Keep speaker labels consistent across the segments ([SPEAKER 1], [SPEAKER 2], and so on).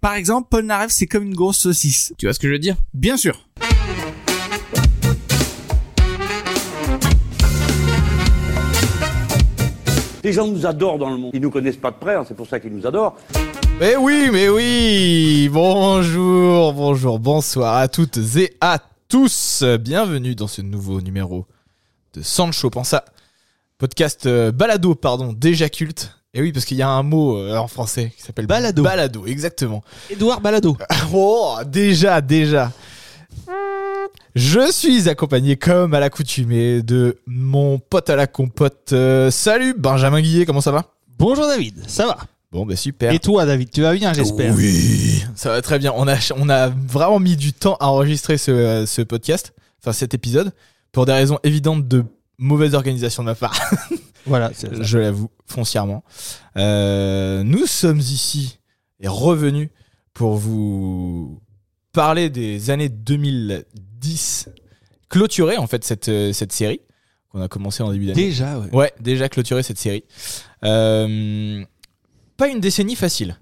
[SPEAKER 1] par exemple, Paul Narev, c'est comme une grosse saucisse.
[SPEAKER 2] Tu vois ce que je veux dire
[SPEAKER 1] Bien sûr.
[SPEAKER 3] Les gens nous adorent dans le monde. Ils nous connaissent pas de près, hein, c'est pour ça qu'ils nous adorent.
[SPEAKER 4] Mais oui, mais oui Bonjour, bonjour, bonsoir à toutes et à tous Bienvenue dans ce nouveau numéro de Sancho Pensa, podcast euh, balado, pardon, déjà culte. Et Eh oui, parce qu'il y a un mot euh, en français qui s'appelle
[SPEAKER 2] Balado.
[SPEAKER 4] Balado, exactement.
[SPEAKER 2] Edouard Balado.
[SPEAKER 4] Oh, déjà, déjà. Je suis accompagné comme à l'accoutumée de mon pote à la compote. Euh, salut Benjamin Guillet, comment ça va
[SPEAKER 2] Bonjour David, ça va
[SPEAKER 4] Bon, ben super.
[SPEAKER 2] Et toi David, tu vas bien j'espère
[SPEAKER 4] Oui, ça va très bien. On a, on a vraiment mis du temps à enregistrer ce, euh, ce podcast, enfin cet épisode, pour des raisons évidentes de mauvaise organisation de ma part.
[SPEAKER 2] Voilà, c'est ça.
[SPEAKER 4] Je l'avoue, foncièrement. Euh, nous sommes ici et revenus pour vous parler des années 2010, clôturer en fait cette, euh, cette série qu'on a commencé en début d'année.
[SPEAKER 2] déjà ouais.
[SPEAKER 4] Ouais, déjà clôturer cette série. Euh, pas une décennie facile,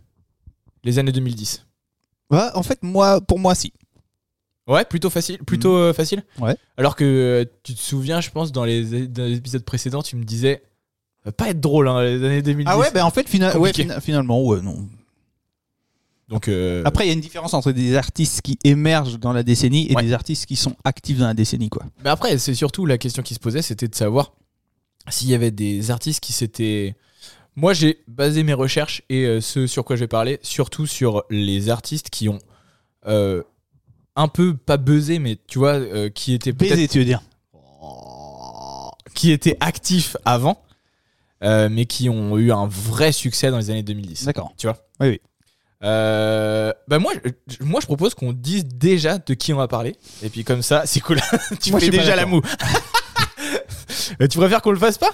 [SPEAKER 4] les années 2010.
[SPEAKER 2] Ouais, Bah, en fait moi pour moi si.
[SPEAKER 4] Ouais, plutôt facile, plutôt
[SPEAKER 5] Mm.
[SPEAKER 4] euh, facile.
[SPEAKER 2] Ouais.
[SPEAKER 4] Alors que euh, tu te souviens, je pense, dans les, dans les épisodes précédents, tu me disais, Ça va pas être drôle hein, les années 2010.
[SPEAKER 5] Ah ouais, ben en fait, fina- ouais,
[SPEAKER 4] Compliqué.
[SPEAKER 5] fina- finalement, ouais, non.
[SPEAKER 4] Donc euh,
[SPEAKER 5] Après, il y a une différence entre des artistes qui émergent dans la décennie et
[SPEAKER 4] Ouais.
[SPEAKER 5] des artistes qui sont actifs dans la décennie, quoi.
[SPEAKER 4] Mais après, c'est surtout la question qui se posait, c'était de savoir s'il y avait des artistes qui s'étaient. Moi, j'ai basé mes recherches et euh, ce sur quoi je vais parler, surtout sur les artistes qui ont euh, un peu pas buzzé, mais tu vois, euh, qui étaient peut-être
[SPEAKER 5] Baiser, tu veux dire
[SPEAKER 4] qui étaient actifs avant, euh, mais qui ont eu un vrai succès dans les années 2010.
[SPEAKER 5] D'accord.
[SPEAKER 4] Euh, bah moi, je- moi, je propose qu'on dise déjà de qui on va parler. Et puis comme ça, c'est cool. tu
[SPEAKER 5] Moi,
[SPEAKER 4] fais
[SPEAKER 5] je suis pas
[SPEAKER 4] déjà la moue. Euh, tu préfères qu'on le fasse pas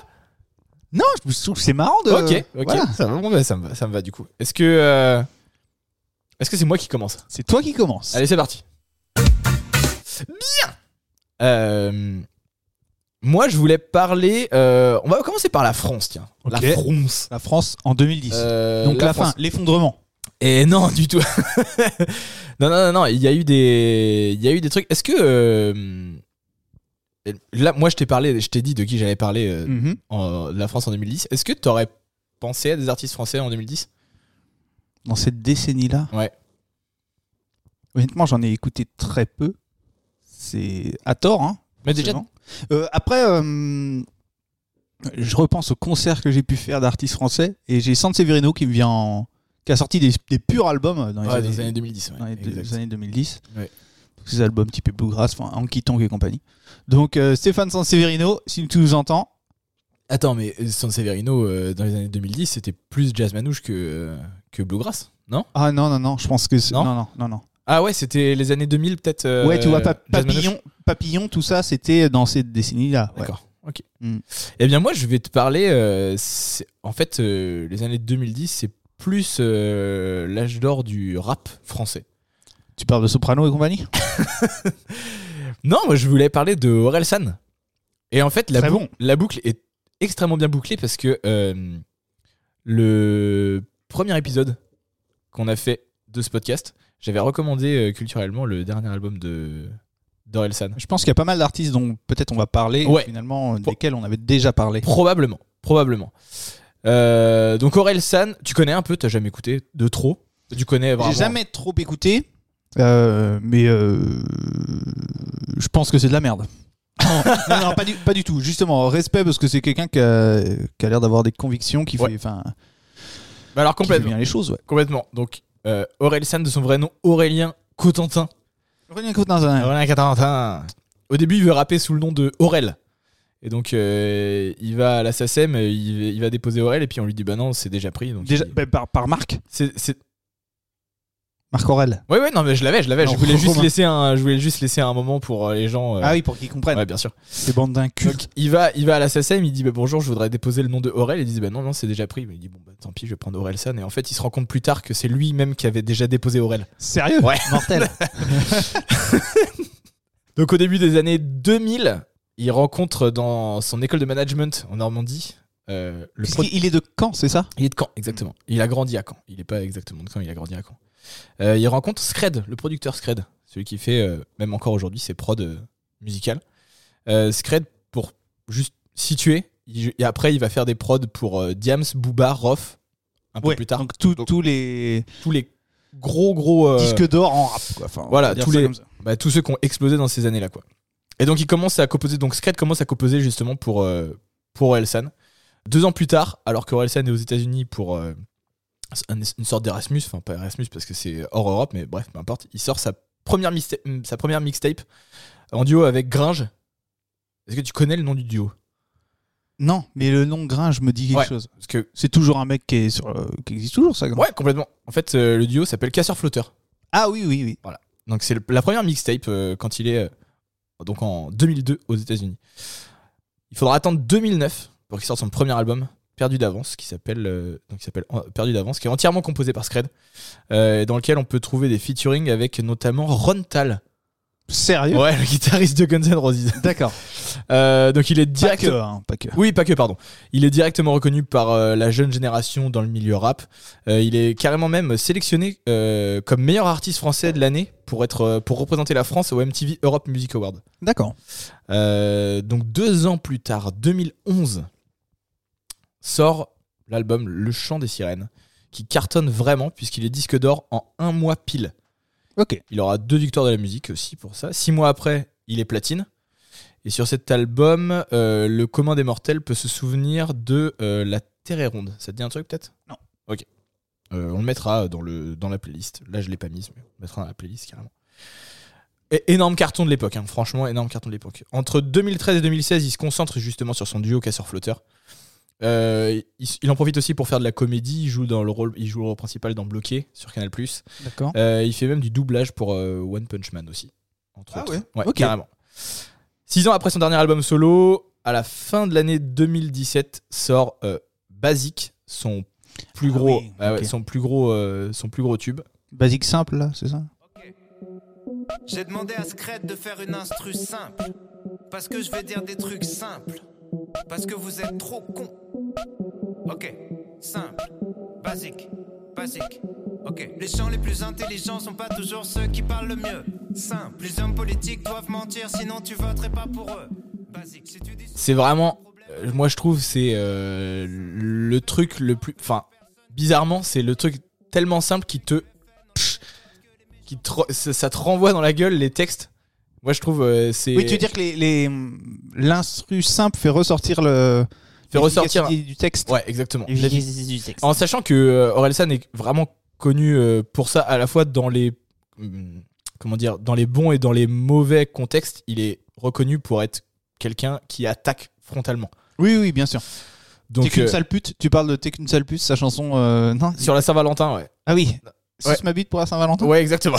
[SPEAKER 5] Non, je trouve que c'est marrant de.
[SPEAKER 4] Ok, ok.
[SPEAKER 5] Euh, Voilà.
[SPEAKER 4] Ça, va, bon, bah, ça me va, ça me va du coup. Est-ce que euh, est-ce que c'est moi qui commence
[SPEAKER 5] C'est toi qui commences.
[SPEAKER 4] Allez, c'est parti. Bien. Euh, moi, je voulais parler. euh, on va commencer par la France, tiens. La
[SPEAKER 5] Ok.
[SPEAKER 4] France.
[SPEAKER 5] La France en 2010.
[SPEAKER 4] Euh,
[SPEAKER 5] Donc la, Eh,
[SPEAKER 4] France.
[SPEAKER 5] fin, l'effondrement.
[SPEAKER 4] Et non, du tout. non, non, non, non. Il y a eu des, il y a eu des trucs. Est-ce que euh, là, moi, je t'ai parlé, je t'ai dit de qui j'allais parler euh,
[SPEAKER 5] Mhm.
[SPEAKER 4] en- de la France en 2010. Est-ce que t'aurais pensé à des artistes français en 2010
[SPEAKER 5] Dans cette décennie-là.
[SPEAKER 4] Ouais.
[SPEAKER 5] Honnêtement, j'en ai écouté très peu. C'est à tort, hein.
[SPEAKER 4] Mais déjà,
[SPEAKER 5] forcément. Euh, après, euh, je repense au concert que j'ai pu faire d'artistes français et j'ai San Severino qui me vient en- qui a sorti des, des purs albums dans les,
[SPEAKER 4] ouais,
[SPEAKER 5] années,
[SPEAKER 4] ah, dans les années 2010. ouais,
[SPEAKER 5] dans les deux-
[SPEAKER 4] exact.
[SPEAKER 5] les années 2010.
[SPEAKER 4] Ouais.
[SPEAKER 5] Tous ces albums type bluegrass, enfin Anki Tonk et compagnie. Donc euh, Stéphane San Severino, si tu nous entends,
[SPEAKER 4] Attends, mais San Severino euh, dans les années 2010, c'était plus jazz manouche que euh, que bluegrass, non
[SPEAKER 5] ah non non non, je pense que c'est-
[SPEAKER 4] Non
[SPEAKER 5] non non non non.
[SPEAKER 4] Ah ouais, c'était les années 2000 peut-être. euh,
[SPEAKER 5] ouais, tu vois pa-
[SPEAKER 4] jazz manouche.
[SPEAKER 5] papillon, papillon, tout ça, c'était dans cette décennie là.
[SPEAKER 4] D'accord. Ok.
[SPEAKER 5] Mm.
[SPEAKER 4] Eh bien, moi, je vais te parler. euh, c'est- en fait, euh, les années 2010, c'est plus euh, l'âge d'or du rap français.
[SPEAKER 5] Tu parles de Soprano et compagnie
[SPEAKER 4] Non, moi, je voulais parler de Orelsan. Et en fait, la,
[SPEAKER 5] Très
[SPEAKER 4] bou-
[SPEAKER 5] bon.
[SPEAKER 4] la boucle est extrêmement bien bouclée parce que euh, le premier épisode qu'on a fait de ce podcast, j'avais recommandé euh, culturellement le dernier album de d'Orelsan.
[SPEAKER 5] Je pense qu'il y a pas mal d'artistes dont peut-être on va parler
[SPEAKER 4] Ouais.
[SPEAKER 5] finalement euh,
[SPEAKER 4] Pour-
[SPEAKER 5] desquels on avait déjà parlé.
[SPEAKER 4] Probablement, probablement. Euh, donc Aurel San, tu connais un peu, t'as jamais écouté de trop. Tu connais vraiment.
[SPEAKER 5] J'ai jamais trop écouté, euh, mais euh, je pense que c'est de la merde. non, non, non, pas, du, pas du tout. Justement, respect parce que c'est quelqu'un qui a, qui a l'air d'avoir des convictions, qui
[SPEAKER 4] Ouais.
[SPEAKER 5] fait, enfin, qui
[SPEAKER 4] Bah alors
[SPEAKER 5] fait
[SPEAKER 4] complètement,
[SPEAKER 5] bien les choses. Ouais.
[SPEAKER 4] complètement. Donc euh, Aurel San de son vrai nom Aurélien Cotentin.
[SPEAKER 5] Aurélien Cotentin,
[SPEAKER 4] Aurélien Cotentin. Au début, il veut rapper sous le nom de Aurel. Et donc euh, il va à la SACEM, il, il va déposer Aurel et puis on lui dit bah non, c'est déjà ben, pris. Donc
[SPEAKER 5] déjà
[SPEAKER 4] il-
[SPEAKER 5] bah, par, par Marc,
[SPEAKER 4] c'est, c'est-
[SPEAKER 5] Marc Aurel.
[SPEAKER 4] Ouais ouais non mais je l'avais, je l'avais.
[SPEAKER 5] Non,
[SPEAKER 4] je voulais juste
[SPEAKER 5] Romain.
[SPEAKER 4] laisser un, je voulais juste laisser un moment pour euh, les gens. euh,
[SPEAKER 5] Ah oui, pour qu'ils comprennent.
[SPEAKER 4] ouais bien sûr.
[SPEAKER 5] Ces bandes d'un cul.
[SPEAKER 4] Donc il va, il va à la SACEM, il dit bah, bonjour, je voudrais déposer le nom de Aurel. Il dit bah non, non, c'est déjà pris. Mais il dit bon, bah tant pis, je vais prendre Orelsan. Et en fait, il se rend compte plus tard que c'est lui-même qui avait déjà déposé Aurel.
[SPEAKER 5] Sérieux
[SPEAKER 4] Ouais.
[SPEAKER 5] Mortel.
[SPEAKER 4] Donc au début des années 2000, il rencontre dans son école de management en Normandie euh, le
[SPEAKER 5] Parce
[SPEAKER 4] pro-
[SPEAKER 5] qu'il- Il est de Caen, c'est ça Mm.
[SPEAKER 4] Il est de Caen, exactement. Il a grandi à Caen. Il n'est pas exactement de Caen, il a grandi à Caen. Euh, il rencontre Scred, le producteur Scred, celui qui fait, euh, même encore aujourd'hui, ses prods euh, musicales. Euh, Scred, pour juste situer, il- et après il va faire des prods pour euh, Diams, Booba, Rof, un peu
[SPEAKER 5] Ouais,
[SPEAKER 4] plus tard.
[SPEAKER 5] Donc, tous-
[SPEAKER 4] Donc-
[SPEAKER 5] tous les
[SPEAKER 4] tous les gros gros... euh,
[SPEAKER 5] disques d'or en rap. Quoi. Enfin, on
[SPEAKER 4] voilà,
[SPEAKER 5] va dire
[SPEAKER 4] tous
[SPEAKER 5] ça
[SPEAKER 4] les-
[SPEAKER 5] comme ça.
[SPEAKER 4] bah, tous ceux qui ont explosé dans ces années-là, quoi. Et donc, il commence à composer. Donc, Scred commence à composer justement pour euh, pour Orelsan. Deux ans plus tard, alors que Orelsan est aux États-Unis pour euh, un- une sorte d'Erasmus, enfin pas Erasmus parce que c'est hors Europe, mais bref, peu importe. Il sort sa première mixta- euh, sa première mixtape en duo avec Gringe. Est-ce que tu connais le nom du duo
[SPEAKER 5] Non, mais le nom Gringe me dit quelque
[SPEAKER 4] Ouais.
[SPEAKER 5] chose.
[SPEAKER 4] Parce que
[SPEAKER 5] C'est toujours un mec qui, est sur, euh, qui existe toujours, ça. Gringe.
[SPEAKER 4] ouais, complètement. En fait, euh, le duo s'appelle Casseur Flotteur.
[SPEAKER 5] Ah oui, oui, oui.
[SPEAKER 4] Donc c'est le- la première mixtape euh, quand il est euh, donc en 2002 aux États-Unis. Il faudra attendre 2009 pour qu'il sorte son premier album Perdu d'avance qui s'appelle euh, donc qui s'appelle euh, Perdu d'avance qui est entièrement composé par Scred euh, et dans lequel on peut trouver des featuring avec notamment Ron Tal.
[SPEAKER 5] Sérieux
[SPEAKER 4] Ouais, le guitariste de Guns N' Roses.
[SPEAKER 5] D'accord.
[SPEAKER 4] Euh, donc il est
[SPEAKER 5] Pas
[SPEAKER 4] direct
[SPEAKER 5] que, hein, pas que.
[SPEAKER 4] oui, pas que, pardon. Il est directement reconnu par euh, la jeune génération dans le milieu rap. Euh, il est carrément même sélectionné euh, comme meilleur artiste français de l'année pour, être, euh, pour représenter la France au MTV Europe Music Award.
[SPEAKER 5] D'accord.
[SPEAKER 4] Euh, donc deux ans plus tard, 2011, sort l'album Le Chant des Sirènes, qui cartonne vraiment puisqu'il est disque d'or en un mois pile.
[SPEAKER 5] Ok.
[SPEAKER 4] Il aura deux victoires de la musique aussi pour ça. Six mois après, il est platine. Et sur cet album, euh, le commun des mortels peut se souvenir de euh, La Terre est ronde. Ça te dit un truc peut-être
[SPEAKER 5] Non.
[SPEAKER 4] Ok. Euh, on le mettra dans, le, dans la playlist. Là, je l'ai pas mise, mais on le mettra dans la playlist carrément. Et énorme carton de l'époque, hein. franchement, énorme carton de l'époque. Entre 2013 et 2016, il se concentre justement sur son duo casseur-flotteur. Euh, il, il en profite aussi pour faire de la comédie. Il joue, dans le rôle, il joue le rôle principal dans Bloqué sur Canal.
[SPEAKER 5] D'accord.
[SPEAKER 4] Euh, il fait même du doublage pour euh, One Punch Man aussi. Entre
[SPEAKER 5] Ah
[SPEAKER 4] autres.
[SPEAKER 5] ouais
[SPEAKER 4] ouais
[SPEAKER 5] Ok.
[SPEAKER 4] carrément. Six ans après son dernier album solo, à la fin de l'année 2017, sort euh, Basic, son plus
[SPEAKER 5] Ah
[SPEAKER 4] gros,
[SPEAKER 5] oui,
[SPEAKER 4] ah ouais,
[SPEAKER 5] ok.
[SPEAKER 4] son plus gros, euh, son plus gros tube.
[SPEAKER 5] Basique simple, là, c'est ça
[SPEAKER 6] J'ai demandé à Scred de faire une instru simple. Parce que je vais dire des trucs simples. Parce que vous êtes trop cons. Ok, simple, basique, basique. Ok. Les gens les plus intelligents sont pas toujours ceux qui parlent le mieux. Simple. Les hommes politiques doivent mentir, sinon tu voterais pas pour eux. Basique. Si tu dis
[SPEAKER 4] C'est vraiment, euh, moi je trouve, c'est euh, le truc le plus, enfin, bizarrement, c'est le truc tellement simple qui te, pff, qui te re- ça, ça te renvoie dans la gueule les textes. Moi je trouve, euh, c'est
[SPEAKER 5] Oui, tu veux dire que les- les l'instru simple fait ressortir le.
[SPEAKER 4] Fait ressortir-
[SPEAKER 5] l'efficacité du texte.
[SPEAKER 4] ouais exactement.
[SPEAKER 2] du texte.
[SPEAKER 4] En sachant que euh, Orelsan est vraiment connu euh, pour ça, à la fois dans les hum, comment dire, dans les bons et dans les mauvais contextes, il est reconnu pour être quelqu'un qui attaque frontalement.
[SPEAKER 5] Oui, oui, bien sûr. T'es
[SPEAKER 4] Donc
[SPEAKER 5] qu'une
[SPEAKER 4] euh,
[SPEAKER 5] sale pute. Tu parles de T'es qu'une sale pute, sa chanson. euh, non
[SPEAKER 4] sur la Saint-Valentin, ouais.
[SPEAKER 5] Ah oui.
[SPEAKER 4] Ouais.
[SPEAKER 5] Suce ma bite pour la Saint-Valentin.
[SPEAKER 4] Ouais, exactement.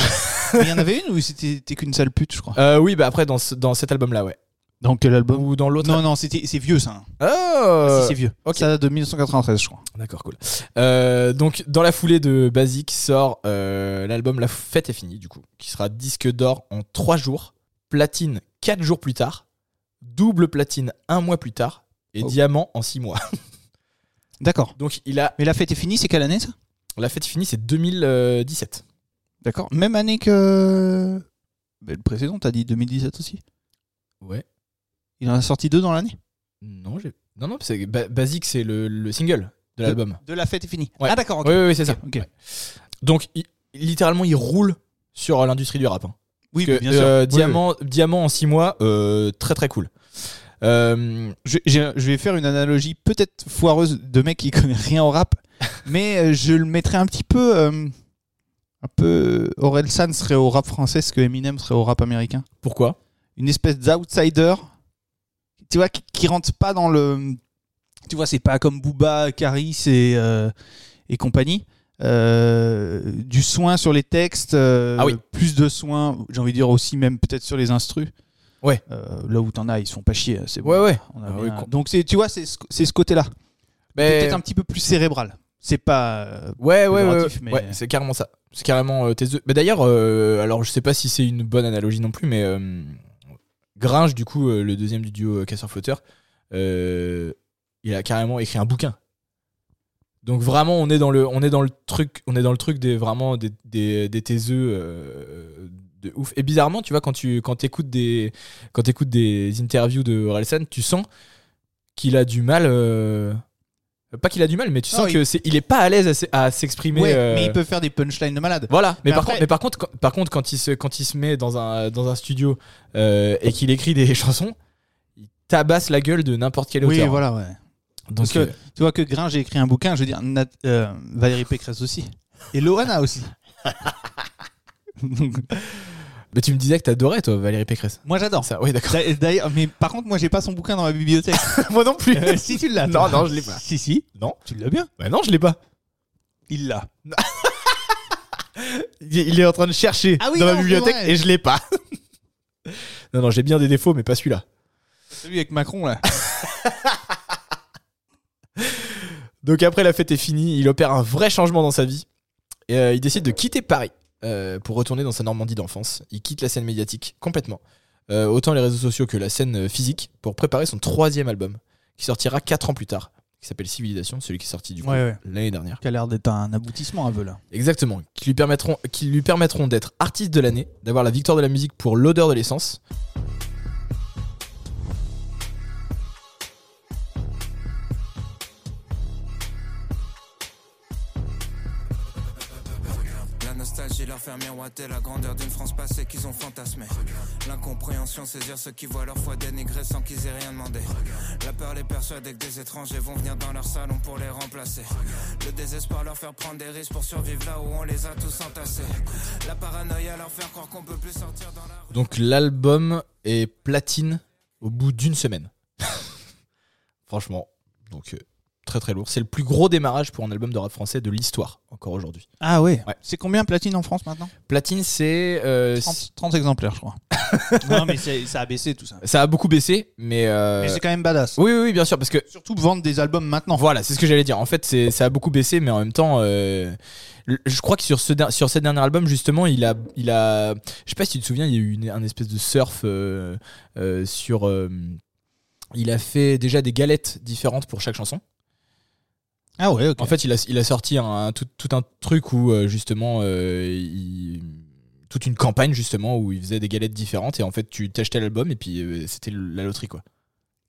[SPEAKER 5] Mais Il y en avait une où c'était T'es qu'une sale pute, je crois.
[SPEAKER 4] Euh, oui, bah après dans ce- dans cet album là, ouais.
[SPEAKER 5] Dans quel album
[SPEAKER 4] Ou dans l'autre.
[SPEAKER 5] Non, non, c'était- c'est vieux ça. hein.
[SPEAKER 4] Oh
[SPEAKER 5] Si, c'est vieux.
[SPEAKER 4] Euh. ok.
[SPEAKER 5] Ça date de 1993, je crois.
[SPEAKER 4] D'accord, cool. Euh, donc, dans la foulée de Basic sort euh, l'album La fête est finie, du coup, qui sera disque d'or en 3 jours, platine 4 jours plus tard, double platine 1 mois plus tard, et
[SPEAKER 5] Oh.
[SPEAKER 4] diamant en 6 mois.
[SPEAKER 5] D'accord.
[SPEAKER 4] Donc, il a.
[SPEAKER 5] Mais la fête est finie, c'est quelle année ça
[SPEAKER 4] La fête est finie, c'est 2017.
[SPEAKER 5] D'accord. Même année que. Mais le précédent, t'as dit 2017 aussi.
[SPEAKER 4] Ouais.
[SPEAKER 5] Il en a sorti deux dans l'année.
[SPEAKER 4] Non, j'ai. Non, non, c'est- Ba- Basic, c'est le, le single de l'album.
[SPEAKER 5] De la fête est finie.
[SPEAKER 4] Ouais.
[SPEAKER 5] Ah d'accord. ok.
[SPEAKER 4] Oui, oui, oui, c'est ça.
[SPEAKER 5] Ok.
[SPEAKER 4] Ouais. Donc, il- littéralement, il roule sur l'industrie du rap. hein.
[SPEAKER 5] Oui,
[SPEAKER 4] que,
[SPEAKER 5] mais bien sûr.
[SPEAKER 4] euh,
[SPEAKER 5] Oui,
[SPEAKER 4] diamant, diamant en 6 mois, euh, très très cool. Euh,
[SPEAKER 5] oui. Je, j'ai- je vais faire une analogie peut-être foireuse de mec qui connaît rien au rap, mais euh, je le mettrais un petit peu. euh, un peu. Aurel San serait au rap français ce que Eminem serait au rap américain.
[SPEAKER 4] pourquoi
[SPEAKER 5] Une espèce d'outsider, tu vois, qui, qui rentre pas dans le. Tu vois, c'est pas comme Booba, Caris et, euh, et compagnie. Euh, du soin sur les textes, euh,
[SPEAKER 4] Ah oui.
[SPEAKER 5] plus de soin, j'ai envie de dire aussi même peut-être sur les instrus.
[SPEAKER 4] Ouais.
[SPEAKER 5] Euh, là où t'en as, ils sont pas chiés, hein, c'est bon.
[SPEAKER 4] Ouais, ouais.
[SPEAKER 5] On a
[SPEAKER 4] Ah
[SPEAKER 5] bien-
[SPEAKER 4] oui, con-
[SPEAKER 5] Donc c'est- tu vois, c'est ce, c'est ce côté-là.
[SPEAKER 4] Mais...
[SPEAKER 5] Peut-être un petit peu plus cérébral. C'est pas. euh,
[SPEAKER 4] Ouais, ouais, ouais.
[SPEAKER 5] péjoratif, mais-
[SPEAKER 4] ouais c'est carrément ça. C'est carrément euh, tes œufs. Mais d'ailleurs, euh, alors je sais pas si c'est une bonne analogie non plus, mais euh, Gringe, du coup, euh, le deuxième du duo Casseur-Flotteur, il a carrément écrit un bouquin. Donc vraiment, on est dans le, on est dans le truc, on est dans le truc des vraiment des des, des taiseux, euh, de ouf. Et bizarrement, tu vois, quand tu quand écoutes des quand écoutes des interviews de Orelsan, tu sens qu'il a du mal. euh, pas qu'il a du mal, mais tu sens
[SPEAKER 5] Ah,
[SPEAKER 4] que c'est, il est pas à l'aise à s- à, s'exprimer.
[SPEAKER 5] Ouais,
[SPEAKER 4] euh,
[SPEAKER 5] mais il peut faire des punchlines de malade.
[SPEAKER 4] Voilà,
[SPEAKER 5] Mais
[SPEAKER 4] mais, par,
[SPEAKER 5] après-
[SPEAKER 4] contre, mais par contre, quand, par contre, quand il se, quand il se met dans un, dans un studio euh, et qu'il écrit des chansons, il tabasse la gueule de n'importe quel
[SPEAKER 5] Oui,
[SPEAKER 4] auteur.
[SPEAKER 5] voilà, ouais.
[SPEAKER 4] Donc,
[SPEAKER 5] Parce que-
[SPEAKER 4] euh,
[SPEAKER 5] Tu vois que Gringe j'ai écrit un bouquin, je veux dire, Nat- euh, Valérie Pécresse aussi. Et Loana aussi. Donc,
[SPEAKER 4] mais tu me disais que t'adorais toi, Valérie Pécresse.
[SPEAKER 5] moi j'adore.
[SPEAKER 4] Ça, oui, d'accord.
[SPEAKER 5] D'a- D'ailleurs, mais par contre, moi j'ai pas son bouquin dans ma bibliothèque.
[SPEAKER 4] Moi non plus.
[SPEAKER 5] Euh, si tu l'as.
[SPEAKER 4] Non,
[SPEAKER 5] toi.
[SPEAKER 4] non, je l'ai pas.
[SPEAKER 5] Si, si.
[SPEAKER 4] Non.
[SPEAKER 5] Tu l'as bien.
[SPEAKER 4] Bah non, je l'ai pas.
[SPEAKER 5] Il l'a.
[SPEAKER 4] Il il est en train de chercher
[SPEAKER 5] Ah oui,
[SPEAKER 4] dans ma
[SPEAKER 5] non, c'est
[SPEAKER 4] bibliothèque
[SPEAKER 5] vrai.
[SPEAKER 4] et je l'ai pas. non, non, j'ai bien des défauts, mais pas celui-là.
[SPEAKER 5] Celui avec Macron là.
[SPEAKER 4] Donc après la fête est finie, il opère un vrai changement dans sa vie et euh, il décide de quitter Paris euh, pour retourner dans sa Normandie d'enfance. Il quitte la scène médiatique complètement, Euh, autant les réseaux sociaux que la scène euh, physique, pour préparer son troisième album qui sortira quatre ans plus tard, qui s'appelle Civilisation, celui qui est sorti du coup
[SPEAKER 5] Ouais, ouais.
[SPEAKER 4] l'année dernière.
[SPEAKER 5] Qui a l'air d'être un aboutissement un peu là.
[SPEAKER 4] Exactement, qui lui permettront, qui lui permettront d'être artiste de l'année, d'avoir la victoire de la musique pour l'odeur de l'essence.
[SPEAKER 6] La nostalgie leur fait miroiter la grandeur d'une France passée qu'ils ont fantasmée. L'incompréhension saisir ceux qui voient leur foi dénigrée sans qu'ils aient rien demandé. La peur les persuade que des étrangers vont venir dans leur salon pour les remplacer. Le désespoir leur faire prendre des risques pour survivre là où on les a tous entassés. La paranoïa leur faire croire qu'on peut plus sortir dans la rue.
[SPEAKER 4] Donc l'album est platine au bout d'une semaine. Franchement, donc euh, très très lourd. C'est le plus gros démarrage pour un album de rap français de l'histoire encore aujourd'hui.
[SPEAKER 5] Ah ouais.
[SPEAKER 4] Ouais.
[SPEAKER 5] C'est combien platine en France maintenant
[SPEAKER 4] Platine, c'est Euh, euh,
[SPEAKER 5] 30, 30 exemplaires, je crois. non, mais c'est- ça a baissé tout ça.
[SPEAKER 4] ça a beaucoup baissé, mais, euh,
[SPEAKER 5] Mais c'est quand même badass.
[SPEAKER 4] oui, oui oui bien sûr parce que
[SPEAKER 5] Surtout vendre des albums maintenant.
[SPEAKER 4] Voilà, c'est ce que j'allais dire. En fait, c'est- ça a beaucoup baissé, mais en même temps, euh, le- je crois que sur ce, der- sur ce dernier album, justement, il a, il a. Je sais pas si tu te souviens, il y a eu une, un espèce de surf euh, euh, sur. euh, il a fait déjà des galettes différentes pour chaque chanson.
[SPEAKER 5] Ah ouais, ok.
[SPEAKER 4] En fait, il a, il a sorti un, un- tout, tout un truc où, euh, justement, euh, il- toute une campagne, justement, où il faisait des galettes différentes. Et en fait, tu t'achetais l'album et puis euh, c'était la loterie, quoi. Il y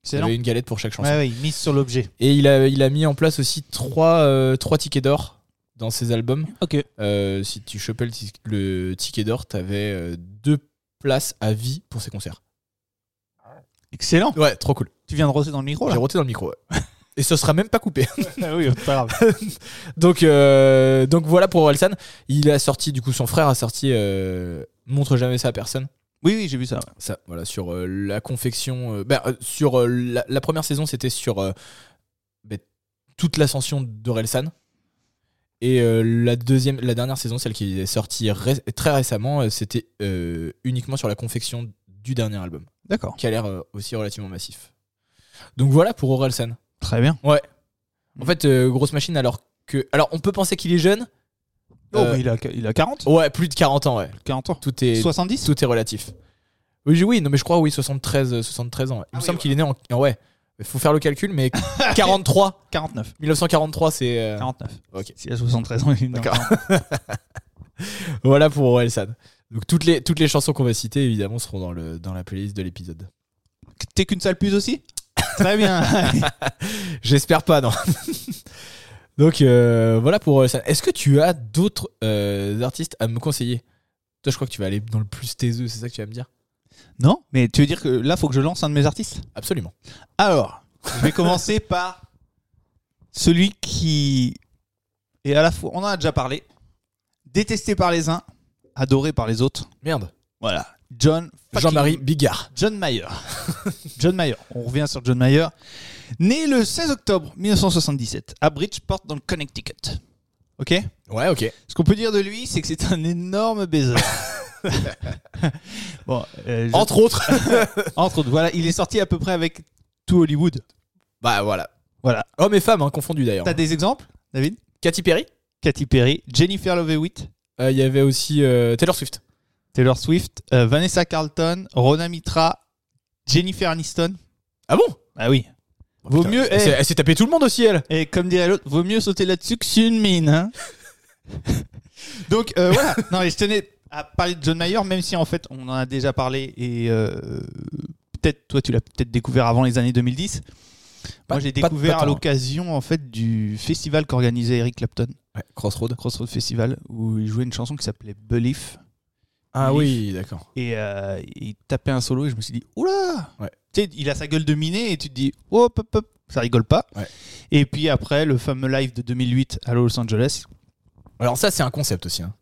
[SPEAKER 5] Excellent.
[SPEAKER 4] avait une galette pour chaque chanson.
[SPEAKER 5] Ouais, ouais, il mise sur l'objet.
[SPEAKER 4] Et il a, il a mis en place aussi trois, euh, trois tickets d'or dans ses albums.
[SPEAKER 5] Ok.
[SPEAKER 4] Euh, si tu chopais le, tic- le ticket d'or, t'avais euh, deux places à vie pour ses concerts.
[SPEAKER 5] Excellent.
[SPEAKER 4] Ouais, trop cool.
[SPEAKER 5] Tu viens de rosser dans le micro là
[SPEAKER 4] J'ai roté dans le micro. ouais. Et ce sera même pas coupé.
[SPEAKER 5] Ah oui, pas grave.
[SPEAKER 4] donc, euh, donc voilà pour Orelsan. Il a sorti, du coup, son frère a sorti euh, Montre jamais ça à personne.
[SPEAKER 5] Oui, oui, j'ai vu ça. ouais.
[SPEAKER 4] Ça, voilà, sur euh, la confection. euh, ben, euh, sur euh, la, la première saison, c'était sur euh, ben, toute l'ascension d'Orelsan. Et euh, la deuxième, la dernière saison, celle qui est sortie ré- très récemment, euh, c'était euh, uniquement sur la confection du dernier album,
[SPEAKER 5] D'accord.
[SPEAKER 4] qui a l'air euh, aussi relativement massif. Donc voilà pour Orelsan.
[SPEAKER 5] Très bien. Mm.
[SPEAKER 4] En fait, euh, grosse machine, alors que. Alors, on peut penser qu'il est jeune.
[SPEAKER 5] Oh,
[SPEAKER 4] Euh,
[SPEAKER 5] mais il a, il a 40
[SPEAKER 4] Ouais, plus de 40 ans, ouais.
[SPEAKER 5] 40 ans.
[SPEAKER 4] Tout est,
[SPEAKER 5] 70
[SPEAKER 4] tout est relatif. Oui, j'ai- oui, non, mais je crois, oui, 73, euh, 73 ans. ouais. Il me semble qu'il est né en. en- Ouais, il faut faire le calcul, mais 43,
[SPEAKER 5] 49.
[SPEAKER 4] 1943, c'est. euh,
[SPEAKER 5] 49.
[SPEAKER 4] Ok.
[SPEAKER 5] S'il a 73 ans, il est dans
[SPEAKER 4] D'accord.
[SPEAKER 5] 40.
[SPEAKER 4] Voilà pour Orelsan. Donc toutes les, toutes les chansons qu'on va citer, évidemment, seront dans, le, dans la playlist de l'épisode.
[SPEAKER 5] T'es qu'une sale puce aussi Très bien.
[SPEAKER 4] J'espère pas, non. Donc euh, voilà pour Orelsan. Est-ce que tu as d'autres euh, artistes à me conseiller Toi, je crois que tu vas aller dans le plus taiseux, c'est ça que tu vas me dire
[SPEAKER 5] non, mais tu veux dire que là, faut que je lance un de mes artistes
[SPEAKER 4] Absolument.
[SPEAKER 5] Alors, je vais commencer par celui qui est à la fois, on en a déjà parlé, détesté par les uns, adoré par les autres.
[SPEAKER 4] Merde.
[SPEAKER 5] Voilà. John fucking-
[SPEAKER 4] Jean-Marie Bigard.
[SPEAKER 5] John Mayer. John Mayer. On revient sur John Mayer. Né le 16 octobre 1977 à Bridgeport dans le Connecticut. Ok
[SPEAKER 4] Ouais, ok.
[SPEAKER 5] Ce qu'on peut dire de lui, c'est que c'est un énorme baiser. bon, euh, je-
[SPEAKER 4] Entre autres.
[SPEAKER 5] entre autres, voilà, il est sorti à peu près avec tout Hollywood.
[SPEAKER 4] bah voilà.
[SPEAKER 5] Voilà.
[SPEAKER 4] Hommes et femmes, hein, confondus d'ailleurs.
[SPEAKER 5] T'as des exemples, David
[SPEAKER 4] Katy Perry.
[SPEAKER 5] Katy Perry, Jennifer Love Hewitt,
[SPEAKER 4] Euh, Il y avait aussi euh, Taylor Swift.
[SPEAKER 5] Taylor Swift, euh, Vanessa Carlton, Rona Mitra, Jennifer Aniston.
[SPEAKER 4] Ah bon
[SPEAKER 5] Ah oui. Vaut mieux.
[SPEAKER 4] Elle s'est-
[SPEAKER 5] eh,
[SPEAKER 4] elle s'est tapée tout le monde aussi, elle.
[SPEAKER 5] Et comme dirait l'autre, vaut mieux sauter là-dessus que sur une mine. hein. Donc euh, voilà. Non, mais je tenais à parler de John Mayer, même si en fait on en a déjà parlé et euh, peut-être toi tu l'as peut-être découvert avant les années 2010.
[SPEAKER 4] Pas-
[SPEAKER 5] Moi j'ai
[SPEAKER 4] pas- pas
[SPEAKER 5] découvert
[SPEAKER 4] tant,
[SPEAKER 5] à
[SPEAKER 4] hein.
[SPEAKER 5] l'occasion en fait du festival qu'organisait Eric Clapton,
[SPEAKER 4] Ouais, Crossroad.
[SPEAKER 5] Crossroad Festival, où il jouait une chanson qui s'appelait Belief
[SPEAKER 4] Ah
[SPEAKER 5] Leaf.
[SPEAKER 4] oui, d'accord.
[SPEAKER 5] et euh, il tapait un solo et je me suis dit oula
[SPEAKER 4] Ouais.
[SPEAKER 5] tu sais il a sa gueule de miné et tu te dis hop hop hop ça rigole pas
[SPEAKER 4] Ouais.
[SPEAKER 5] et puis après le fameux live de 2008 à Los Angeles
[SPEAKER 4] Alors ça, c'est un concept aussi. hein.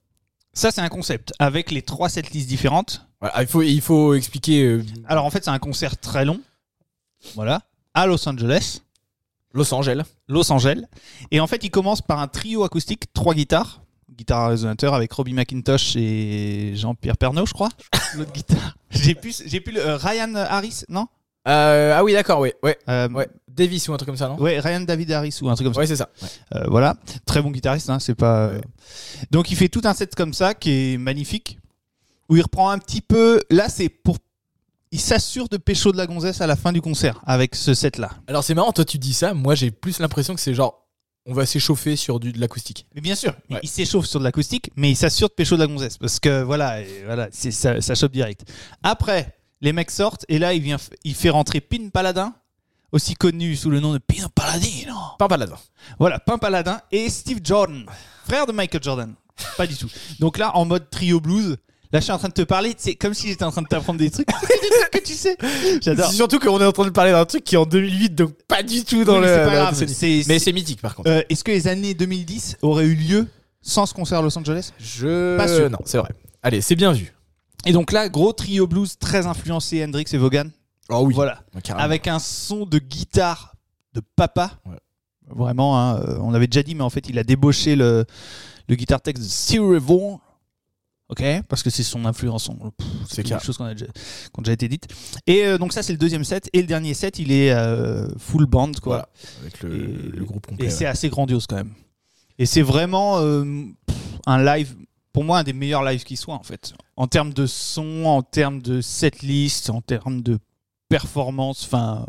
[SPEAKER 5] ça c'est un concept avec les trois setlists différentes
[SPEAKER 4] Voilà, il, faut, il faut expliquer euh,
[SPEAKER 5] alors en fait c'est un concert très long voilà à Los Angeles
[SPEAKER 4] Los Angeles.
[SPEAKER 5] Los Angeles et en fait il commence par un trio acoustique trois guitares guitare à résonateur avec Robbie McIntosh et Jean-Pierre Pernaut je crois l'autre guitare j'ai plus j'ai plus le, euh, Ryan Harris non
[SPEAKER 4] Euh, ah oui, d'accord, oui. Ouais,
[SPEAKER 5] Euh,
[SPEAKER 4] ouais. Davis ou un truc comme ça, non
[SPEAKER 5] Ouais, Ryan David Harris ou un truc comme ça.
[SPEAKER 4] Ouais, c'est ça. Ouais.
[SPEAKER 5] Euh, voilà, très bon guitariste, hein, c'est pas. euh,
[SPEAKER 4] Ouais.
[SPEAKER 5] Donc il fait tout un set comme ça qui est magnifique, où il reprend un petit peu. Là, c'est pour. Il s'assure de pécho de la gonzesse à la fin du concert avec ce set-là.
[SPEAKER 4] Alors c'est marrant, toi tu dis ça, moi j'ai plus l'impression que c'est genre on va s'échauffer sur du de l'acoustique.
[SPEAKER 5] Mais bien sûr, il-
[SPEAKER 4] Ouais.
[SPEAKER 5] il s'échauffe sur de l'acoustique, mais il s'assure de pécho de la gonzesse parce que voilà, et voilà, c'est- ça, ça chope direct. Après, les mecs sortent et là, il vient, f- il fait rentrer Pin Paladin, aussi connu sous le nom de Pin Paladino.
[SPEAKER 4] Pas balade.
[SPEAKER 5] Voilà, Pimp Paladin et Steve Jordan, frère de Michael Jordan. Pas du tout. Donc là, en mode trio blues, là, je suis en train de te parler, c'est comme si j'étais en train de t'apprendre des trucs que tu sais. J'adore.
[SPEAKER 4] C'est surtout qu'on est en train de parler d'un truc qui est en 2008, donc pas du tout dans
[SPEAKER 5] Oui, mais
[SPEAKER 4] le.
[SPEAKER 5] c'est pas
[SPEAKER 4] la
[SPEAKER 5] grave,
[SPEAKER 4] décennie.
[SPEAKER 5] c'est-
[SPEAKER 4] mais
[SPEAKER 5] c'est-
[SPEAKER 4] c'est mythique par contre.
[SPEAKER 5] Euh, Est-ce que les années 2010 auraient eu lieu sans ce concert à Los Angeles
[SPEAKER 4] Je.
[SPEAKER 5] pas sûr.
[SPEAKER 4] Non, c'est vrai. Allez, c'est bien vu.
[SPEAKER 5] Et donc là, gros trio blues très influencé Hendrix et Vaughan.
[SPEAKER 4] Oh oui.
[SPEAKER 5] Voilà. Ah avec un son de guitare de papa.
[SPEAKER 4] Ouais.
[SPEAKER 5] Vraiment, hein, euh, on avait déjà dit, mais en fait, il a débauché le, le guitare texte de Stevie Ray Vaughan. Ok, parce que c'est son influence. on- pff,
[SPEAKER 4] C'est
[SPEAKER 5] C'est
[SPEAKER 4] clair.
[SPEAKER 5] quelque chose qu'on a déjà, qu'on a déjà été dite. Et euh, donc ça, c'est le deuxième set. Et le dernier set, il est euh, full band, quoi.
[SPEAKER 4] Voilà. Avec le,
[SPEAKER 5] Et-
[SPEAKER 4] le groupe complet.
[SPEAKER 5] Et
[SPEAKER 4] ouais.
[SPEAKER 5] c'est assez grandiose quand même. Et c'est vraiment euh, pff, un live, pour moi, un des meilleurs lives qui soit en fait. En termes de son, en termes de setlist, en termes de performance. Enfin,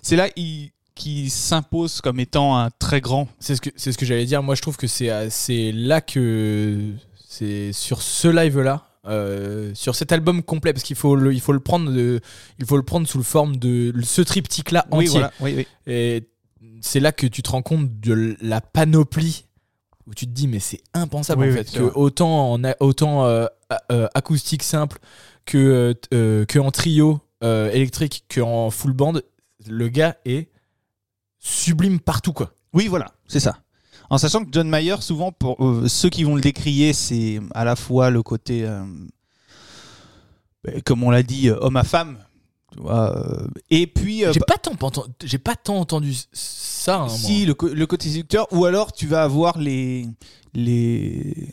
[SPEAKER 5] c'est là il- qu'il s'impose comme étant un très grand.
[SPEAKER 4] C'est ce que c'est ce que j'allais dire. Moi, je trouve que c'est à- c'est là que c'est sur ce live là. sur cet album complet parce qu'il faut le, il faut le prendre de- il faut le prendre sous le forme de ce triptyque là entier
[SPEAKER 5] oui, oui.
[SPEAKER 4] et c'est là que tu te rends compte de la panoplie où tu te dis mais c'est impensable
[SPEAKER 5] Oui,
[SPEAKER 4] en
[SPEAKER 5] oui,
[SPEAKER 4] fait
[SPEAKER 5] c'est
[SPEAKER 4] que
[SPEAKER 5] vrai.
[SPEAKER 4] autant en a- autant euh, a- euh, acoustique simple que euh, t- euh, que en trio euh, électrique que en full band le gars est sublime partout quoi
[SPEAKER 5] Oui, voilà, c'est ça. En sachant que John Mayer, souvent, pour euh, ceux qui vont le décrier, c'est à la fois le côté, euh, ben, comme on l'a dit, euh, homme à femme. tu vois, euh, et puis. euh,
[SPEAKER 4] j'ai pas tant enten- j'ai pas tant entendu s- ça hein,
[SPEAKER 5] si
[SPEAKER 4] moi.
[SPEAKER 5] le, co- le côté séducteur ou alors tu vas avoir les les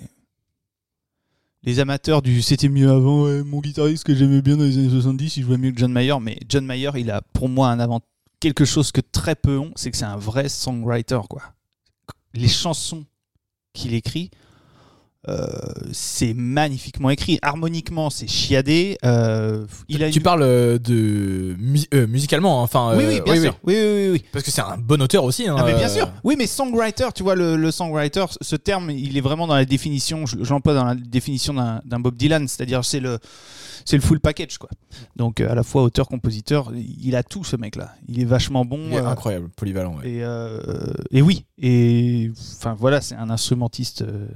[SPEAKER 5] les amateurs du c'était mieux avant ouais, mon guitariste que j'aimais bien dans les années 70 il jouait mieux que John Mayer mais John Mayer il a pour moi un avant quelque chose que très peu ont c'est que c'est un vrai songwriter quoi les chansons qu'il écrit euh, c'est magnifiquement écrit harmoniquement c'est chiadé euh, il a
[SPEAKER 4] tu
[SPEAKER 5] une-
[SPEAKER 4] parles euh, de mu- euh, musicalement hein, enfin
[SPEAKER 5] oui
[SPEAKER 4] euh,
[SPEAKER 5] oui bien sûr oui oui, oui, oui.
[SPEAKER 4] parce que c'est un bon auteur aussi hein,
[SPEAKER 5] Ah, mais bien
[SPEAKER 4] euh,
[SPEAKER 5] sûr. Oui, mais songwriter, tu vois, le, le songwriter, ce terme, il est vraiment dans la définition, je, je l'emploie dans la définition d'un d'un Bob Dylan, c'est-à-dire c'est le, c'est le full package, quoi. Donc, euh, à la fois auteur, compositeur, il a tout, ce mec-là. Il est vachement bon.
[SPEAKER 4] il est
[SPEAKER 5] euh,
[SPEAKER 4] incroyable polyvalent ouais.
[SPEAKER 5] et, euh, et oui, et enfin voilà, c'est un instrumentiste, euh,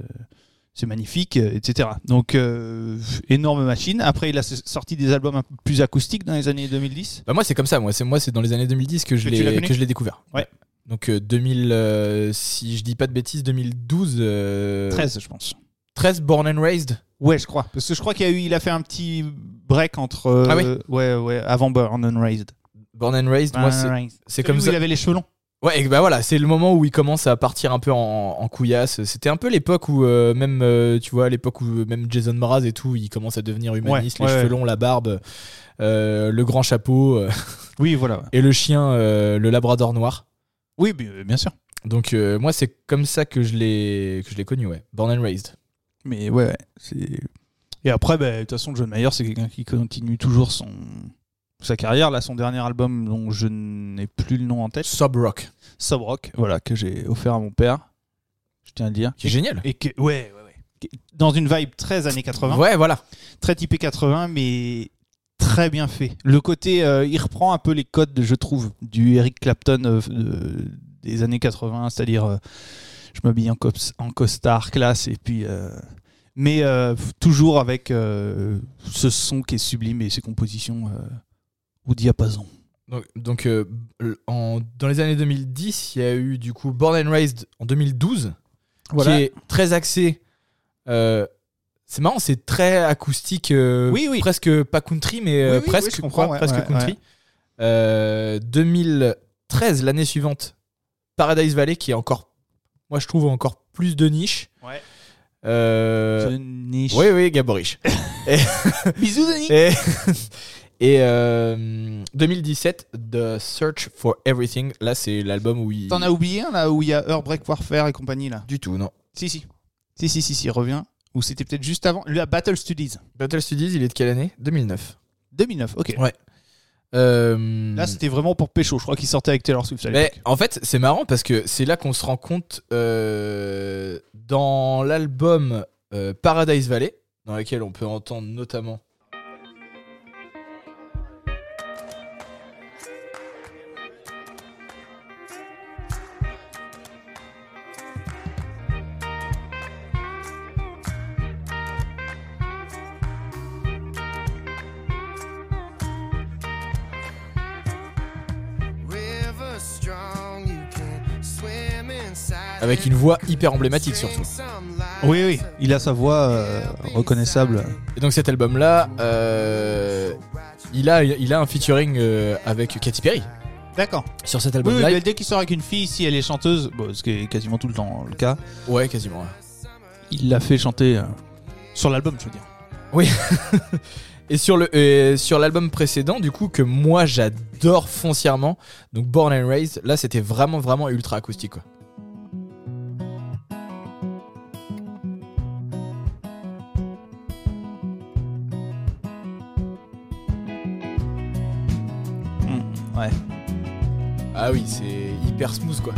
[SPEAKER 5] c'est magnifique, euh, etc. Donc, euh, énorme machine. Après, il a s- sorti des albums un peu plus acoustiques dans les années 2010.
[SPEAKER 4] Bah moi c'est comme ça, moi c'est moi c'est dans les années 2010 que je
[SPEAKER 5] Que tu l'as
[SPEAKER 4] l'ai
[SPEAKER 5] connu
[SPEAKER 4] que je l'ai découvert.
[SPEAKER 5] Ouais.
[SPEAKER 4] Donc euh, 2000 euh, si je dis pas de bêtises 2012 euh,
[SPEAKER 5] 13, je pense.
[SPEAKER 4] 13 born and raised.
[SPEAKER 5] Ouais, je crois. Parce que je crois qu'il y a eu, il a fait un petit break entre. euh,
[SPEAKER 4] Ah oui
[SPEAKER 5] Ouais, ouais, avant Burn and Raised.
[SPEAKER 4] Born and raised moi c'est
[SPEAKER 5] Raised.
[SPEAKER 4] c'est
[SPEAKER 5] Celui
[SPEAKER 4] comme
[SPEAKER 5] où
[SPEAKER 4] ça.
[SPEAKER 5] Il avait les cheveux longs.
[SPEAKER 4] Ouais, et bah voilà, c'est le moment où il commence à partir un peu en, en couillasse. C'était un peu l'époque où euh, même, euh, tu vois, l'époque où même Jason Mraz et tout, il commence à devenir humaniste,
[SPEAKER 5] Ouais,
[SPEAKER 4] les
[SPEAKER 5] ouais,
[SPEAKER 4] cheveux
[SPEAKER 5] ouais.
[SPEAKER 4] longs, la barbe, euh, le grand chapeau euh,
[SPEAKER 5] Oui, voilà.
[SPEAKER 4] et le chien, euh, le Labrador noir.
[SPEAKER 5] Oui, bi- euh, bien sûr.
[SPEAKER 4] Donc euh, moi c'est comme ça que je l'ai que je l'ai connu, ouais. Born and raised.
[SPEAKER 5] Mais ouais, ouais, c'est. Et après, bah, de toute façon, John Mayer, c'est quelqu'un qui continue toujours son sa carrière. Là, son dernier album, dont je n'ai plus le nom en tête,
[SPEAKER 4] Sub Rock.
[SPEAKER 5] Sub Rock, voilà, que j'ai offert à mon père. Je tiens à le dire.
[SPEAKER 4] Qui est génial.
[SPEAKER 5] Et que, ouais, ouais, ouais. Qui est Dans une vibe très années 80,
[SPEAKER 4] Ouais, voilà.
[SPEAKER 5] très typé 80, mais très bien fait. Le côté, euh, il reprend un peu les codes, je trouve, du Eric Clapton euh, de- des années 80, c'est-à-dire euh, je m'habille en, cops- en costard classe, et puis. euh, mais euh, f- toujours avec euh, ce son qui est sublime et ses compositions euh, au diapason.
[SPEAKER 4] Donc, donc, euh, l- en- dans les années 2010, il y a eu du coup Born and Raised en 2012,
[SPEAKER 5] Voilà.
[SPEAKER 4] qui est très axé. euh, c'est marrant, c'est très acoustique, euh,
[SPEAKER 5] Oui, oui.
[SPEAKER 4] presque pas country, mais euh,
[SPEAKER 5] Oui, oui,
[SPEAKER 4] presque,
[SPEAKER 5] oui, je comprends, ouais,
[SPEAKER 4] presque
[SPEAKER 5] ouais,
[SPEAKER 4] country. Euh, 2013, l'année suivante, Paradise Valley, qui est encore, moi je trouve encore plus de niche.
[SPEAKER 5] Ouais.
[SPEAKER 4] Euh, oui, oui, Gaborich.
[SPEAKER 5] Bisous, Denis.
[SPEAKER 4] Et, et, euh, 2017, The Search for Everything. Là, c'est l'album où il.
[SPEAKER 5] T'en as oublié un là où il y a Heartbreak Warfare et compagnie là
[SPEAKER 4] du tout, non.
[SPEAKER 5] Si, si. Si, si, si, si, reviens. Ou c'était peut-être juste avant. La Battle Studies.
[SPEAKER 4] Battle Studies, il est de quelle année 2009.
[SPEAKER 5] 2009, ok.
[SPEAKER 4] Euh,
[SPEAKER 5] Là, c'était vraiment pour Pécho. Je crois qu'il sortait avec Taylor Swift à
[SPEAKER 4] mais
[SPEAKER 5] l'époque.
[SPEAKER 4] en fait, c'est marrant parce que c'est là qu'on se rend compte euh, dans l'album euh, Paradise Valley, dans lequel on peut entendre notamment.
[SPEAKER 6] River strong, you can swim inside
[SPEAKER 4] Avec
[SPEAKER 6] it.
[SPEAKER 4] une voix hyper emblématique surtout.
[SPEAKER 5] Oui, oui. Il a sa voix euh, reconnaissable.
[SPEAKER 4] Et donc cet album-là, euh, il, a, il a un featuring euh, avec Katy Perry
[SPEAKER 5] D'accord.
[SPEAKER 4] sur cet
[SPEAKER 5] Oui, oui,
[SPEAKER 4] album-là.
[SPEAKER 5] mais dès qu'il sort avec une fille, si elle est chanteuse, bon, ce qui est quasiment tout le temps le cas,
[SPEAKER 4] Ouais, quasiment. ouais.
[SPEAKER 5] il l'a fait chanter euh, sur l'album, je veux dire.
[SPEAKER 4] Et sur le euh, sur l'album précédent, du coup, que moi j'adore foncièrement, donc Born and Raised, là c'était vraiment vraiment ultra acoustique quoi.
[SPEAKER 5] ouais.
[SPEAKER 4] Ah oui, c'est hyper smooth quoi.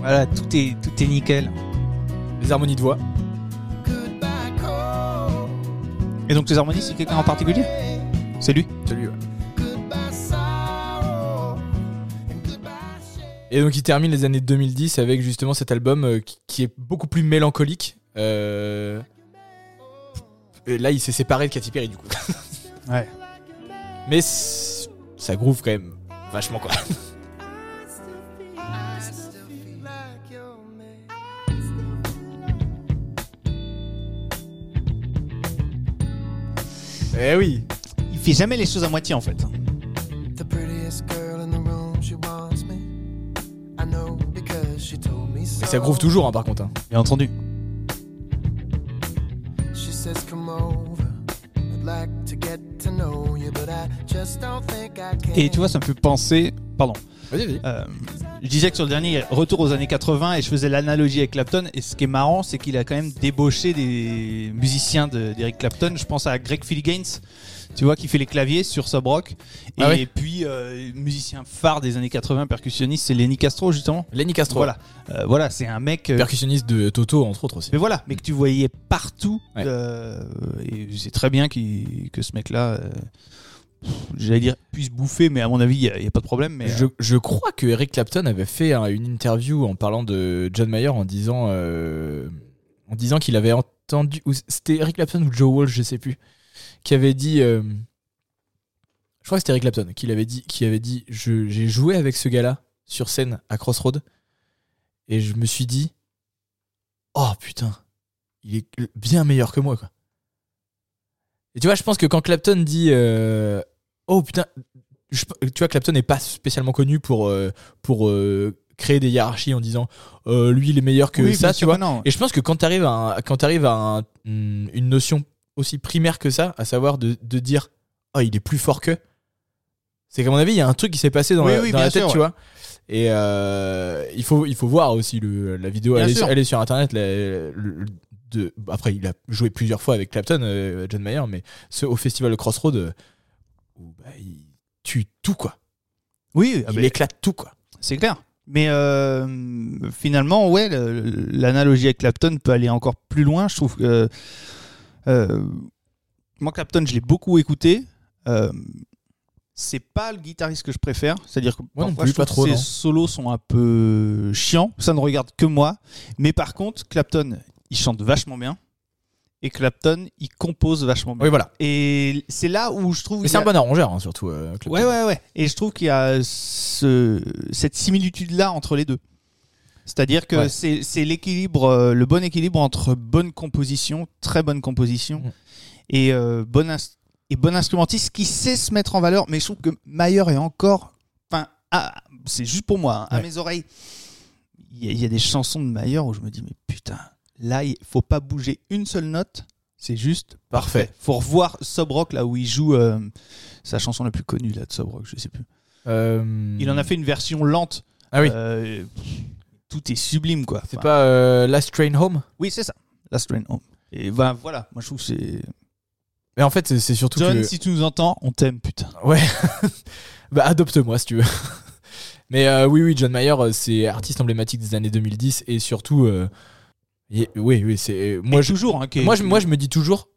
[SPEAKER 5] Voilà, tout est, tout est nickel.
[SPEAKER 4] Les harmonies de voix.
[SPEAKER 5] Et donc, tes harmonies, c'est quelqu'un en particulier C'est lui
[SPEAKER 4] Celui, ouais. Et donc il termine les années 2010 avec justement cet album euh, qui- qui est beaucoup plus mélancolique. euh, Et là il s'est séparé de Katy Perry du coup.
[SPEAKER 5] Ouais.
[SPEAKER 4] Mais c- ça groove quand même vachement quoi. Eh oui.
[SPEAKER 5] Il fait jamais les choses à moitié, en fait.
[SPEAKER 7] The prettiest girl in the room, she wants me. I know because she told me so.
[SPEAKER 4] Et ça groove toujours hein, par contre. hein.
[SPEAKER 5] Bien entendu.
[SPEAKER 7] She says, Come over. I'd like to get to know you, but I just don't think I can.
[SPEAKER 5] Et tu vois, ça me fait penser. Pardon.
[SPEAKER 4] Vas-y, vas-y.
[SPEAKER 5] Euh, je disais que sur le dernier retour aux années 80 et je faisais l'analogie avec Clapton et ce qui est marrant c'est qu'il a quand même débauché des musiciens de- d'Eric Clapton je pense à Greg Philligaines tu vois qui fait les claviers sur Sub Rock et,
[SPEAKER 4] Ah oui.
[SPEAKER 5] puis euh, musicien phare des années 80 percussionniste c'est Lenny Castro justement
[SPEAKER 4] Lenny Castro.
[SPEAKER 5] voilà Euh, voilà c'est un mec euh,
[SPEAKER 4] Percussionniste de Toto entre autres aussi.
[SPEAKER 5] mais voilà mais que tu voyais partout
[SPEAKER 4] Ouais.
[SPEAKER 5] euh, et c'est très bien qu'il- que ce mec là j'allais dire puisse bouffer mais à mon avis il n'y a, il y a pas de problème mais euh,
[SPEAKER 4] Je, je crois que Eric Clapton avait fait hein, une interview en parlant de John Mayer en disant, euh, en disant qu'il avait entendu. ou C'était Eric Clapton ou Joe Walsh, je sais plus, qui avait dit. euh, je crois que c'était Eric Clapton qui l'avait dit, qui avait dit je- J'ai joué avec ce gars-là sur scène à Crossroad et je me suis dit Oh putain, il est bien meilleur que moi, quoi. Et tu vois, je pense que quand Clapton dit euh, Oh putain, je- tu vois, Clapton n'est pas spécialement connu pour, euh, pour euh, créer des hiérarchies en disant euh, lui il est meilleur que
[SPEAKER 5] Oui, bien
[SPEAKER 4] ça, tu
[SPEAKER 5] sûr,
[SPEAKER 4] vois.
[SPEAKER 5] non.
[SPEAKER 4] Et je pense que quand t'arrives à, un- quand t'arrives à un- mm, une notion aussi primaire que ça, à savoir de, de dire oh il est plus fort que, c'est qu'à mon avis il y a un truc qui s'est passé dans
[SPEAKER 5] Oui,
[SPEAKER 4] la,
[SPEAKER 5] oui,
[SPEAKER 4] dans la
[SPEAKER 5] bien
[SPEAKER 4] tête,
[SPEAKER 5] sûr,
[SPEAKER 4] tu vois. Et euh, il faut il faut voir aussi le, la vidéo,
[SPEAKER 5] Bien
[SPEAKER 4] elle est,
[SPEAKER 5] sûr.
[SPEAKER 4] sur- elle est sur internet. la- le- de, après il a joué plusieurs fois avec Clapton, euh, John Mayer, mais ce, au festival de Crossroads. euh, où bah, il tue tout, quoi.
[SPEAKER 5] Oui, ah
[SPEAKER 4] il
[SPEAKER 5] ben,
[SPEAKER 4] éclate tout, quoi.
[SPEAKER 5] c'est clair. Mais euh, finalement, ouais, le- l'analogie avec Clapton peut aller encore plus loin. Je trouve que. euh, euh, moi, Clapton, je l'ai beaucoup écouté. Euh, c'est pas le guitariste que je préfère. C'est-à-dire que
[SPEAKER 4] Moi non
[SPEAKER 5] parfois,
[SPEAKER 4] plus,
[SPEAKER 5] je trouve
[SPEAKER 4] pas trop,
[SPEAKER 5] que
[SPEAKER 4] non.
[SPEAKER 5] ses solos sont un peu chiants. Ça ne regarde que moi. Mais par contre, Clapton, il chante vachement bien. Et Clapton, il compose vachement bien.
[SPEAKER 4] Oui, voilà.
[SPEAKER 5] Et c'est là où je trouve.
[SPEAKER 4] Mais
[SPEAKER 5] qu'il
[SPEAKER 4] c'est
[SPEAKER 5] y a-
[SPEAKER 4] un bon arrangeur, hein, surtout. euh, Clapton.
[SPEAKER 5] Ouais, ouais, ouais. Et je trouve qu'il y a ce- cette similitude-là entre les deux. C'est-à-dire que
[SPEAKER 4] Ouais.
[SPEAKER 5] c'est c'est l'équilibre, euh, le bon équilibre entre bonne composition, très bonne composition,
[SPEAKER 4] Mhm.
[SPEAKER 5] et, euh, bon ins- et bon instrumentiste qui sait se mettre en valeur. Mais je trouve que Mayer est encore. Enfin, ah, c'est juste pour moi, hein, à
[SPEAKER 4] Ouais.
[SPEAKER 5] mes oreilles. Il y, a- il y a des chansons de Mayer où je me dis, mais putain, là, il faut pas bouger une seule note. C'est juste
[SPEAKER 4] Parfait.
[SPEAKER 5] faut revoir Sob Rock là où il joue euh, sa chanson la plus connue là de Sob Rock, je sais plus.
[SPEAKER 4] Euh,
[SPEAKER 5] Il en a fait une version lente.
[SPEAKER 4] Ah oui.
[SPEAKER 5] Euh, tout est sublime quoi.
[SPEAKER 4] C'est
[SPEAKER 5] Enfin,
[SPEAKER 4] pas euh, Last Train Home
[SPEAKER 5] Oui c'est ça. Last Train Home. Et ben voilà, moi je trouve que c'est.
[SPEAKER 4] Mais en fait, c'est- c'est surtout
[SPEAKER 5] John,
[SPEAKER 4] que...
[SPEAKER 5] si tu nous entends, on t'aime putain.
[SPEAKER 4] Ouais. bah, adopte-moi si tu veux. Mais euh, oui, oui, John Mayer, euh, c'est artiste emblématique des années 2010 et surtout. euh, il est- oui, oui, c'est. euh, Moi,
[SPEAKER 5] Et
[SPEAKER 4] je,
[SPEAKER 5] toujours. hein, qui est-
[SPEAKER 4] moi, je, moi, je me dis toujours.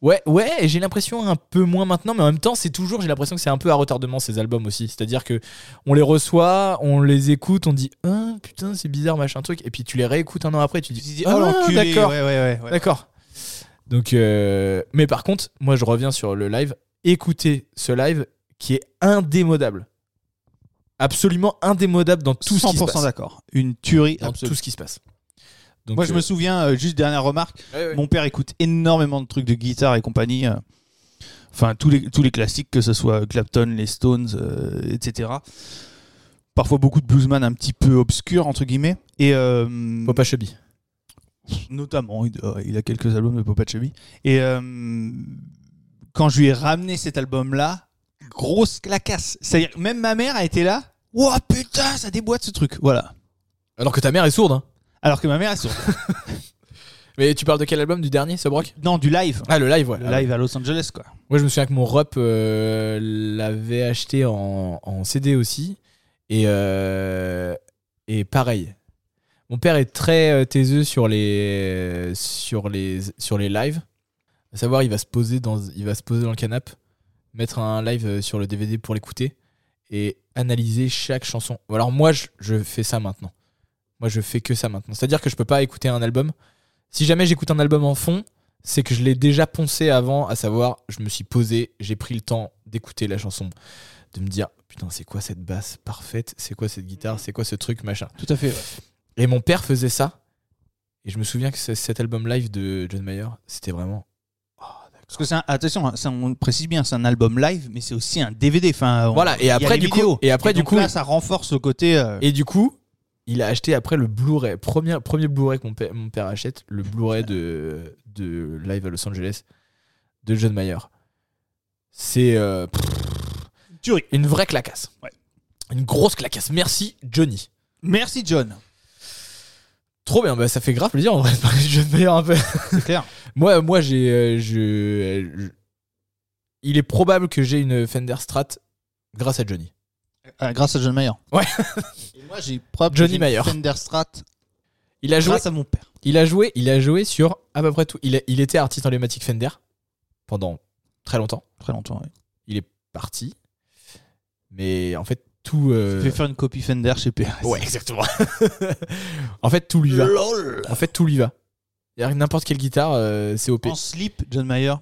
[SPEAKER 4] Ouais, ouais, et j'ai l'impression un peu moins maintenant, mais en même temps, c'est toujours, j'ai l'impression que c'est un peu à retardement ces albums aussi. C'est-à-dire que on les reçoit, on les écoute, on dit ah putain, c'est bizarre, machin truc, et puis tu les réécoutes un an après, tu dis,
[SPEAKER 5] Tu te dis,
[SPEAKER 4] ah,
[SPEAKER 5] oh l'enculé.
[SPEAKER 4] d'accord,
[SPEAKER 5] Ouais, ouais, ouais, ouais.
[SPEAKER 4] D'accord. Donc, euh, mais par contre, moi je reviens sur le live. Écoutez ce live qui est indémodable, absolument indémodable dans tout ce qui se
[SPEAKER 5] 100%
[SPEAKER 4] passe.
[SPEAKER 5] d'accord. Une tuerie
[SPEAKER 4] Dans
[SPEAKER 5] absolue.
[SPEAKER 4] tout ce qui se passe. Donc,
[SPEAKER 5] Moi, je
[SPEAKER 4] euh,
[SPEAKER 5] me souviens, euh, juste dernière remarque,
[SPEAKER 4] ouais, ouais.
[SPEAKER 5] mon père écoute énormément de trucs de guitare et compagnie. euh, Enfin, tous les, tous les classiques, que ce soit Clapton, les Stones, euh, etc. Parfois beaucoup de bluesman un petit peu obscurs, entre guillemets. Et euh,
[SPEAKER 4] Papa Chubby.
[SPEAKER 5] notamment, il, euh, il a quelques albums de Popa Chubby. Et euh, quand je lui ai ramené cet album-là, grosse clacasse. C'est-à-dire, même ma mère a été là. Ouah, putain, ça déboîte ce truc. Voilà.
[SPEAKER 4] Alors que ta mère est sourde. hein.
[SPEAKER 5] Alors que ma mère est sur.
[SPEAKER 4] Mais tu parles de quel album du dernier, Sobrock
[SPEAKER 5] non, du live.
[SPEAKER 4] Ah, le live, ouais.
[SPEAKER 5] Le
[SPEAKER 4] Ah, ouais.
[SPEAKER 5] live à Los Angeles, quoi.
[SPEAKER 4] Moi, je me souviens que mon rep euh, l'avait acheté en, en CD aussi. Et, euh, et pareil. Mon père est très euh, taiseux sur les, sur les, sur les lives. À savoir, il va se poser dans, il va se poser dans le canap, mettre un live euh, sur le DVD pour l'écouter et analyser chaque chanson. Alors, moi, je, je fais ça maintenant. Moi, je fais que ça maintenant. C'est-à-dire que je peux pas écouter un album. Si jamais j'écoute un album en fond, c'est que je l'ai déjà poncé avant, à savoir, je me suis posé, j'ai pris le temps d'écouter la chanson, de me dire, putain, c'est quoi cette basse parfaite, c'est quoi cette guitare, c'est quoi ce truc, machin.
[SPEAKER 5] Mm. Tout à fait.
[SPEAKER 4] Et mon père faisait ça, et je me souviens que c'est- cet album live de John Mayer, c'était vraiment.
[SPEAKER 5] Parce que c'est un- attention, hein, c'est un- on le précise bien, c'est un album live, mais c'est aussi un DVD. Enfin, on-
[SPEAKER 4] Voilà, et
[SPEAKER 5] il y a
[SPEAKER 4] après,
[SPEAKER 5] les
[SPEAKER 4] du
[SPEAKER 5] vidéos.
[SPEAKER 4] coup, et après,
[SPEAKER 5] Et
[SPEAKER 4] du
[SPEAKER 5] donc
[SPEAKER 4] coup,
[SPEAKER 5] là, ça renforce le côté. euh,
[SPEAKER 4] et du coup, il a acheté après le Blu-ray, premier, premier Blu-ray que mon père, mon père achète, le Blu-ray de, de Live à Los Angeles de John Mayer. C'est. euh,
[SPEAKER 5] tuerie.
[SPEAKER 4] Une vraie clacasse.
[SPEAKER 5] Ouais.
[SPEAKER 4] Une grosse clacasse. Merci, Johnny.
[SPEAKER 5] Merci John.
[SPEAKER 4] Trop bien, bah, ça fait grave plaisir en vrai de parler de John Mayer un peu.
[SPEAKER 5] C'est clair.
[SPEAKER 4] Moi, moi j'ai. euh, je, euh, je- Il est probable que j'ai une Fender Strat grâce à Johnny.
[SPEAKER 5] Euh, grâce à John Mayer.
[SPEAKER 4] Ouais.
[SPEAKER 5] Et moi, j'ai propre
[SPEAKER 4] Johnny
[SPEAKER 5] j'ai une
[SPEAKER 4] Mayer.
[SPEAKER 5] Fender Strat
[SPEAKER 4] Il a joué,
[SPEAKER 5] grâce à mon père.
[SPEAKER 4] il a joué, il a joué sur à peu près tout. Il, a- il était artiste emblématique Fender pendant très longtemps.
[SPEAKER 5] Très longtemps. Ouais.
[SPEAKER 4] Il est parti. Mais en fait, tout. euh,
[SPEAKER 5] Je vais faire une copie Fender chez PRS.
[SPEAKER 4] Ouais, exactement. en fait, tout lui va.
[SPEAKER 5] LOL.
[SPEAKER 4] En fait, tout lui va. C'est-à-dire que N'importe quelle guitare, euh, c'est OP.
[SPEAKER 5] En slip, John Mayer.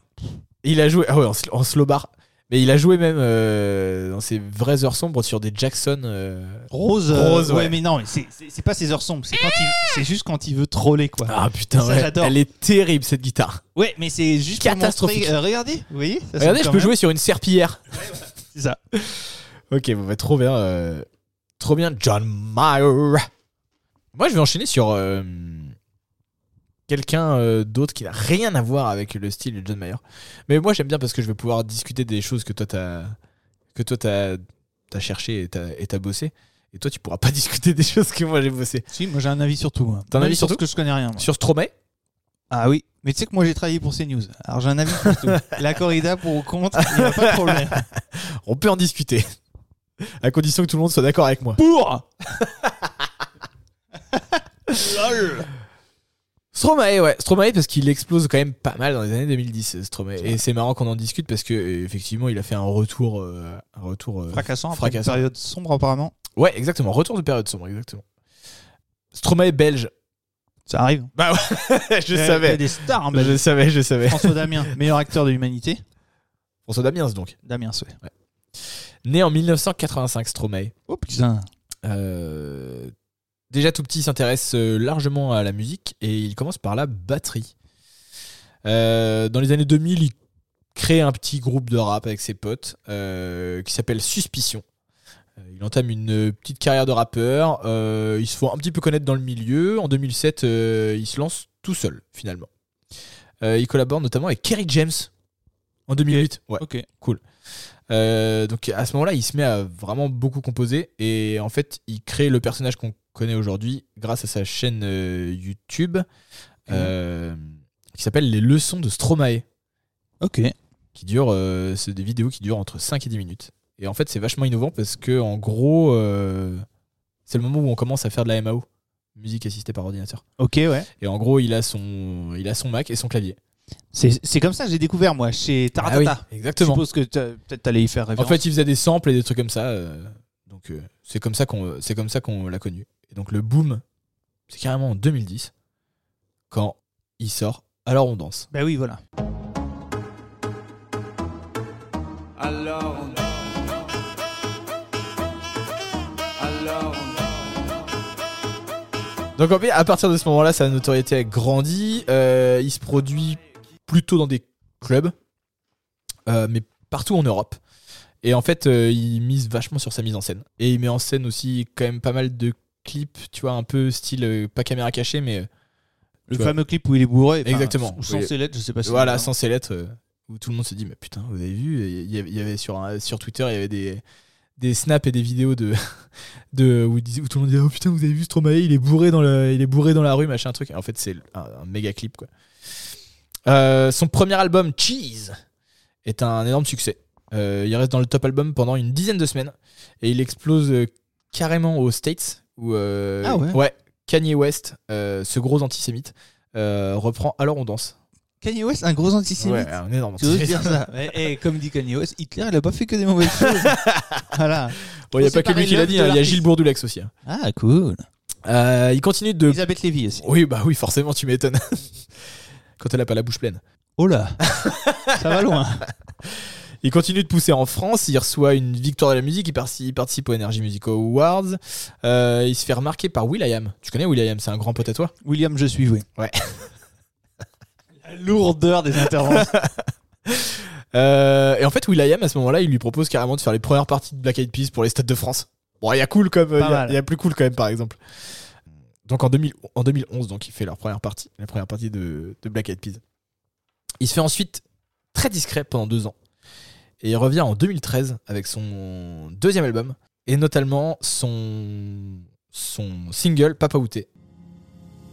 [SPEAKER 4] Et Il a joué ah ouais, en, sl- en slow bar. Mais il a joué même euh, dans ses vraies heures sombres sur des Jackson. euh.
[SPEAKER 5] Rose. euh,
[SPEAKER 4] Rose,
[SPEAKER 5] ouais.
[SPEAKER 4] ouais.
[SPEAKER 5] mais non, mais c'est- c'est c'est pas ses heures sombres. C'est quand il- c'est juste quand il veut troller, quoi.
[SPEAKER 4] Ah putain,
[SPEAKER 5] Ça,
[SPEAKER 4] ouais.
[SPEAKER 5] j'adore.
[SPEAKER 4] elle est terrible cette guitare.
[SPEAKER 5] Ouais, mais c'est juste pour
[SPEAKER 4] Catastrophique.
[SPEAKER 5] montrer- euh, regardez, vous voyez ça sonne
[SPEAKER 4] Regardez, je
[SPEAKER 5] quand
[SPEAKER 4] peux
[SPEAKER 5] même.
[SPEAKER 4] jouer sur une serpillière.
[SPEAKER 5] C'est ça.
[SPEAKER 4] ok, bon, bah, trop bien. euh, trop bien, John Mayer. Moi, je vais enchaîner sur euh, quelqu'un euh, d'autre qui n'a rien à voir avec le style de John Mayer. Mais moi, j'aime bien parce que je vais pouvoir discuter des choses que toi, t'as que toi t'as t'as cherché et t'as et t'as bossé. Et toi, tu pourras pas discuter des choses que moi j'ai bossé.
[SPEAKER 5] Si, moi j'ai un avis sur tout. moi.
[SPEAKER 4] T'as un
[SPEAKER 5] Même
[SPEAKER 4] avis sur
[SPEAKER 5] ce
[SPEAKER 4] tout
[SPEAKER 5] que je connais rien. moi.
[SPEAKER 4] Sur Stromae,
[SPEAKER 5] Ah oui. Mais tu sais que moi j'ai travaillé pour CNews. Alors j'ai un avis pour tout. La corrida pour ou contre, il n'y a pas de problème.
[SPEAKER 4] On peut en discuter. À condition que tout le monde soit d'accord avec moi.
[SPEAKER 2] Pour
[SPEAKER 4] Stromae, ouais. Stromae parce qu'il explose quand même pas mal dans les années 2010, euh, Stromae. Et c'est marrant qu'on en discute parce que euh, effectivement, il a fait un retour, euh, un retour euh,
[SPEAKER 5] Fracassant, après
[SPEAKER 4] Fracassant.
[SPEAKER 5] une période sombre apparemment.
[SPEAKER 4] Ouais, exactement. Retour de période sombre, exactement. Stromae belge.
[SPEAKER 5] Ça arrive. hein.
[SPEAKER 4] je
[SPEAKER 5] Il y a- Il y a
[SPEAKER 4] savais.
[SPEAKER 5] des stars en Belgique.
[SPEAKER 4] Je savais, je savais.
[SPEAKER 5] François Damien, meilleur acteur de l'humanité.
[SPEAKER 4] François Damiens, donc.
[SPEAKER 5] Damien Souet.
[SPEAKER 4] Né en 1985, Stromae.
[SPEAKER 5] Oh putain.
[SPEAKER 4] Euh, déjà tout petit, il s'intéresse euh, largement à la musique et il commence par la batterie. Euh, dans les années 2000, il crée un petit groupe de rap avec ses potes euh, qui s'appelle Suspicion. Euh, Il entame une euh, petite carrière de rappeur. euh, il se fait un petit peu connaître dans le milieu. En 2007, euh, il se lance tout seul, finalement. Euh, il collabore notamment avec Kerry James en 2008. Ouais.
[SPEAKER 5] Ok.
[SPEAKER 4] Euh, donc à ce moment-là, il se met à vraiment beaucoup composer et en fait, il crée le personnage qu'on connaît aujourd'hui grâce à sa chaîne euh, YouTube euh, qui s'appelle Les leçons de Stromae,
[SPEAKER 5] Ok.
[SPEAKER 4] qui dure, euh, c'est des vidéos qui durent entre 5 et 10 minutes. Et en fait, c'est vachement innovant parce que en gros, euh, c'est le moment où on commence à faire de la MAO, musique assistée par ordinateur.
[SPEAKER 5] Ok, ouais.
[SPEAKER 4] Et en gros, il a son, il a son Mac et son clavier. Ah
[SPEAKER 5] C'est c'est comme ça que j'ai découvert moi chez Taratata.
[SPEAKER 4] Bah exactement.
[SPEAKER 5] Je suppose que t'as- peut-être t'allais y faire
[SPEAKER 4] En
[SPEAKER 5] référence.
[SPEAKER 4] fait, il faisait des samples et des trucs comme ça. euh, donc euh, c'est comme ça qu'on euh, c'est comme ça qu'on l'a connu. Et donc le boom, c'est carrément en 2010 quand il sort. Alors on danse.
[SPEAKER 5] bah oui, voilà.
[SPEAKER 6] Alors on danse. Alors on
[SPEAKER 4] Donc en fait, à partir de ce moment-là, sa notoriété a grandi. Euh, il se produit plutôt dans des clubs, euh, mais partout en Europe. Et en fait, euh, il mise vachement sur sa mise en scène. Et il met en scène aussi quand même pas mal de clips, tu vois, un peu style euh, pas caméra cachée, mais euh,
[SPEAKER 5] Le
[SPEAKER 4] vois.
[SPEAKER 5] fameux clip où il est bourré. enfin,
[SPEAKER 4] Exactement.
[SPEAKER 5] Ou sans
[SPEAKER 4] Oui.
[SPEAKER 5] ses lettres, je sais pas si.
[SPEAKER 4] voilà, sans ces lettres, euh, où tout le monde se dit, mais putain, vous avez vu, il y avait, il y avait sur, un- sur Twitter, il y avait des, des snaps et des vidéos de, de, où, ils disaient- où tout le monde disait, oh putain, vous avez vu Stromae, il est bourré dans, le, il est bourré dans la rue, machin, truc. En fait, c'est un, un méga clip, quoi. Euh, son premier album, Cheese, est un énorme succès. Euh, il reste dans le top album pendant une dizaine de semaines et il explose euh, carrément aux States où euh,
[SPEAKER 5] Ah ouais.
[SPEAKER 4] Kanye West, euh, ce gros antisémite, euh, reprend Alors on danse.
[SPEAKER 5] Kanye West, un gros antisémite.
[SPEAKER 4] Ouais, un énorme
[SPEAKER 5] Tu veux
[SPEAKER 4] antisémite.
[SPEAKER 5] dire ça Et, comme dit Kanye West, Hitler, il a pas fait que des mauvaises choses. voilà.
[SPEAKER 4] Bon, il n'y a
[SPEAKER 5] C'est
[SPEAKER 4] pas que lui
[SPEAKER 5] pareil,
[SPEAKER 4] qui l'a
[SPEAKER 5] l'œuvre
[SPEAKER 4] dit,
[SPEAKER 5] de
[SPEAKER 4] hein, il y a
[SPEAKER 5] l'artiste.
[SPEAKER 4] Gilles Bourdoulex aussi. hein.
[SPEAKER 5] Ah, cool.
[SPEAKER 4] Euh, il continue de.
[SPEAKER 5] Elisabeth Lévy aussi.
[SPEAKER 4] Oui, bah oui, forcément, tu m'étonnes. Quand elle n'a pas la bouche pleine.
[SPEAKER 5] Oh là Ça va loin.
[SPEAKER 4] Il continue de pousser en France, il reçoit une victoire de la musique, il participe, il participe aux Energy Music Awards. Euh, il se fait remarquer par Will.i.am. Tu connais Will.i.am, c'est un grand pote à toi
[SPEAKER 5] William, je suis, oui.
[SPEAKER 4] Ouais.
[SPEAKER 5] La lourdeur des interventions.
[SPEAKER 4] Euh, et en fait, Will.i.am, à ce moment-là, il lui propose carrément de faire les premières parties de Black Eyed Peas pour les Stades de France. Bon, il y a cool comme, il y, a-
[SPEAKER 5] mal.
[SPEAKER 4] il y a plus cool quand même, par exemple. Donc en, 2000 en 2011, donc il fait leur première partie, la première partie de, de Black Eyed Peas. Il se fait ensuite très discret pendant deux ans. Et il revient en 2013 avec son deuxième album, et notamment son, son single Papa Outé.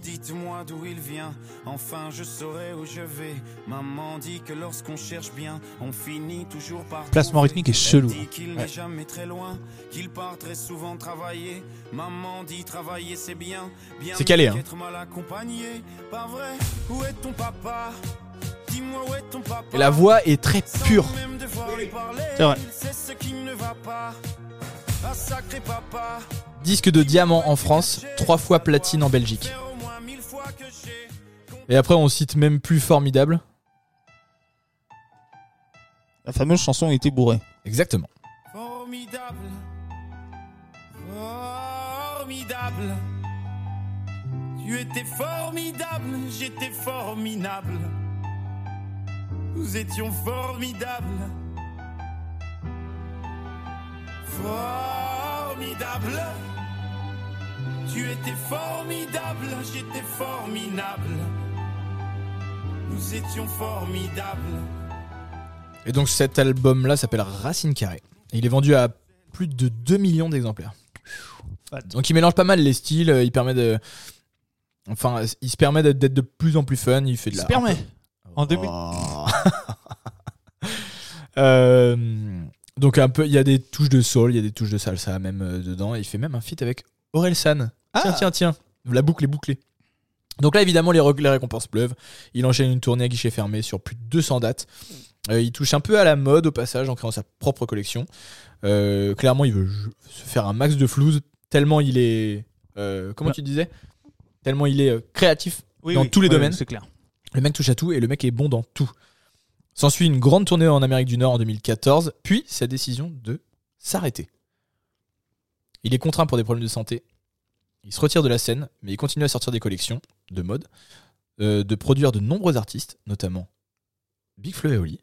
[SPEAKER 6] Dites-moi d'où il vient, enfin je saurai où je vais. Maman dit que lorsqu'on cherche bien, on finit toujours par.
[SPEAKER 5] Placement
[SPEAKER 6] trouver.
[SPEAKER 5] rythmique est
[SPEAKER 6] Elle
[SPEAKER 5] chelou.
[SPEAKER 6] dit
[SPEAKER 4] hein.
[SPEAKER 6] qu'il n'est jamais très loin, qu'il part très souvent travailler. Maman dit travailler c'est bien, bien
[SPEAKER 4] C'est calé,
[SPEAKER 6] mieux
[SPEAKER 4] hein.
[SPEAKER 6] qu'être mal accompagné. Pas vrai, où est ton papa Dis-moi où est ton papa
[SPEAKER 4] Et la voix est très
[SPEAKER 6] Sans
[SPEAKER 4] pure.
[SPEAKER 6] même devoir lui parler,
[SPEAKER 5] C'est vrai.
[SPEAKER 6] il sait ce qui ne va pas. Ah, sacré papa,
[SPEAKER 4] Disque de diamant en France, trois fois platine en Belgique.
[SPEAKER 6] faire au moins mille fois que j'ai.
[SPEAKER 4] Et après, on cite même plus formidable.
[SPEAKER 5] La fameuse chanson était bourrée.
[SPEAKER 4] Exactement.
[SPEAKER 6] Formidable. Formidable. Tu étais formidable, j'étais formidable. Nous étions formidables. Formidable. Tu étais formidable, j'étais formidable. Nous étions formidables.
[SPEAKER 4] Et donc cet album-là s'appelle Racine Carrée. Et il est vendu à plus de 2 millions d'exemplaires. Donc il mélange pas mal les styles, euh, il permet de, Enfin, il se permet d'être d'être de plus en plus fun. Il fait de
[SPEAKER 2] Il
[SPEAKER 4] la.
[SPEAKER 2] se permet. En 2000.
[SPEAKER 4] Oh. Euh, donc un peu, il y a des touches de soul, il y a des touches de salsa même euh, dedans. Et il fait même un feat avec Aurel San.
[SPEAKER 5] Ah.
[SPEAKER 4] Tiens, tiens, tiens. La boucle est bouclée. Donc là, évidemment, les, rec- les récompenses pleuvent. Il enchaîne une tournée à guichet fermé sur plus de 200 dates. Euh, il touche un peu à la mode au passage en créant sa propre collection. Euh, clairement, il veut ju- se faire un max de flouze tellement il est. euh, comment tu disais Tellement il est euh, créatif dans tous les domaines.
[SPEAKER 2] C'est clair.
[SPEAKER 4] Le mec touche à tout et le mec est bon dans tout. S'ensuit une grande tournée en Amérique du Nord en 2014, puis sa décision de s'arrêter. Il est contraint pour des problèmes de santé. Il se retire de la scène, mais il continue à sortir des collections de mode, euh, de produire de nombreux artistes, notamment Big Flo et Oli,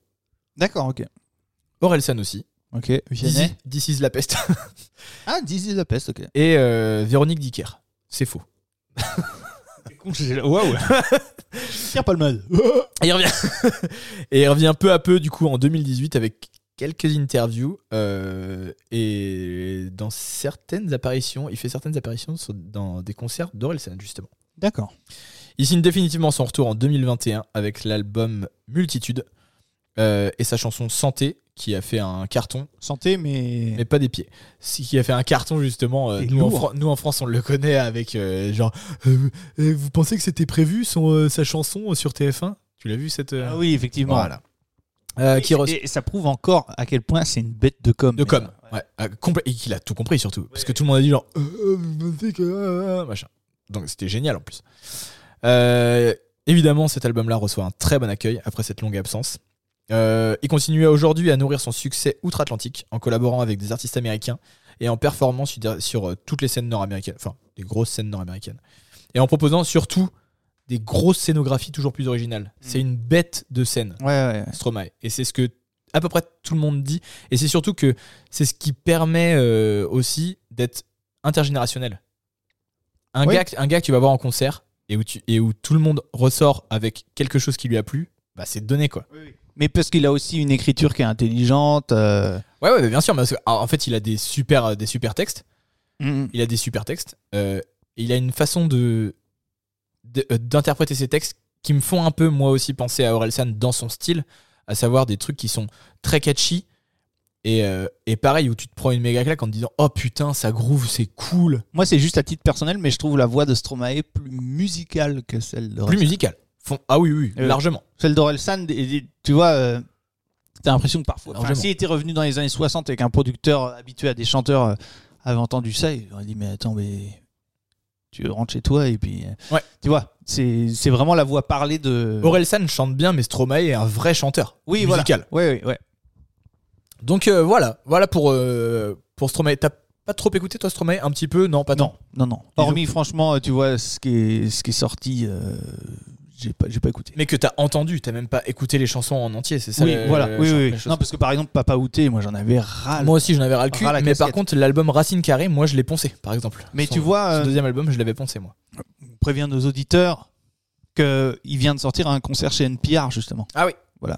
[SPEAKER 5] D'accord, ok.
[SPEAKER 4] Orelsan aussi,
[SPEAKER 5] Ok,
[SPEAKER 4] Dizzy, This is la peste,
[SPEAKER 5] Ah, Dizzy la peste, ok.
[SPEAKER 4] et euh, Véronique Dicker. C'est faux.
[SPEAKER 2] Waouh. Pierre Palmade.
[SPEAKER 4] Et il revient. et il revient peu à peu, du coup, en 2018 avec quelques interviews. euh, et dans certaines apparitions, il fait certaines apparitions sur- dans des concerts d'Orelsan, justement.
[SPEAKER 5] D'accord.
[SPEAKER 4] Il signe définitivement son retour en 2021 avec l'album Multitude euh, et sa chanson Santé, qui a fait un carton,
[SPEAKER 2] Santé, mais.
[SPEAKER 4] mais pas des pieds. Ce qui a fait un carton, justement. euh,
[SPEAKER 2] Et
[SPEAKER 4] nous, en
[SPEAKER 2] lourd.
[SPEAKER 4] Fran- nous, en France, on le connaît avec euh, genre. euh, euh, vous pensez que c'était prévu son, euh, sa chanson euh, sur TF1 Tu l'as vu cette. euh,
[SPEAKER 2] Ah oui, effectivement.
[SPEAKER 4] Voilà. euh, qui reçoit-
[SPEAKER 2] Et ça prouve encore à quel point c'est une bête de com.
[SPEAKER 4] de com. Ouais. Ah, complet- et qu'il a tout compris surtout. Parce que tout le monde a dit genre. Euh, euh, vous pensez que, euh, euh, machin. Donc c'était génial en plus. Euh, évidemment, cet album-là reçoit un très bon accueil après cette longue absence. Euh, il continue aujourd'hui à nourrir son succès outre-Atlantique en collaborant avec des artistes américains et en performant sur, sur, euh, toutes les scènes nord-américaines, enfin des grosses scènes nord-américaines, et en proposant surtout des grosses scénographies toujours plus originales. C'est une bête de scène.
[SPEAKER 5] Euh, Ouais, ouais.
[SPEAKER 4] Stromae. Et c'est ce que à peu près tout le monde dit. Et c'est surtout que c'est ce qui permet euh, aussi d'être intergénérationnel. Un,
[SPEAKER 5] Oui.
[SPEAKER 4] gars, que- un gars que tu vas voir en concert et où, tu, et où tout le monde ressort avec quelque chose qui lui a plu, bah c'est donné quoi.
[SPEAKER 5] Mais parce qu'il a aussi une écriture qui est intelligente. euh,
[SPEAKER 4] Ouais, ouais, bah, bien sûr. Parce que, alors, en fait, il a des super, des super textes. Il a des super textes. euh, et il a une façon de de- euh, d'interpréter ces textes qui me font un peu moi aussi penser à Orelsan dans son style, à savoir des trucs qui sont très catchy et, euh, et pareil où tu te prends une méga claque en te disant oh putain ça groove c'est cool
[SPEAKER 5] Moi, c'est juste à titre personnel, mais je trouve la voix de Stromae plus musicale que celle
[SPEAKER 4] plus
[SPEAKER 5] d'Orelsan.
[SPEAKER 4] musical. Font- Ah oui oui
[SPEAKER 5] Euh,
[SPEAKER 4] largement.
[SPEAKER 5] Celle d'Orelsan, et- et- tu vois, euh, t'as l'impression que parfois. Enfin,
[SPEAKER 4] Largement.
[SPEAKER 5] s'il était revenu dans les années 60 et qu'un producteur habitué à des chanteurs euh, avait entendu ça, il aurait dit Mais attends, mais tu rentres chez toi et puis. euh,
[SPEAKER 4] Ouais.
[SPEAKER 5] Tu vois, c'est c'est vraiment la voix parlée de.
[SPEAKER 4] Orelsan chante bien mais Stromae est un vrai chanteur
[SPEAKER 5] euh. Oui, voilà.
[SPEAKER 4] musical.
[SPEAKER 5] Ouais, ouais, ouais.
[SPEAKER 4] Donc euh, voilà voilà pour euh, pour Stromae. T'as pas trop écouté toi Stromae un petit peu non pas tant.
[SPEAKER 5] Non, non, non. Hormis, franchement, euh, tu vois, ce qui est, ce qui est sorti, euh, j'ai pas, j'ai pas écouté.
[SPEAKER 4] Mais que t'as entendu, t'as même pas écouté les chansons en entier, c'est ça
[SPEAKER 5] oui,
[SPEAKER 4] le-
[SPEAKER 5] voilà.
[SPEAKER 4] le-
[SPEAKER 5] Oui,
[SPEAKER 4] la
[SPEAKER 5] oui, oui.
[SPEAKER 4] chose.
[SPEAKER 5] Non, parce que par exemple, Papa Outé, moi, j'en avais ras le
[SPEAKER 4] Moi aussi, j'en avais ras le cul,
[SPEAKER 5] Ras la
[SPEAKER 4] mais par
[SPEAKER 5] casquette.
[SPEAKER 4] contre, l'album Racine Carrée, moi, je l'ai poncé, par exemple.
[SPEAKER 5] Mais
[SPEAKER 4] Son-
[SPEAKER 5] tu vois,
[SPEAKER 4] Son
[SPEAKER 5] euh,
[SPEAKER 4] deuxième album, je l'avais poncé, moi.
[SPEAKER 5] on prévient nos auditeurs qu'il vient de sortir un concert chez NPR, justement.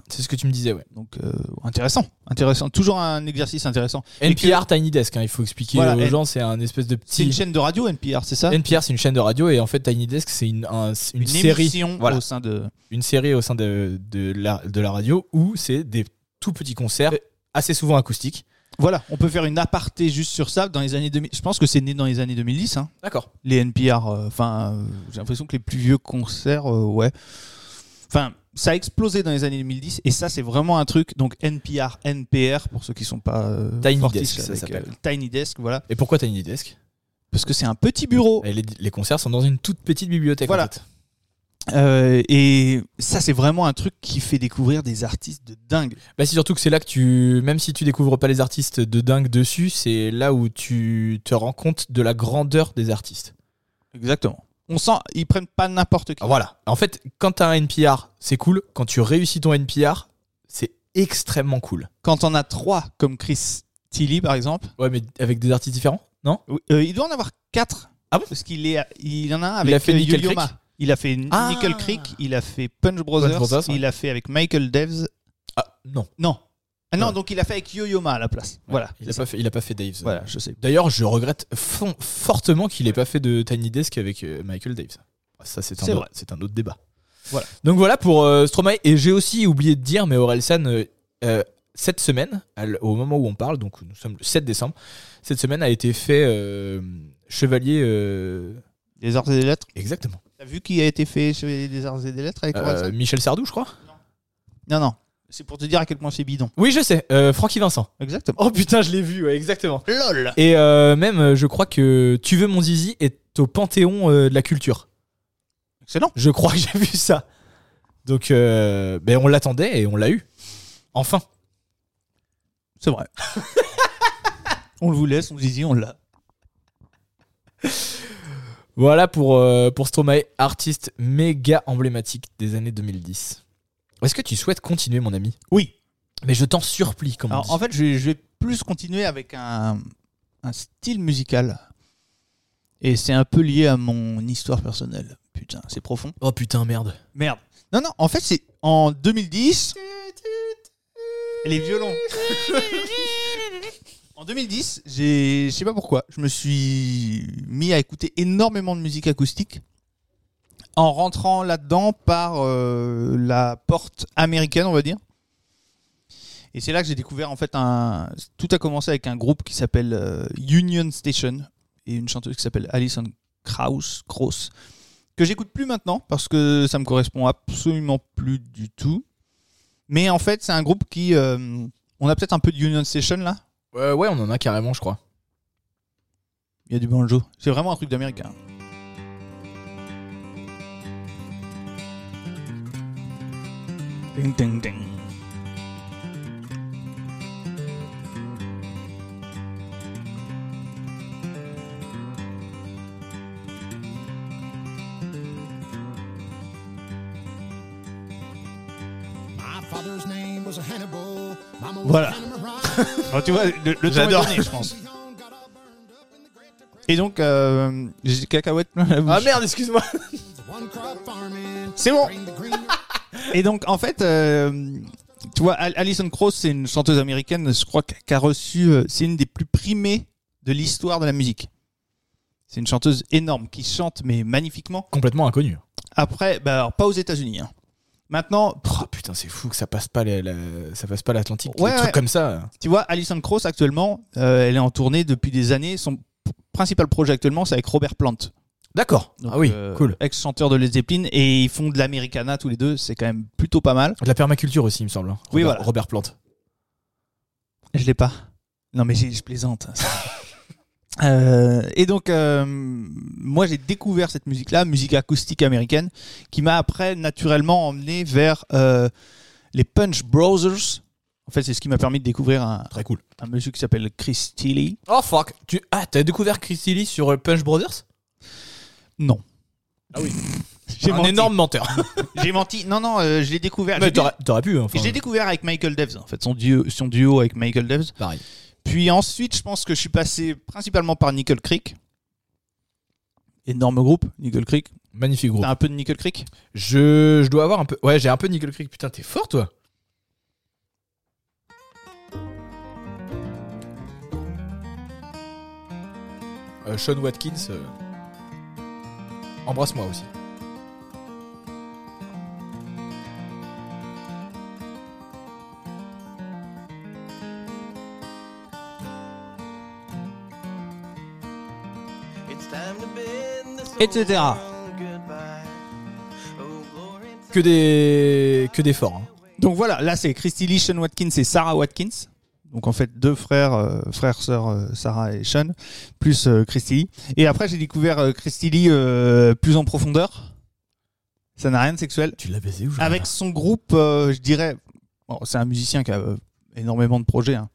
[SPEAKER 4] C'est ce que tu me disais, ouais.
[SPEAKER 5] Donc, euh, intéressant. Intéressant. Toujours un exercice intéressant. Et
[SPEAKER 4] NPR Tiny Desk, hein, il faut expliquer
[SPEAKER 5] Voilà,
[SPEAKER 4] aux
[SPEAKER 5] et-
[SPEAKER 4] gens, c'est un espèce de
[SPEAKER 5] C'est une
[SPEAKER 4] petit.
[SPEAKER 5] chaîne de radio, NPR, c'est ça
[SPEAKER 4] NPR, c'est une chaîne de radio, et en fait, Tiny Desk, c'est une, un- une série.
[SPEAKER 5] émission
[SPEAKER 4] Voilà.
[SPEAKER 5] au sein de.
[SPEAKER 4] Une série au sein de, de, la, de la radio où c'est des tout petits concerts, assez souvent acoustiques.
[SPEAKER 5] Voilà, on peut faire une aparté juste sur ça. Dans les années 2000, je pense que c'est né dans les années 2010. hein.
[SPEAKER 4] D'accord.
[SPEAKER 5] les NPR. euh, Enfin, euh, j'ai l'impression que les plus vieux concerts, euh, ouais. Enfin, ça a explosé dans les années 2010 et ça, c'est vraiment un truc. Donc NPR, NPR pour ceux qui sont pas euh,
[SPEAKER 4] Tiny
[SPEAKER 5] fortiches
[SPEAKER 4] Desk, ça
[SPEAKER 5] avec,
[SPEAKER 4] s'appelle.
[SPEAKER 5] euh, Tiny Desk, voilà.
[SPEAKER 4] Et pourquoi Tiny Desk
[SPEAKER 5] Parce que c'est un petit bureau
[SPEAKER 4] Et les, les concerts sont dans une toute petite bibliothèque.
[SPEAKER 5] Voilà.
[SPEAKER 4] en fait.
[SPEAKER 5] Euh, et ça, c'est vraiment un truc qui fait découvrir des artistes de dingue.
[SPEAKER 4] Bah c'est surtout que c'est là que tu, même si tu découvres pas les artistes de dingue dessus, c'est là où tu te rends compte de la grandeur des artistes.
[SPEAKER 5] Exactement. On sent, ils prennent pas n'importe qui.
[SPEAKER 4] Ah, Voilà. En fait, quand t'as un NPR, c'est cool. Quand tu réussis ton NPR, c'est extrêmement cool.
[SPEAKER 5] Quand on a trois comme Chris Tilly par exemple,
[SPEAKER 4] Ouais, mais avec des artistes différents, non
[SPEAKER 5] euh, il doit en avoir quatre.
[SPEAKER 4] Ah bon
[SPEAKER 5] Parce qu'il est, il en a un
[SPEAKER 4] Il
[SPEAKER 5] avec
[SPEAKER 4] a fait
[SPEAKER 5] euh,
[SPEAKER 4] Nickel
[SPEAKER 5] Yo-Yo
[SPEAKER 4] Creek
[SPEAKER 5] Ma. Il a fait
[SPEAKER 4] Ah.
[SPEAKER 5] Nickel Creek, il a fait Punch Brothers,
[SPEAKER 4] Brothers, ouais.
[SPEAKER 5] il a fait avec Michael Daves.
[SPEAKER 4] Ah non.
[SPEAKER 5] Non. Ah non,
[SPEAKER 4] Ouais.
[SPEAKER 5] donc il a fait avec Yo-Yo Ma à la place. Voilà.
[SPEAKER 4] Il a pas fait, il a pas fait Daves.
[SPEAKER 5] Voilà, je sais.
[SPEAKER 4] D'ailleurs, je regrette fon- fortement qu'il ait pas fait de Tiny Desk avec euh, Michael Daves. Ça, c'est
[SPEAKER 5] C'est
[SPEAKER 4] un, autre-
[SPEAKER 5] vrai.
[SPEAKER 4] c'est un autre débat.
[SPEAKER 5] Voilà.
[SPEAKER 4] Donc voilà pour euh, Stromae. Et j'ai aussi oublié de dire, mais Orelsan, euh, euh, cette semaine, à l- au moment où on parle, donc nous sommes le 7 décembre, cette semaine a été fait euh, chevalier. euh,
[SPEAKER 5] Les arts et des lettres.
[SPEAKER 4] exactement.
[SPEAKER 5] T'as vu qui a été fait sur les arts et des lettres avec
[SPEAKER 4] Euh,
[SPEAKER 5] Orelsan
[SPEAKER 4] Michel Sardou, je crois.
[SPEAKER 5] Non, non. C'est pour te dire à quel point c'est bidon.
[SPEAKER 4] Oui, je sais. Euh, Francky Vincent.
[SPEAKER 5] Exactement.
[SPEAKER 4] Oh putain, je l'ai vu, ouais, exactement.
[SPEAKER 5] LOL
[SPEAKER 4] Et euh, même, euh, je crois que Tu veux mon zizi est au panthéon euh, de la culture.
[SPEAKER 5] Excellent.
[SPEAKER 4] Je crois que j'ai vu ça. Donc, euh, ben, on l'attendait et on l'a eu. Enfin.
[SPEAKER 5] C'est vrai. on le vous laisse, on dit on l'a.
[SPEAKER 4] Voilà pour, euh, pour Stromae, artiste méga emblématique des années 2010. Est-ce que tu souhaites continuer, mon ami
[SPEAKER 5] Oui.
[SPEAKER 4] Mais je t'en supplie, comme on
[SPEAKER 5] Alors,
[SPEAKER 4] dit.
[SPEAKER 5] en fait, je vais, je vais plus continuer avec un, un style musical. Et c'est un peu lié à mon histoire personnelle. Putain, c'est profond.
[SPEAKER 4] Oh putain, merde.
[SPEAKER 5] Merde. Non, non, en fait, c'est en 2010. Les violons. en 2010, j'ai- je sais pas pourquoi, je me suis mis à écouter énormément de musique acoustique en rentrant là-dedans par euh, la porte américaine, on va dire. Et c'est là que j'ai découvert en fait un. Tout a commencé avec un groupe qui s'appelle euh, Union Station et une chanteuse qui s'appelle Alison Krauss, Krauss que j'écoute plus maintenant parce que ça me correspond absolument plus du tout. Mais en fait, c'est un groupe qui. euh, on a peut-être un peu de Union Station là.
[SPEAKER 4] Ouais, ouais, on en a carrément, je crois.
[SPEAKER 5] Il y a du banjo. C'est vraiment un truc d'américain. Ding, ding, ding. Voilà. Alors, tu vois, le, le temps est
[SPEAKER 4] J'adore.
[SPEAKER 5] donné, je pense. Et donc, euh, j'ai des cacahuètes plein la bouche.
[SPEAKER 4] Ah merde, excuse-moi.
[SPEAKER 5] C'est bon. Et donc, en fait, euh, tu vois, Al- Alison Krauss, c'est une chanteuse américaine, je crois, qui a reçu, euh, c'est une des plus primées de l'histoire de la musique. C'est une chanteuse énorme qui chante, mais magnifiquement.
[SPEAKER 4] Complètement inconnu.
[SPEAKER 5] Après, bah, alors, pas aux États-Unis. hein. Maintenant, pff,
[SPEAKER 4] Oh putain, c'est fou que ça passe pas les- la- ça passe pas l'Atlantique.
[SPEAKER 5] Ouais,
[SPEAKER 4] des trucs
[SPEAKER 5] ouais.
[SPEAKER 4] comme ça.
[SPEAKER 5] tu vois, Alison Krauss, actuellement, euh, elle est en tournée depuis des années. Son p- principal projet actuellement, c'est avec Robert Plant.
[SPEAKER 4] D'accord.
[SPEAKER 5] Donc,
[SPEAKER 4] Ah oui,
[SPEAKER 5] euh,
[SPEAKER 4] cool.
[SPEAKER 5] Ex-chanteur de Led Zeppelin. Et ils font de l'americana tous les deux. C'est quand même plutôt pas mal.
[SPEAKER 4] De la permaculture aussi, il me semble. hein.
[SPEAKER 5] Oui,
[SPEAKER 4] Robert,
[SPEAKER 5] voilà.
[SPEAKER 4] Robert Plante.
[SPEAKER 5] Je l'ai pas. Non, mais j'ai- je plaisante. Euh, et donc, euh, moi, j'ai découvert cette musique-là, musique acoustique américaine, qui m'a après naturellement emmené vers euh, les Punch Brothers. En fait, c'est ce qui m'a permis de découvrir un,
[SPEAKER 4] Très cool.
[SPEAKER 5] un monsieur qui s'appelle Chris Tilly.
[SPEAKER 4] Oh fuck. Tu... Ah, t'as découvert Christy Lee sur euh, Punch Brothers
[SPEAKER 5] Non.
[SPEAKER 4] Ah oui.
[SPEAKER 5] J'ai
[SPEAKER 4] Un
[SPEAKER 5] menti.
[SPEAKER 4] énorme menteur.
[SPEAKER 5] J'ai menti. Non, non, euh, je l'ai découvert.
[SPEAKER 4] Mais
[SPEAKER 5] j'ai dé-
[SPEAKER 4] t'aurais t'aurais pu. hein, Enfin,
[SPEAKER 5] je l'ai découvert avec Michael Devs, en fait, son duo, son duo avec Michael Devs.
[SPEAKER 4] pareil.
[SPEAKER 5] Puis ensuite, je pense que je suis passé principalement par Nickel Creek. Énorme groupe, Nickel Creek.
[SPEAKER 4] Magnifique groupe.
[SPEAKER 5] T'as un peu de Nickel Creek
[SPEAKER 4] Je, je dois avoir un peu. Ouais, j'ai un peu Nickel Creek. Putain, t'es fort, toi. Euh, Sean Watkins. euh, Embrasse-moi aussi.
[SPEAKER 5] Etc.
[SPEAKER 4] Que des, que des forts. hein.
[SPEAKER 5] Donc voilà, là c'est Christy Lee, Sean Watkins et Sarah Watkins. Donc en fait deux frères, euh, frères, sœurs, euh, Sarah et Sean, plus euh, Christy Lee. Et après j'ai découvert euh, Christy Lee euh, plus en profondeur. Ça n'a rien de sexuel.
[SPEAKER 4] Tu l'as baisé ou je
[SPEAKER 5] Avec son groupe, euh, je dirais, bon, c'est un musicien qui a euh, énormément de projets. hein.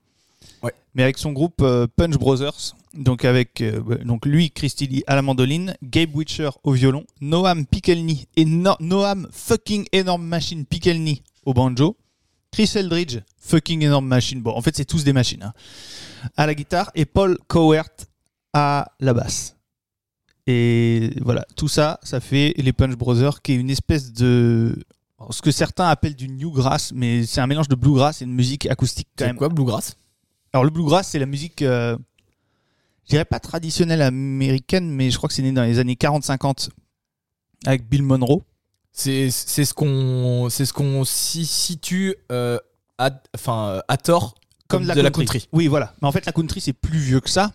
[SPEAKER 4] Ouais.
[SPEAKER 5] Mais avec son groupe euh, Punch Brothers, donc avec euh, ouais, donc lui, Christy Lee à la mandoline, Gabe Witcher au violon, Noam Pikelny et No- Noam fucking énorme machine Pikelny au banjo, Chris Eldridge fucking énorme machine. Bon, en fait, c'est tous des machines hein, à la guitare et Paul Cowert à la basse. Et voilà, tout ça, ça fait les Punch Brothers, qui est une espèce de ce que certains appellent du newgrass, mais c'est un mélange de bluegrass et de musique acoustique quand
[SPEAKER 4] C'est
[SPEAKER 5] même.
[SPEAKER 4] quoi, Bluegrass
[SPEAKER 5] Alors le bluegrass, c'est la musique, euh, je dirais pas traditionnelle américaine, mais je crois que c'est né dans les années 40-50 avec Bill Monroe.
[SPEAKER 4] C'est c'est ce qu'on c'est ce qu'on s'y situe euh, à, enfin, euh, à tort comme, de la country.
[SPEAKER 5] Oui, voilà. Mais en fait, la country, c'est plus vieux que ça.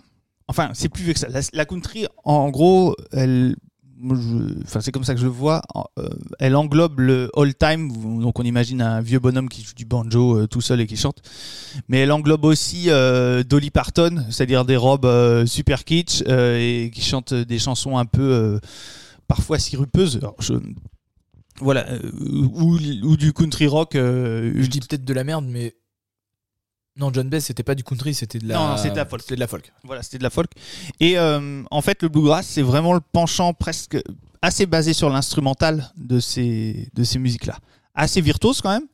[SPEAKER 5] Enfin, c'est plus vieux que ça. La, la country, en gros, elle. moi, je- Enfin, c'est comme ça que je le vois. en- euh, elle englobe le all time. Donc, on imagine un vieux bonhomme qui joue du banjo euh, tout seul et qui chante. Mais elle englobe aussi euh, Dolly Parton, c'est-à-dire des robes euh, super kitsch euh, et qui chante des chansons un peu euh, parfois sirupeuses. Alors, je- Voilà, euh, ou, ou du country rock. euh,
[SPEAKER 4] Je dis peut-être de la merde, mais non, John Bass, c'était pas du country, c'était de la.
[SPEAKER 5] Non, non, c'était de la folk.
[SPEAKER 4] C'était de la folk.
[SPEAKER 5] Voilà, c'était de la folk. Et euh, en fait, le bluegrass, c'est vraiment le penchant presque assez basé sur l'instrumental de ces, de ces musiques-là. Assez virtuose quand même.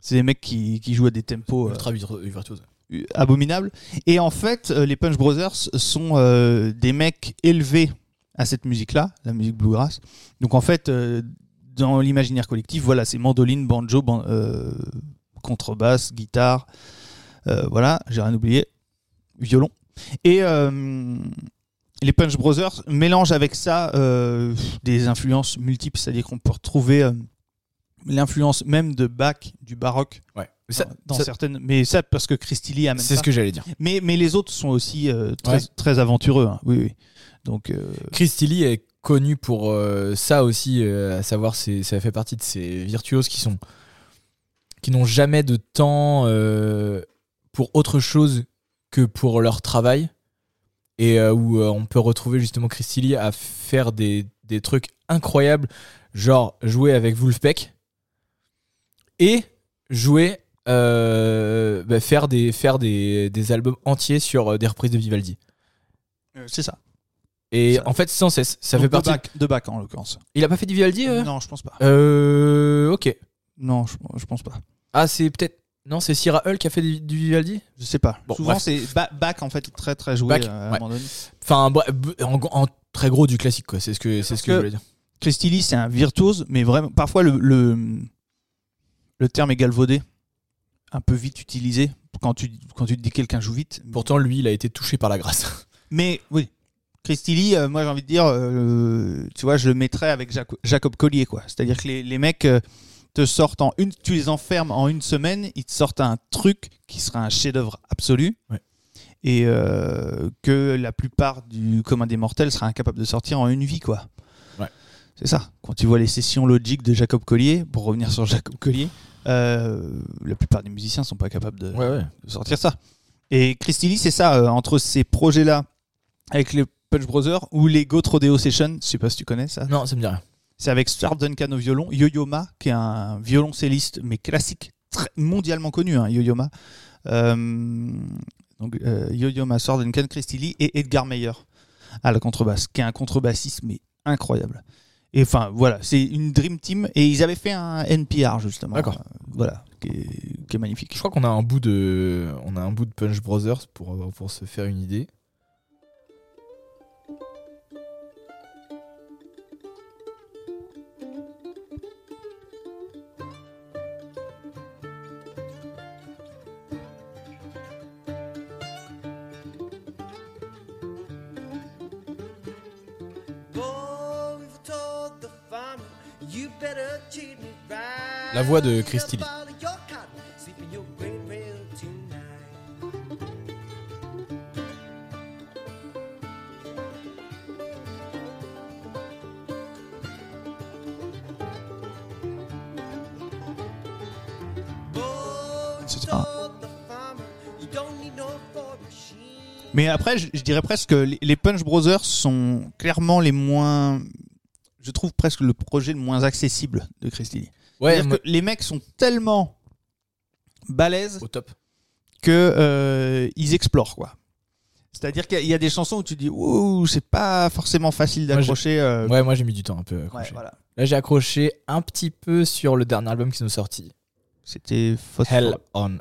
[SPEAKER 5] C'est des mecs qui, qui jouent à des tempos euh,
[SPEAKER 4] Ultra vir- virtuose.
[SPEAKER 5] abominables. Et en fait, euh, les Punch Brothers sont euh, des mecs élevés à cette musique-là, la musique bluegrass. Donc en fait, euh, dans l'imaginaire collectif, voilà, c'est mandoline, banjo, ban- euh, contrebasse, guitare, euh, voilà, j'ai rien oublié, violon. Et euh, les Punch Brothers mélangent avec ça euh, des influences multiples, c'est-à-dire qu'on peut retrouver euh, l'influence même de Bach, du baroque,
[SPEAKER 4] Ouais. Mais ça-
[SPEAKER 5] dans
[SPEAKER 4] ça-
[SPEAKER 5] certaines. Mais ça, parce que Christy Lee amène
[SPEAKER 4] c'est
[SPEAKER 5] ça.
[SPEAKER 4] ce que j'allais dire.
[SPEAKER 5] Mais, mais les autres sont aussi euh, très,
[SPEAKER 4] Ouais.
[SPEAKER 5] très aventureux. hein. Oui, oui. Donc, euh,
[SPEAKER 4] Christy Lee est connue pour euh, ça aussi, euh, à savoir c'est- ça fait partie de ces virtuoses qui sont qui n'ont jamais de temps euh, pour autre chose que pour leur travail et euh, où euh, on peut retrouver justement Christy Lee à faire des, des trucs incroyables, genre jouer avec Wolfpack et jouer euh, bah, faire des faire des, des albums entiers sur euh, des reprises de Vivaldi.
[SPEAKER 5] c'est ça.
[SPEAKER 4] Et
[SPEAKER 5] Ça-
[SPEAKER 4] en fait, sans cesse, ça
[SPEAKER 5] Donc,
[SPEAKER 4] fait partie
[SPEAKER 5] de Bach, de Bach, en l'occurrence.
[SPEAKER 4] il a pas fait du Vivaldi euh
[SPEAKER 5] Non, je pense pas.
[SPEAKER 4] Euh. Ok.
[SPEAKER 5] Non, je, je pense pas.
[SPEAKER 4] Ah, c'est peut-être. Non, c'est Sierra Hull qui a fait du, du Vivaldi
[SPEAKER 5] Je sais pas.
[SPEAKER 4] Bon,
[SPEAKER 5] Souvent,
[SPEAKER 4] bref.
[SPEAKER 5] c'est Ba- Bach en fait très très joué
[SPEAKER 4] Bach,
[SPEAKER 5] euh, à un
[SPEAKER 4] ouais.
[SPEAKER 5] moment donné.
[SPEAKER 4] Enfin, bref, b- en, gros- en très gros du classique, quoi. C'est ce que, c'est ce que,
[SPEAKER 5] que-
[SPEAKER 4] je voulais dire.
[SPEAKER 5] Christy Lee, c'est un virtuose, mais vraiment, parfois le, le, le terme est galvaudé, un peu vite utilisé quand tu, quand tu te dis quelqu'un joue vite.
[SPEAKER 4] Pourtant, lui, il a été touché par la grâce.
[SPEAKER 5] Mais oui, Christy Lee, euh, moi j'ai envie de dire, euh, tu vois, je le mettrais avec Jaco- Jacob Collier, quoi. C'est-à-dire que les, les mecs euh, te sortent en une, tu les enfermes en une semaine, ils te sortent un truc qui sera un chef-d'œuvre absolu.
[SPEAKER 4] Ouais.
[SPEAKER 5] Et euh, que la plupart du commun des mortels sera incapable de sortir en une vie, quoi.
[SPEAKER 4] Ouais.
[SPEAKER 5] C'est ça. Quand tu vois les sessions logiques de Jacob Collier, pour revenir sur Jacob Collier, euh, la plupart des musiciens sont pas capables de,
[SPEAKER 4] ouais.
[SPEAKER 5] de sortir ça. Et Christy Lee, c'est ça, euh, entre ces projets-là, avec les Punch Brothers ou les Goat Rodeo Session, je sais pas si tu connais ça.
[SPEAKER 4] Non, ça me dit rien.
[SPEAKER 5] C'est avec Stuart Duncan au violon, Yo-Yo Ma, qui est un violoncelliste, mais classique, très- mondialement connu, hein, Yo-Yo Ma. Euh, donc euh, Yo-Yo Ma, Stuart Duncan, Christy Lee et Edgar Meyer à la contrebasse, qui est un contrebassiste, mais incroyable. Et enfin, voilà, c'est une Dream Team, et ils avaient fait un NPR, justement.
[SPEAKER 4] D'accord.
[SPEAKER 5] Euh, voilà, qui est, qui est magnifique.
[SPEAKER 4] Je crois qu'on a un bout de, on a un bout de Punch Brothers pour, euh, pour se faire une idée.
[SPEAKER 6] Boy, we've told the farmer, you better treat me right.
[SPEAKER 4] La voix de Christy Lee.
[SPEAKER 6] Follow your cotton, sleep in your great rail tonight. Boy, we've
[SPEAKER 5] C'est ça.
[SPEAKER 6] told the farmer, you don't need no Ford machine.
[SPEAKER 5] Mais après, je, je dirais presque que les les Punch Brothers sont clairement les moins. Je trouve presque le projet le moins accessible de Christy Lee.
[SPEAKER 4] Ouais,
[SPEAKER 5] C'est-à-dire
[SPEAKER 4] moi-
[SPEAKER 5] que les mecs sont tellement balèzes
[SPEAKER 4] au top.
[SPEAKER 5] que euh, ils explorent quoi. C'est-à-dire qu'il y a des chansons où tu dis ouh c'est pas forcément facile
[SPEAKER 4] j'ai-
[SPEAKER 5] d'accrocher. euh,
[SPEAKER 4] Ouais, moi j'ai mis du temps un peu. à accrocher.
[SPEAKER 5] ouais, voilà.
[SPEAKER 4] Là, j'ai accroché un petit peu sur le dernier album qui nous est sorti,
[SPEAKER 5] C'était Phosphore-
[SPEAKER 4] Hell on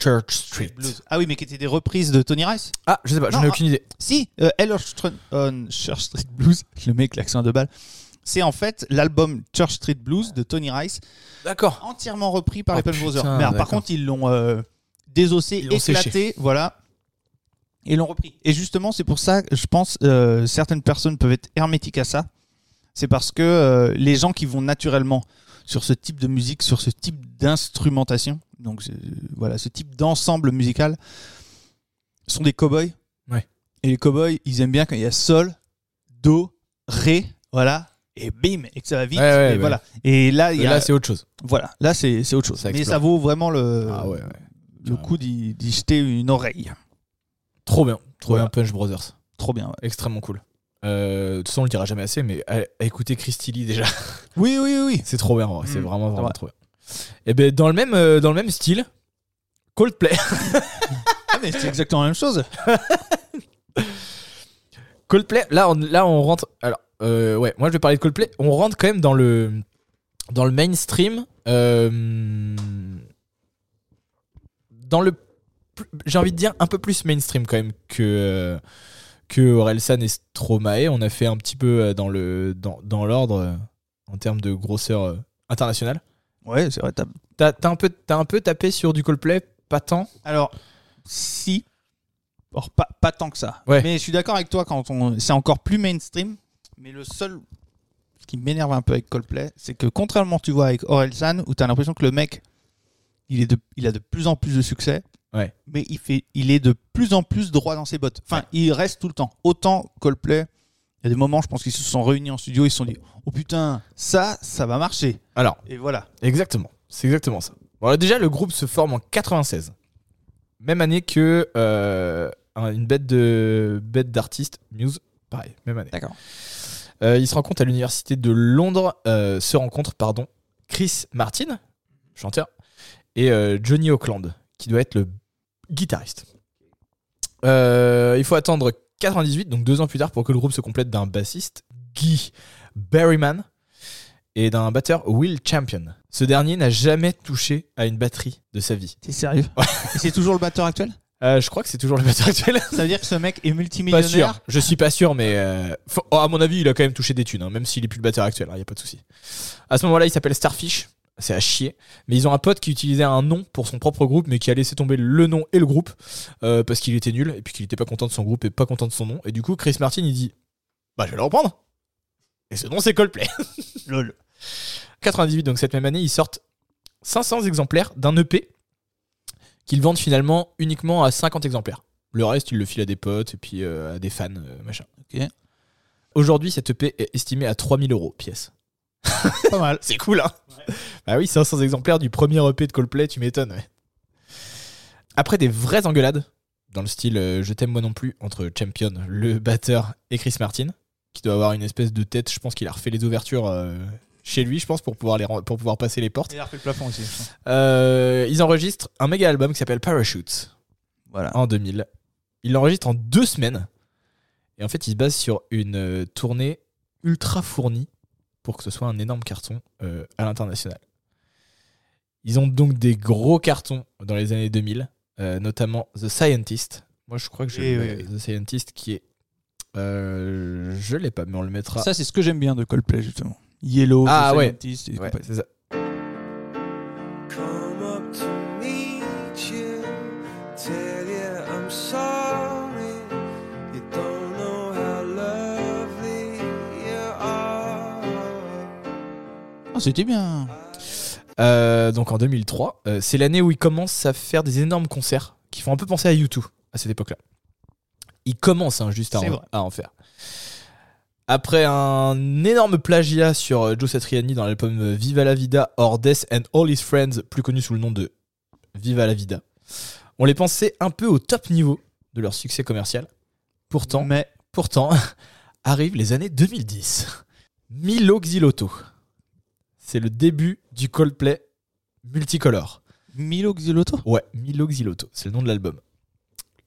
[SPEAKER 4] Church Street.
[SPEAKER 5] Blues. Ah oui mais qui étaient des reprises de Tony Rice.
[SPEAKER 4] Ah, je sais pas, j'en
[SPEAKER 5] Non,
[SPEAKER 4] ai
[SPEAKER 5] ah.
[SPEAKER 4] aucune idée.
[SPEAKER 5] Si, euh, Hell on Str- on Church Street Blues, le mec l'accent de balle. C'est en fait l'album Church Street Blues de Tony Rice
[SPEAKER 4] D'accord.
[SPEAKER 5] entièrement repris par
[SPEAKER 4] Oh,
[SPEAKER 5] les Punch
[SPEAKER 4] putain,
[SPEAKER 5] Brothers. Mais alors, par
[SPEAKER 4] d'accord.
[SPEAKER 5] contre, ils l'ont euh, désossé,
[SPEAKER 4] Ils l'ont
[SPEAKER 5] éclaté, voilà. Et l'ont repris. Et justement, c'est pour ça, que je pense, euh, certaines personnes peuvent être hermétiques à ça. c'est parce que euh, les gens qui vont naturellement sur ce type de musique, sur ce type d'instrumentation, donc euh, voilà, ce type d'ensemble musical, sont des cow-boys.
[SPEAKER 4] Ouais.
[SPEAKER 5] Et les cow-boys, ils aiment bien quand il y a sol, do, ré, voilà, et bim, et que ça va vite.
[SPEAKER 4] Ouais, ouais,
[SPEAKER 5] et
[SPEAKER 4] ouais.
[SPEAKER 5] voilà. Et là, il y a-
[SPEAKER 4] Là, c'est autre chose.
[SPEAKER 5] voilà, là c'est c'est autre chose.
[SPEAKER 4] Ça
[SPEAKER 5] Mais
[SPEAKER 4] explore.
[SPEAKER 5] ça euh, vaut vraiment le,
[SPEAKER 4] Ah ouais, ouais.
[SPEAKER 5] le coup d'y d'y jeter une oreille.
[SPEAKER 4] Trop bien. Trop
[SPEAKER 5] Voilà.
[SPEAKER 4] bien, Punch Brothers.
[SPEAKER 5] Trop bien. ouais.
[SPEAKER 4] Extrêmement cool. Euh, de toute façon, on le dira jamais assez, mais à- à écouter Christy Lee déjà.
[SPEAKER 5] Oui, oui, oui.
[SPEAKER 4] C'est trop bien, en vrai. c'est
[SPEAKER 5] Mm,
[SPEAKER 4] vraiment, vraiment
[SPEAKER 5] ouais.
[SPEAKER 4] trop bien. Et ben dans le même, euh, dans le même style, Coldplay.
[SPEAKER 5] Ah, mais c'est exactement la même chose.
[SPEAKER 4] Coldplay. Là, on, là, on rentre. Alors, euh, ouais, moi, je vais parler de Coldplay. On rentre quand même dans le, dans le mainstream. euh, dans le, plus- j'ai envie de dire un peu plus mainstream quand même que. euh, que Orelsan et Stromae, on a fait un petit peu euh, dans le dans, dans l'ordre euh, en termes de grosseur euh, internationale.
[SPEAKER 5] Ouais, c'est vrai. t'as-
[SPEAKER 4] T'as t'as un, peu- t'as un peu tapé sur du Coldplay, pas tant.
[SPEAKER 5] Alors, si. Or, pas, pas tant que ça.
[SPEAKER 4] Ouais.
[SPEAKER 5] Mais je suis d'accord avec toi quand on. C'est encore plus mainstream. Mais le seul. Ce qui m'énerve un peu avec Coldplay, c'est que contrairement, tu vois, avec Orelsan, où t'as l'impression que le mec, il, est de, il a de plus en plus de succès.
[SPEAKER 4] Ouais.
[SPEAKER 5] Mais il, fait, il est de plus en plus droit dans ses bottes. Enfin, il reste tout le temps. Autant Coldplay, il y a des moments, je pense qu'ils se sont réunis en studio, ils se sont dit Oh putain, ça, ça va marcher.
[SPEAKER 4] Alors,
[SPEAKER 5] Et voilà.
[SPEAKER 4] exactement. C'est exactement ça. Bon, alors déjà, le groupe se forme en 96. Même année que euh, un- une bête de bête d'artistes, Muse, pareil, même année.
[SPEAKER 5] D'accord.
[SPEAKER 4] Euh, ils se rencontrent à l'université de Londres, euh, se rencontrent, pardon, Chris Martin, chanteur, et euh, Johnny Auckland, qui doit être le guitariste. Euh, il faut attendre 98, donc deux ans plus tard, pour que le groupe se complète d'un bassiste, Guy Berryman, et d'un batteur, Will Champion. Ce dernier n'a jamais touché à une batterie de sa vie.
[SPEAKER 5] T'es sérieux Et c'est toujours le batteur actuel
[SPEAKER 4] Euh, je crois que c'est toujours le batteur actuel.
[SPEAKER 5] Ça veut dire que ce mec est
[SPEAKER 4] Pas
[SPEAKER 5] multimillionnaire
[SPEAKER 4] sûr, je suis pas sûr, mais euh, faut- oh, à mon avis, il a quand même touché des thunes, hein, même s'il est plus le batteur actuel, il n'y a pas de souci. À ce moment-là, il s'appelle Starfish, c'est à chier, mais ils ont un pote qui utilisait un nom pour son propre groupe, mais qui a laissé tomber le nom et le groupe, euh, parce qu'il était nul, et puis qu'il était pas content de son groupe et pas content de son nom, et du coup, Chris Martin, il dit Bah, je vais le reprendre Et ce nom, c'est Coldplay
[SPEAKER 5] Lol.
[SPEAKER 4] 98, donc cette même année, ils sortent 500 exemplaires d'un E EP qu'ils vendent finalement uniquement à 50 exemplaires. Le reste, ils le filent à des potes et puis euh, à des fans, euh, machin.
[SPEAKER 5] Ok.
[SPEAKER 4] Aujourd'hui, cet EP est estimé à 3000 euros pièce.
[SPEAKER 5] Pas mal.
[SPEAKER 4] C'est cool, hein Bah oui, 500 exemplaires du premier EP de Coldplay, tu m'étonnes, ouais. Après des vraies engueulades, dans le style euh, Je t'aime moi non plus, entre Champion, le batteur, et Chris Martin, qui doit avoir une espèce de tête, je pense qu'il a refait les ouvertures euh, chez lui, je pense, pour pouvoir, les, ren- pour pouvoir passer les portes.
[SPEAKER 5] Il a refait le plafond aussi. je crois.
[SPEAKER 4] Euh, ils enregistrent un méga album qui s'appelle Parachutes
[SPEAKER 5] Voilà.
[SPEAKER 4] en 2000. Ils l'enregistrent en deux semaines. Et en fait, ils se basent sur une euh, tournée ultra fournie pour que ce soit un énorme carton euh, à l'international. Ils ont donc des gros cartons dans les années 2000, euh, notamment The Scientist. Moi, je crois que je
[SPEAKER 5] Eh
[SPEAKER 4] l'ai,
[SPEAKER 5] oui.
[SPEAKER 4] The Scientist qui est. euh, je l'ai pas, mais on le mettra.
[SPEAKER 5] Ça, c'est ce que j'aime bien de Coldplay, justement. Yellow,
[SPEAKER 4] Ah,
[SPEAKER 5] The
[SPEAKER 4] ouais.
[SPEAKER 5] Scientist et
[SPEAKER 4] Ouais,
[SPEAKER 5] compagnie.
[SPEAKER 4] c'est ça.
[SPEAKER 7] Come up to meet you, tell you I'm sorry. You don't know how lovely you are.
[SPEAKER 2] Ah,
[SPEAKER 5] Oh, c'était bien.
[SPEAKER 4] Euh, donc en 2003, euh, c'est l'année où ils commencent à faire des énormes concerts qui font un peu penser à U2 à cette époque-là. Ils commencent hein, juste à
[SPEAKER 5] C'est
[SPEAKER 4] en,
[SPEAKER 5] vrai.
[SPEAKER 4] à en faire. Après un énorme plagiat sur euh, Joe Satriani dans l'album euh, Viva la Vida or Death and All His Friends, plus connu sous le nom de Viva la Vida, on les pensait un peu au top niveau de leur succès commercial. Pourtant,
[SPEAKER 5] Mais
[SPEAKER 4] Pourtant, arrivent les années 2010. Milo Xilotto. C'est le début du Coldplay multicolore.
[SPEAKER 5] Milo Xilotto
[SPEAKER 4] Ouais, Milo Xilotto, c'est le nom de l'album.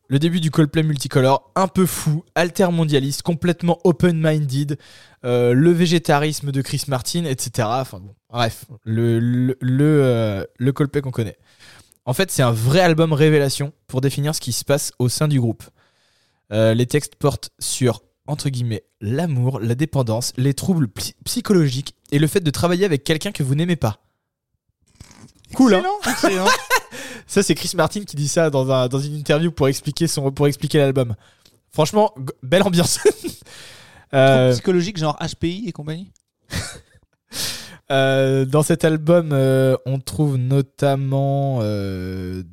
[SPEAKER 4] Le début du Coldplay multicolore, un peu fou, altermondialiste, complètement open-minded, euh, le végétarisme de Chris Martin, etc. Enfin bon, bref, le, le, le, euh, le Coldplay qu'on connaît. En fait, c'est un vrai album révélation pour définir ce qui se passe au sein du groupe. Euh, les textes portent sur, entre guillemets, l'amour, la dépendance, les troubles psy- psychologiques et le fait de travailler avec quelqu'un que vous n'aimez pas. Cool, hein ça, c'est Chris Martin qui dit ça dans, un- dans une interview pour expliquer, son, pour expliquer l'album. Franchement, g- belle ambiance. Euh,
[SPEAKER 5] Psychologique, genre HPI et compagnie
[SPEAKER 4] Euh, dans cet album, euh, on trouve notamment. euh,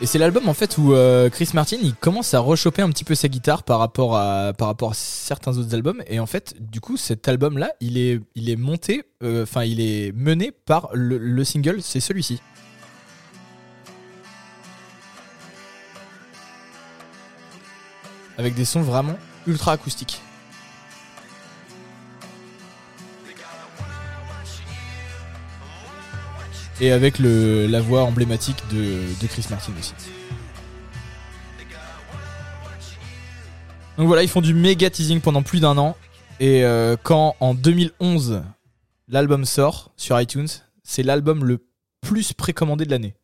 [SPEAKER 4] Et c'est l'album en fait où euh, Chris Martin il commence à rechoper un petit peu sa guitare par rapport à par rapport à certains autres albums et en fait du coup cet album là il est il est monté euh, enfin il est mené par le, le single c'est celui-ci. Avec des sons vraiment ultra acoustiques. et avec le, la voix emblématique de, de Chris Martin aussi. Donc voilà, ils font du méga teasing pendant plus d'un an. Et euh, quand en 2011 l'album sort sur iTunes, c'est l'album le plus précommandé de l'année.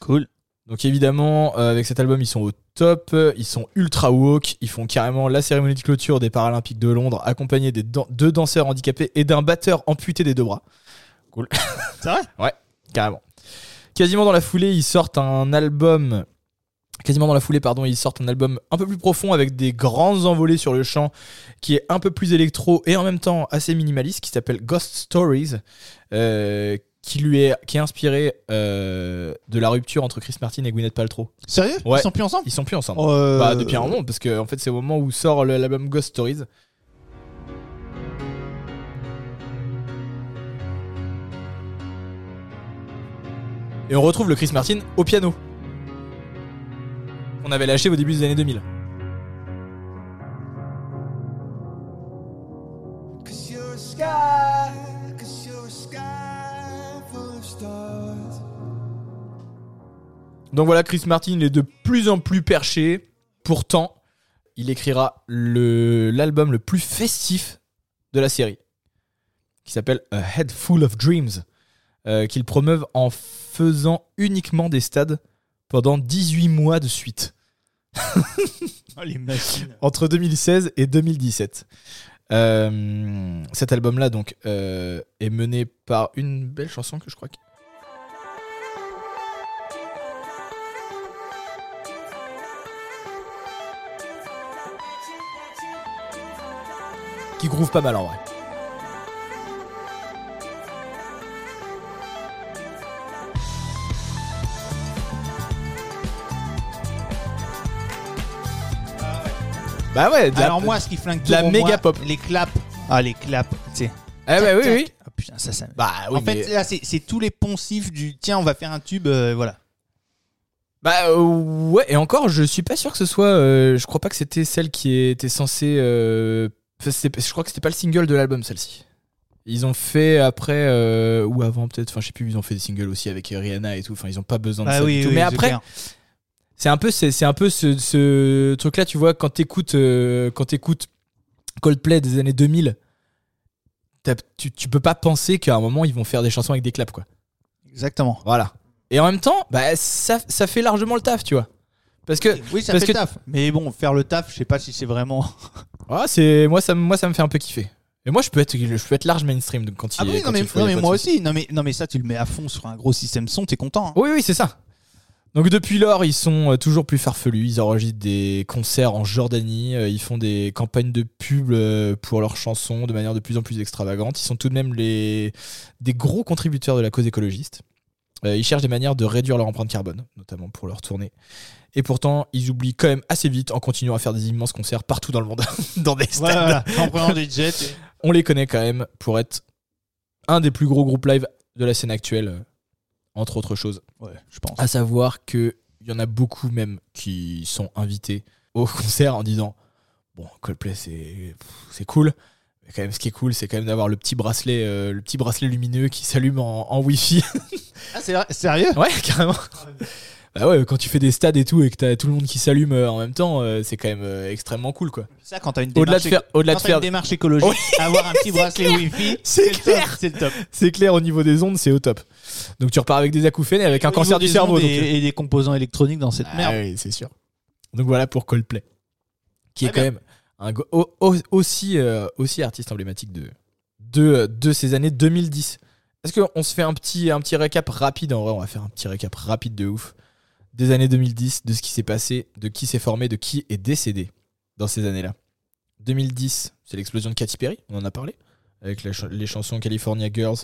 [SPEAKER 2] Cool.
[SPEAKER 4] Donc évidemment, euh, avec cet album, ils sont au top, ils sont ultra woke, ils font carrément la cérémonie de clôture des Paralympiques de Londres, accompagnés des dan- deux danseurs handicapés et d'un batteur amputé des deux bras. Cool.
[SPEAKER 2] C'est vrai
[SPEAKER 4] Ouais, carrément. Quasiment dans la foulée, ils sortent un album. Quasiment dans la foulée, pardon, ils sortent un album un peu plus profond avec des grandes envolées sur le chant qui est un peu plus électro et en même temps assez minimaliste qui s'appelle Ghost Stories euh, qui lui est, qui est inspiré euh, de la rupture entre Chris Martin et Gwyneth Paltrow.
[SPEAKER 2] Sérieux
[SPEAKER 4] Ouais.
[SPEAKER 2] Ils sont plus ensemble
[SPEAKER 4] Ils sont plus ensemble.
[SPEAKER 2] Euh,
[SPEAKER 4] Bah, depuis un moment, parce que en fait, c'est au moment où sort le- l'album Ghost Stories. Et on retrouve le Chris Martin au piano. On avait lâché au début des années 2000.
[SPEAKER 7] Cause you're a sky, cause you're a sky full of stars.
[SPEAKER 4] Donc voilà, Chris Martin, il est de plus en plus perché. Pourtant, il écrira le- l'album le, plus festif de la série, qui s'appelle A Head Full of Dreams, euh, qu'il promeuve en faisant uniquement des stades pendant 18 mois de suite
[SPEAKER 2] oh, les machines.
[SPEAKER 4] entre 2016 et 2017. Euh, cet album-là, donc, euh, est mené par une belle chanson que je crois que. Qui groove pas mal en vrai. Bah ouais, de la-
[SPEAKER 2] Alors moi, ce qui flingue
[SPEAKER 4] de
[SPEAKER 2] tout
[SPEAKER 4] la
[SPEAKER 2] pour
[SPEAKER 4] méga
[SPEAKER 2] moi,
[SPEAKER 4] pop.
[SPEAKER 2] Les claps. Ah, les claps. tu sais.
[SPEAKER 4] Eh bah oui, oui.
[SPEAKER 2] Ah putain, ça, ça.
[SPEAKER 4] Bah oui,
[SPEAKER 2] en fait,
[SPEAKER 4] mais-
[SPEAKER 2] là, c'est c'est tous les poncifs du tiens, on va faire un tube, euh, voilà.
[SPEAKER 4] Bah euh, ouais, et encore, je suis pas sûr que ce soit. euh, je crois pas que c'était celle qui était censée. euh, enfin, c'était- je crois que c'était pas le single de l'album celle-ci. Ils ont fait après euh, ou avant peut-être. Enfin, je sais plus. Ils ont fait des singles aussi avec Rihanna et tout. Enfin, ils ont pas besoin de
[SPEAKER 2] Bah
[SPEAKER 5] Ah
[SPEAKER 4] ça du tout. Mais après, c'est un peu, c'est, c'est un peu ce, ce truc-là, tu vois, quand t'écoutes, euh, quand t'écoutes Coldplay des années 2000, t'as- tu, tu peux pas penser qu'à un moment ils vont faire des chansons avec des claps, quoi.
[SPEAKER 2] Exactement.
[SPEAKER 4] Voilà. Et en même temps, bah, ça, ça fait largement le taf, tu vois. Parce que
[SPEAKER 2] Oui, ça
[SPEAKER 4] Parce
[SPEAKER 2] fait
[SPEAKER 4] que-
[SPEAKER 2] le taf. Mais bon, faire le taf, je sais pas si c'est vraiment.
[SPEAKER 4] Ah, c'est moi ça me- moi ça me fait un peu kiffer. Et moi je peux être je peux être large mainstream donc, quand il
[SPEAKER 2] Ah oui,
[SPEAKER 4] quand
[SPEAKER 2] non mais,
[SPEAKER 4] il faut
[SPEAKER 2] non,
[SPEAKER 4] des
[SPEAKER 2] mais
[SPEAKER 4] potes
[SPEAKER 2] moi
[SPEAKER 4] sur-
[SPEAKER 2] aussi. Non mais, non mais ça, tu le mets à fond sur un gros système son, t'es content. hein.
[SPEAKER 4] Oui oui, c'est ça. Donc depuis lors, ils sont euh, toujours plus farfelus, ils enregistrent des concerts en Jordanie, euh, ils font des campagnes de pub euh, pour leurs chansons de manière de plus en plus extravagante, ils sont tout de même les des gros contributeurs de la cause écologiste. Euh, ils cherchent des manières de réduire leur empreinte carbone, notamment pour leur tournée. Et pourtant, ils oublient quand même assez vite en continuant à faire des immenses concerts partout dans le monde, dans des stades.
[SPEAKER 2] Voilà, voilà. en prenant des jets. et-
[SPEAKER 4] on les connaît quand même pour être un des plus gros groupes live de la scène actuelle, euh, entre autres choses.
[SPEAKER 2] Ouais, je pense.
[SPEAKER 4] À savoir qu'il y en a beaucoup même qui sont invités au concert en disant Bon, Coldplay, c'est pff, c'est cool. Mais quand même, ce qui est cool, c'est quand même d'avoir le petit bracelet, euh, le petit bracelet lumineux qui s'allume en, en Wi-Fi.
[SPEAKER 2] Ah, c'est vrai- sérieux
[SPEAKER 4] ouais, carrément. bah ouais, quand tu fais des stades et tout et que t'as tout le monde qui s'allume euh, en même temps, euh, c'est quand même euh, extrêmement cool, quoi.
[SPEAKER 2] Ça, quand t'as une
[SPEAKER 4] Au-delà
[SPEAKER 2] démarche,
[SPEAKER 4] de faire, au-delà
[SPEAKER 2] quand
[SPEAKER 4] de
[SPEAKER 2] t'as une
[SPEAKER 4] faire,
[SPEAKER 2] démarche écologique, avoir un petit bracelet Wi-Fi,
[SPEAKER 4] c'est
[SPEAKER 2] le top,
[SPEAKER 4] clair.
[SPEAKER 2] c'est le top.
[SPEAKER 4] C'est clair, au niveau des ondes, c'est au top. Donc tu repars avec des acouphènes et avec un
[SPEAKER 2] Au
[SPEAKER 4] cancer
[SPEAKER 2] niveau
[SPEAKER 4] du
[SPEAKER 2] des
[SPEAKER 4] cerveau.
[SPEAKER 2] ondes
[SPEAKER 4] donc,
[SPEAKER 2] et, et des composants électroniques dans cette
[SPEAKER 4] Ah
[SPEAKER 2] merde.
[SPEAKER 4] oui, c'est sûr. Donc voilà pour Coldplay, qui est
[SPEAKER 2] Très
[SPEAKER 4] quand même un go- au- au- aussi, euh, aussi artiste emblématique de, de, de ces années 2010. Est-ce qu'on se fait un petit, un petit récap rapide En vrai, on va faire un petit récap rapide de ouf des années 2010, de ce qui s'est passé, de qui s'est formé, de qui est décédé dans ces années-là. 2010, c'est l'explosion de Katy Perry, on en a parlé, avec la cha- les chansons California Girls,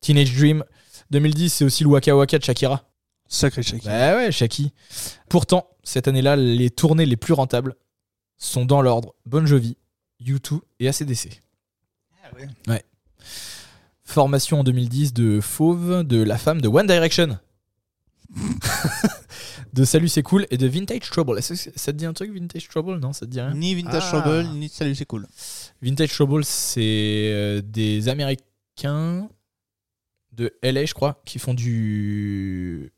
[SPEAKER 4] Teenage Dream. 2010, c'est aussi le Waka Waka de Shakira.
[SPEAKER 5] Sacré Shakira.
[SPEAKER 4] Bah ouais, Shaki. Pourtant, cette année-là, les tournées les plus rentables sont dans l'ordre Bon Jovi, U2 et ACDC. Ah ouais. Formation en 2010 de Fauve, de la femme de One Direction. de Salut c'est cool et de Vintage Trouble. Est-ce que ça te dit un truc Vintage Trouble Non, ça te dit rien.
[SPEAKER 5] Ni Vintage
[SPEAKER 4] Ah.
[SPEAKER 5] Trouble, ni Salut, c'est cool.
[SPEAKER 4] Vintage Trouble, c'est euh, des Américains de LA, je crois, qui font du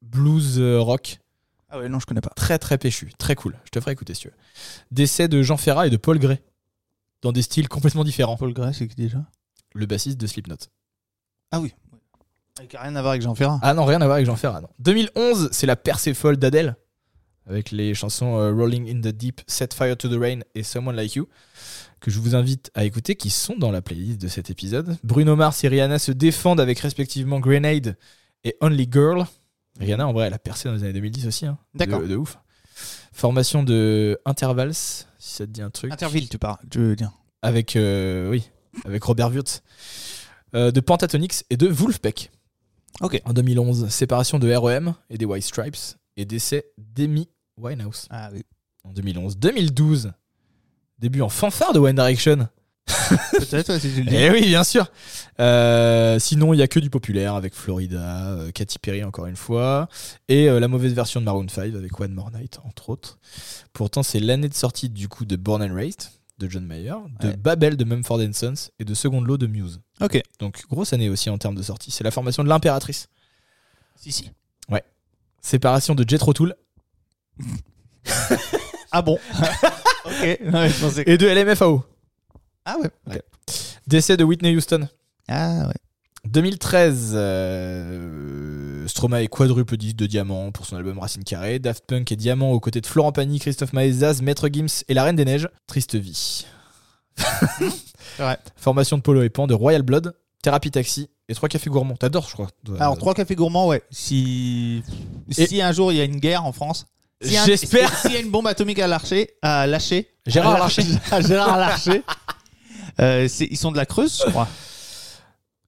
[SPEAKER 4] blues euh, rock.
[SPEAKER 5] Ah ouais, non, je connais pas.
[SPEAKER 4] Très très péchu, très cool. Je te ferai écouter si tu veux. Décès de Jean Ferrat et de Paul Gray. Dans des styles complètement différents.
[SPEAKER 5] Paul Gray, c'est qui déjà
[SPEAKER 4] Le bassiste de Slipknot.
[SPEAKER 5] Avec rien à voir avec Jean Ferrat.
[SPEAKER 4] Ah non, rien à voir avec Jean Ferrat. non. 2011, c'est la percée folle d'Adèle. Avec les chansons euh, Rolling in the Deep, Set Fire to the Rain et Someone Like You. Que je vous invite à écouter, qui sont dans la playlist de cet épisode. Bruno Mars et Rihanna se défendent avec respectivement Grenade et Only Girl. Rihanna, en vrai, elle a percé dans les années 2010 aussi. hein.
[SPEAKER 5] D'accord.
[SPEAKER 4] De, de ouf. Formation de Intervals, si ça te dit un truc.
[SPEAKER 5] Interville, tu parles, je veux dire.
[SPEAKER 4] avec euh, oui avec Robert Wurtz euh, de Pentatonix et de Wolfpack.
[SPEAKER 5] Ok.
[SPEAKER 4] En 2011, séparation de REM et des White Stripes et décès d'Amy Winehouse
[SPEAKER 5] Ah oui.
[SPEAKER 4] en 2011. 2012, début en fanfare de One Direction.
[SPEAKER 5] Peut-être, ouais, si tu le dis.
[SPEAKER 4] Eh oui, bien sûr. Euh, sinon, il y a que du populaire avec Florida, euh, Katy Perry encore une fois, et euh, la mauvaise version de Maroon 5 avec One More Night entre autres. Pourtant, c'est l'année de sortie du coup de Born and Raised de John Mayer, de
[SPEAKER 5] Ouais.
[SPEAKER 4] Babel de Mumford Sons et de Second Law de Muse.
[SPEAKER 5] Ok.
[SPEAKER 4] Donc grosse année aussi en termes de sortie. C'est la formation de l'impératrice.
[SPEAKER 5] Si, si.
[SPEAKER 4] Séparation de Jethro Tull
[SPEAKER 5] Ah bon Ok. Ouais, je pensais que-
[SPEAKER 4] et de LMFAO.
[SPEAKER 5] Ah ouais.
[SPEAKER 4] Décès de Whitney Houston.
[SPEAKER 5] Ah ouais.
[SPEAKER 4] 2013, euh, Stromae quadruple 10 de diamant pour son album Racine Carrée. Daft Punk est diamant aux côtés de Florent Pagny, Christophe Maezaz, Maître Gims et La Reine des Neiges. Triste vie.
[SPEAKER 5] vrai.
[SPEAKER 4] Formation de Polo et Pan, de Royal Blood, Thérapie Taxi et Trois Cafés Gourmands. T'adores, je crois.
[SPEAKER 5] Alors, trois cafés gourmands, ouais. Si,
[SPEAKER 4] Euh, Et-
[SPEAKER 5] si un jour il y a une guerre en France, si un-
[SPEAKER 4] J'espère.
[SPEAKER 5] S'il y a une bombe atomique à lâcher, à lâcher
[SPEAKER 4] Gérard
[SPEAKER 5] à
[SPEAKER 4] Larcher.
[SPEAKER 5] à Gérard Larcher. Euh, c'est- ils sont de la Creuse, je crois.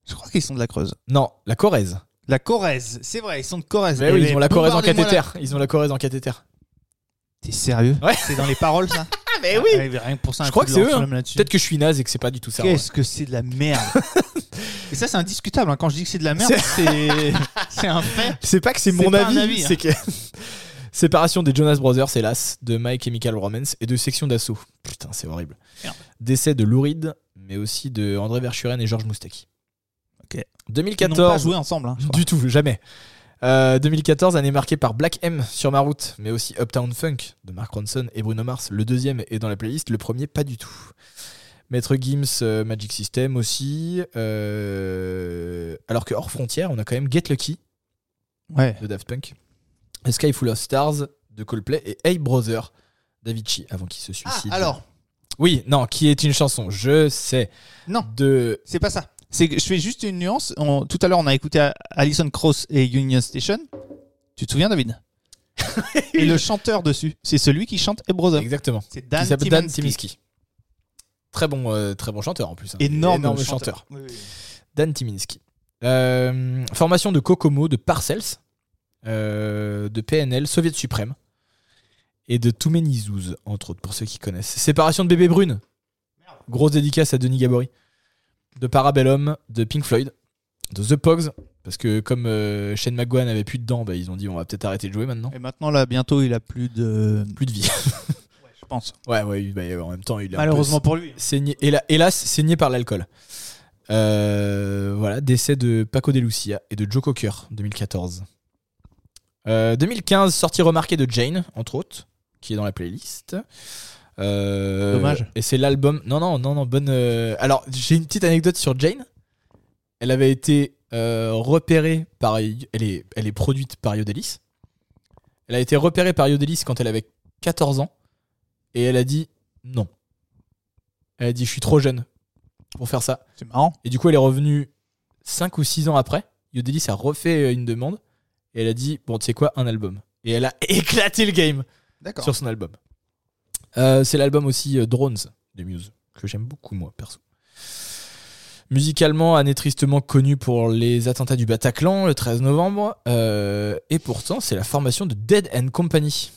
[SPEAKER 5] Je crois qu'ils sont de la Creuse.
[SPEAKER 4] Non, la Corrèze.
[SPEAKER 5] La Corrèze, c'est vrai, ils sont de Corrèze.
[SPEAKER 4] Mais
[SPEAKER 5] Eh
[SPEAKER 4] oui,
[SPEAKER 5] ben,
[SPEAKER 4] ils ont la Corrèze en
[SPEAKER 5] bombardez-moi la-
[SPEAKER 4] cathéter. Ils ont la Corrèze en cathéter.
[SPEAKER 5] T'es sérieux
[SPEAKER 4] Ouais.
[SPEAKER 5] C'est dans les paroles, ça
[SPEAKER 4] Mais
[SPEAKER 5] Ah, ouais, rien que pour ça, un
[SPEAKER 4] Je crois
[SPEAKER 5] coup
[SPEAKER 4] que
[SPEAKER 5] de
[SPEAKER 4] c'est
[SPEAKER 5] lance
[SPEAKER 4] eux, hein.
[SPEAKER 5] même là-dessus.
[SPEAKER 4] Peut-être que je suis naze et que c'est pas du tout ça. hein. en vrai.
[SPEAKER 5] Qu'est-ce que c'est de la merde Et ça, c'est indiscutable. hein. Quand je dis que c'est de la merde, c'est c'est un fait.
[SPEAKER 4] C'est pas que c'est
[SPEAKER 5] C'est
[SPEAKER 4] mon
[SPEAKER 5] pas un
[SPEAKER 4] avis,
[SPEAKER 5] avis, hein.
[SPEAKER 4] c'est que séparation des Jonas Brothers, hélas, de My Chemical Romance et de Section d'assaut. Putain, c'est horrible.
[SPEAKER 5] Merde.
[SPEAKER 4] Décès de Louride, mais aussi de André Verschuren et Georges Moustaki.
[SPEAKER 5] Ok. Ils n'ont pas
[SPEAKER 4] 2014.
[SPEAKER 5] joué ensemble. hein, je crois.
[SPEAKER 4] Du tout, jamais. Euh, 2014, année marquée par Black M sur ma route, mais aussi Uptown Funk de Mark Ronson et Bruno Mars. Le deuxième est dans la playlist, le premier pas du tout. Maître Gims, euh, Magic System aussi. euh, Alors que hors frontières, on a quand même Get Lucky
[SPEAKER 5] Ouais.
[SPEAKER 4] de Daft Punk. A Sky Full of Stars de Coldplay et Hey Brother d'Avicii avant qu'il se
[SPEAKER 5] Ah,
[SPEAKER 4] suicide.
[SPEAKER 5] alors,
[SPEAKER 4] Oui, non, qui est une chanson, je sais.
[SPEAKER 5] Non.
[SPEAKER 4] De.
[SPEAKER 5] C'est pas ça. C'est que je fais juste une nuance. On- tout à l'heure, on a écouté A- Alison Cross et Union Station. Tu te souviens, David Et le chanteur dessus, c'est celui qui chante Hey Brother.
[SPEAKER 4] Exactement.
[SPEAKER 5] C'est
[SPEAKER 4] Qui
[SPEAKER 5] Dan,
[SPEAKER 4] s'appelle Dan
[SPEAKER 5] Timinsky.
[SPEAKER 4] Timinski. Très bon, euh, très bon chanteur en plus. hein.
[SPEAKER 5] Énorme,
[SPEAKER 4] chanteur.
[SPEAKER 5] Oui, oui.
[SPEAKER 4] Dan Timinski. Euh, formation de Kokomo, de Parcells, euh, de PNL, Soviet Suprême et de Toumenizouz, entre autres, pour ceux qui connaissent. Séparation de Bébé Brune. Grosse dédicace à Denis Gabory. De Parabellum, de Pink Floyd, de The Pogs, parce que comme euh, Shane McGowan avait plus de dents, bah, ils ont dit on va peut-être arrêter de jouer maintenant.
[SPEAKER 5] Et maintenant, là, bientôt, il a plus de.
[SPEAKER 4] Plus de vie.
[SPEAKER 5] Je pense.
[SPEAKER 4] ouais, ouais, bah, en même temps, il est un peu
[SPEAKER 5] Malheureusement pour lui.
[SPEAKER 4] saigné, héla- hélas, saigné par l'alcool. Euh, voilà, décès de Paco de Lucia et de Joe Cocker, 2014. Euh, 2015, sortie remarquée de Jane, entre autres, qui est dans la playlist. Euh,
[SPEAKER 5] Dommage.
[SPEAKER 4] Et c'est l'album. Non, non, non, non, bonne. euh, Alors, j'ai une petite anecdote sur Jane. Elle avait été euh, repérée par. Elle est, elle est produite par Yodelis. Elle a été repérée par Yodelis quand elle avait 14 ans. Et elle a dit non. Elle a dit Je suis trop jeune pour faire ça.
[SPEAKER 5] C'est marrant.
[SPEAKER 4] Et du coup, elle est revenue 5 ou 6 ans après. Yodelis a refait euh, une demande. Et elle a dit Bon, tu sais quoi, un album. Et elle a éclaté le game
[SPEAKER 5] D'accord.
[SPEAKER 4] sur son album. Euh, c'est l'album aussi euh, Drones de Muse, que j'aime beaucoup, moi, perso. Musicalement, Anne est tristement connue pour les attentats du Bataclan le 13 novembre, euh, et pourtant, c'est la formation de Dead and Company,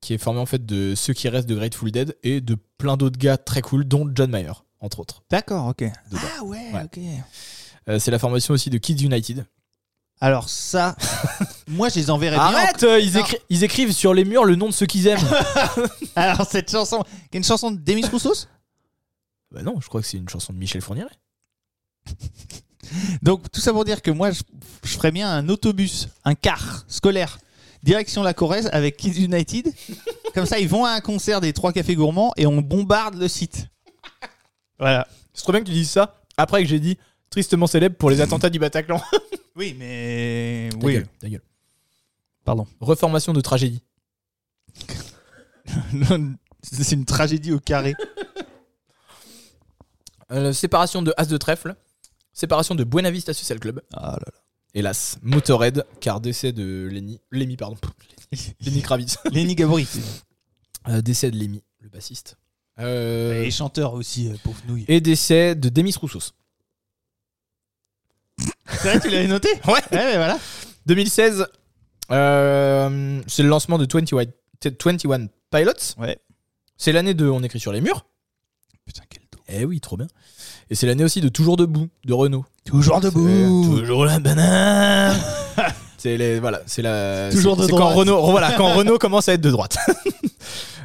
[SPEAKER 4] qui est formée en fait de ceux qui restent de Grateful Dead et de plein d'autres gars très cool, dont John Mayer, entre autres.
[SPEAKER 5] D'accord, ok.
[SPEAKER 4] Dedans.
[SPEAKER 5] Ah ouais,
[SPEAKER 4] Ouais.
[SPEAKER 5] ok.
[SPEAKER 4] Euh, c'est la formation aussi de Kids United.
[SPEAKER 5] Alors ça, moi je les enverrais Eh bien.
[SPEAKER 4] Arrête, euh, ils,
[SPEAKER 5] Non.
[SPEAKER 4] écri- ils écrivent sur les murs le nom de ceux qu'ils aiment.
[SPEAKER 5] Alors cette chanson, qui est une chanson de Demis Roussos
[SPEAKER 4] bah non, je crois que c'est une chanson de Michel Fourniret.
[SPEAKER 5] Donc tout ça pour dire que moi je, je ferais bien un autobus, un car scolaire, direction la Corrèze avec Kids United. Comme ça ils vont à un concert des trois cafés gourmands et on bombarde le site. Voilà.
[SPEAKER 4] C'est trop bien que tu dises ça après que j'ai dit tristement célèbre pour les attentats du Bataclan.
[SPEAKER 5] Oui, mais
[SPEAKER 4] Mmh. Ta
[SPEAKER 5] oui.
[SPEAKER 4] gueule, ta gueule.
[SPEAKER 5] Pardon.
[SPEAKER 4] Reformation de tragédie.
[SPEAKER 5] C'est une tragédie au carré.
[SPEAKER 4] Euh, séparation de As de Trèfle. Séparation de Buena Vista Social Club. Ah Hélas, Motorhead, car décès de Lenny. Lemmy, pardon. Lenny Kravitz.
[SPEAKER 5] Lenny Gabri.
[SPEAKER 4] Euh, décès de Lemmy, le bassiste. Euh,
[SPEAKER 5] Et chanteur aussi, euh, pauvre nouille.
[SPEAKER 4] et décès de Demis Roussos.
[SPEAKER 5] C'est vrai, tu l'avais noté Ouais. mais voilà.
[SPEAKER 4] 2016, euh, c'est le lancement de 21, 21 Pilots.
[SPEAKER 5] Ouais.
[SPEAKER 4] C'est l'année de On écrit sur les murs.
[SPEAKER 5] Putain, quel dos.
[SPEAKER 4] Eh oui, trop bien. Et c'est l'année aussi de Toujours debout, de Renault.
[SPEAKER 5] Toujours debout.
[SPEAKER 4] euh, Toujours la banane. c'est les voilà, c'est la
[SPEAKER 5] Toujours
[SPEAKER 4] c'est-
[SPEAKER 5] de
[SPEAKER 4] c'est quand
[SPEAKER 5] droite.
[SPEAKER 4] Renault voilà, quand Renault commence à être de droite.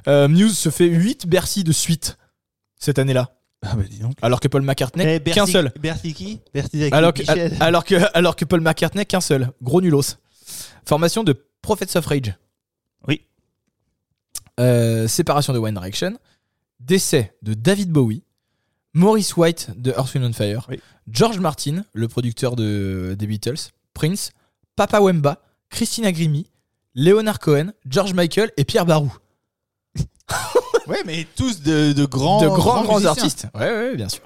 [SPEAKER 4] Euh, Muse se fait 8 Bercy de suite cette année-là,
[SPEAKER 5] Ah bah dis donc.
[SPEAKER 4] alors que Paul McCartney
[SPEAKER 5] Eh,
[SPEAKER 4] qu'un
[SPEAKER 5] Berti-
[SPEAKER 4] seul.
[SPEAKER 5] Berti qui Berti avec
[SPEAKER 4] Alors que,
[SPEAKER 5] Michel.
[SPEAKER 4] alors que alors que Paul McCartney qu'un seul, gros nulos. Formation de Prophets of Rage.
[SPEAKER 5] Oui.
[SPEAKER 4] Euh, séparation de One Direction, décès de David Bowie, Maurice White de Earth, Wind and Fire,
[SPEAKER 5] Oui.
[SPEAKER 4] George Martin, le producteur de, des Beatles, Prince, Papa Wemba, Christina Grimmie, Leonard Cohen, George Michael et Pierre Barou.
[SPEAKER 5] Ouais, mais tous de, de grands,
[SPEAKER 4] de grands, grands
[SPEAKER 5] musiciens.
[SPEAKER 4] artistes. Ouais, ouais, ouais, bien sûr.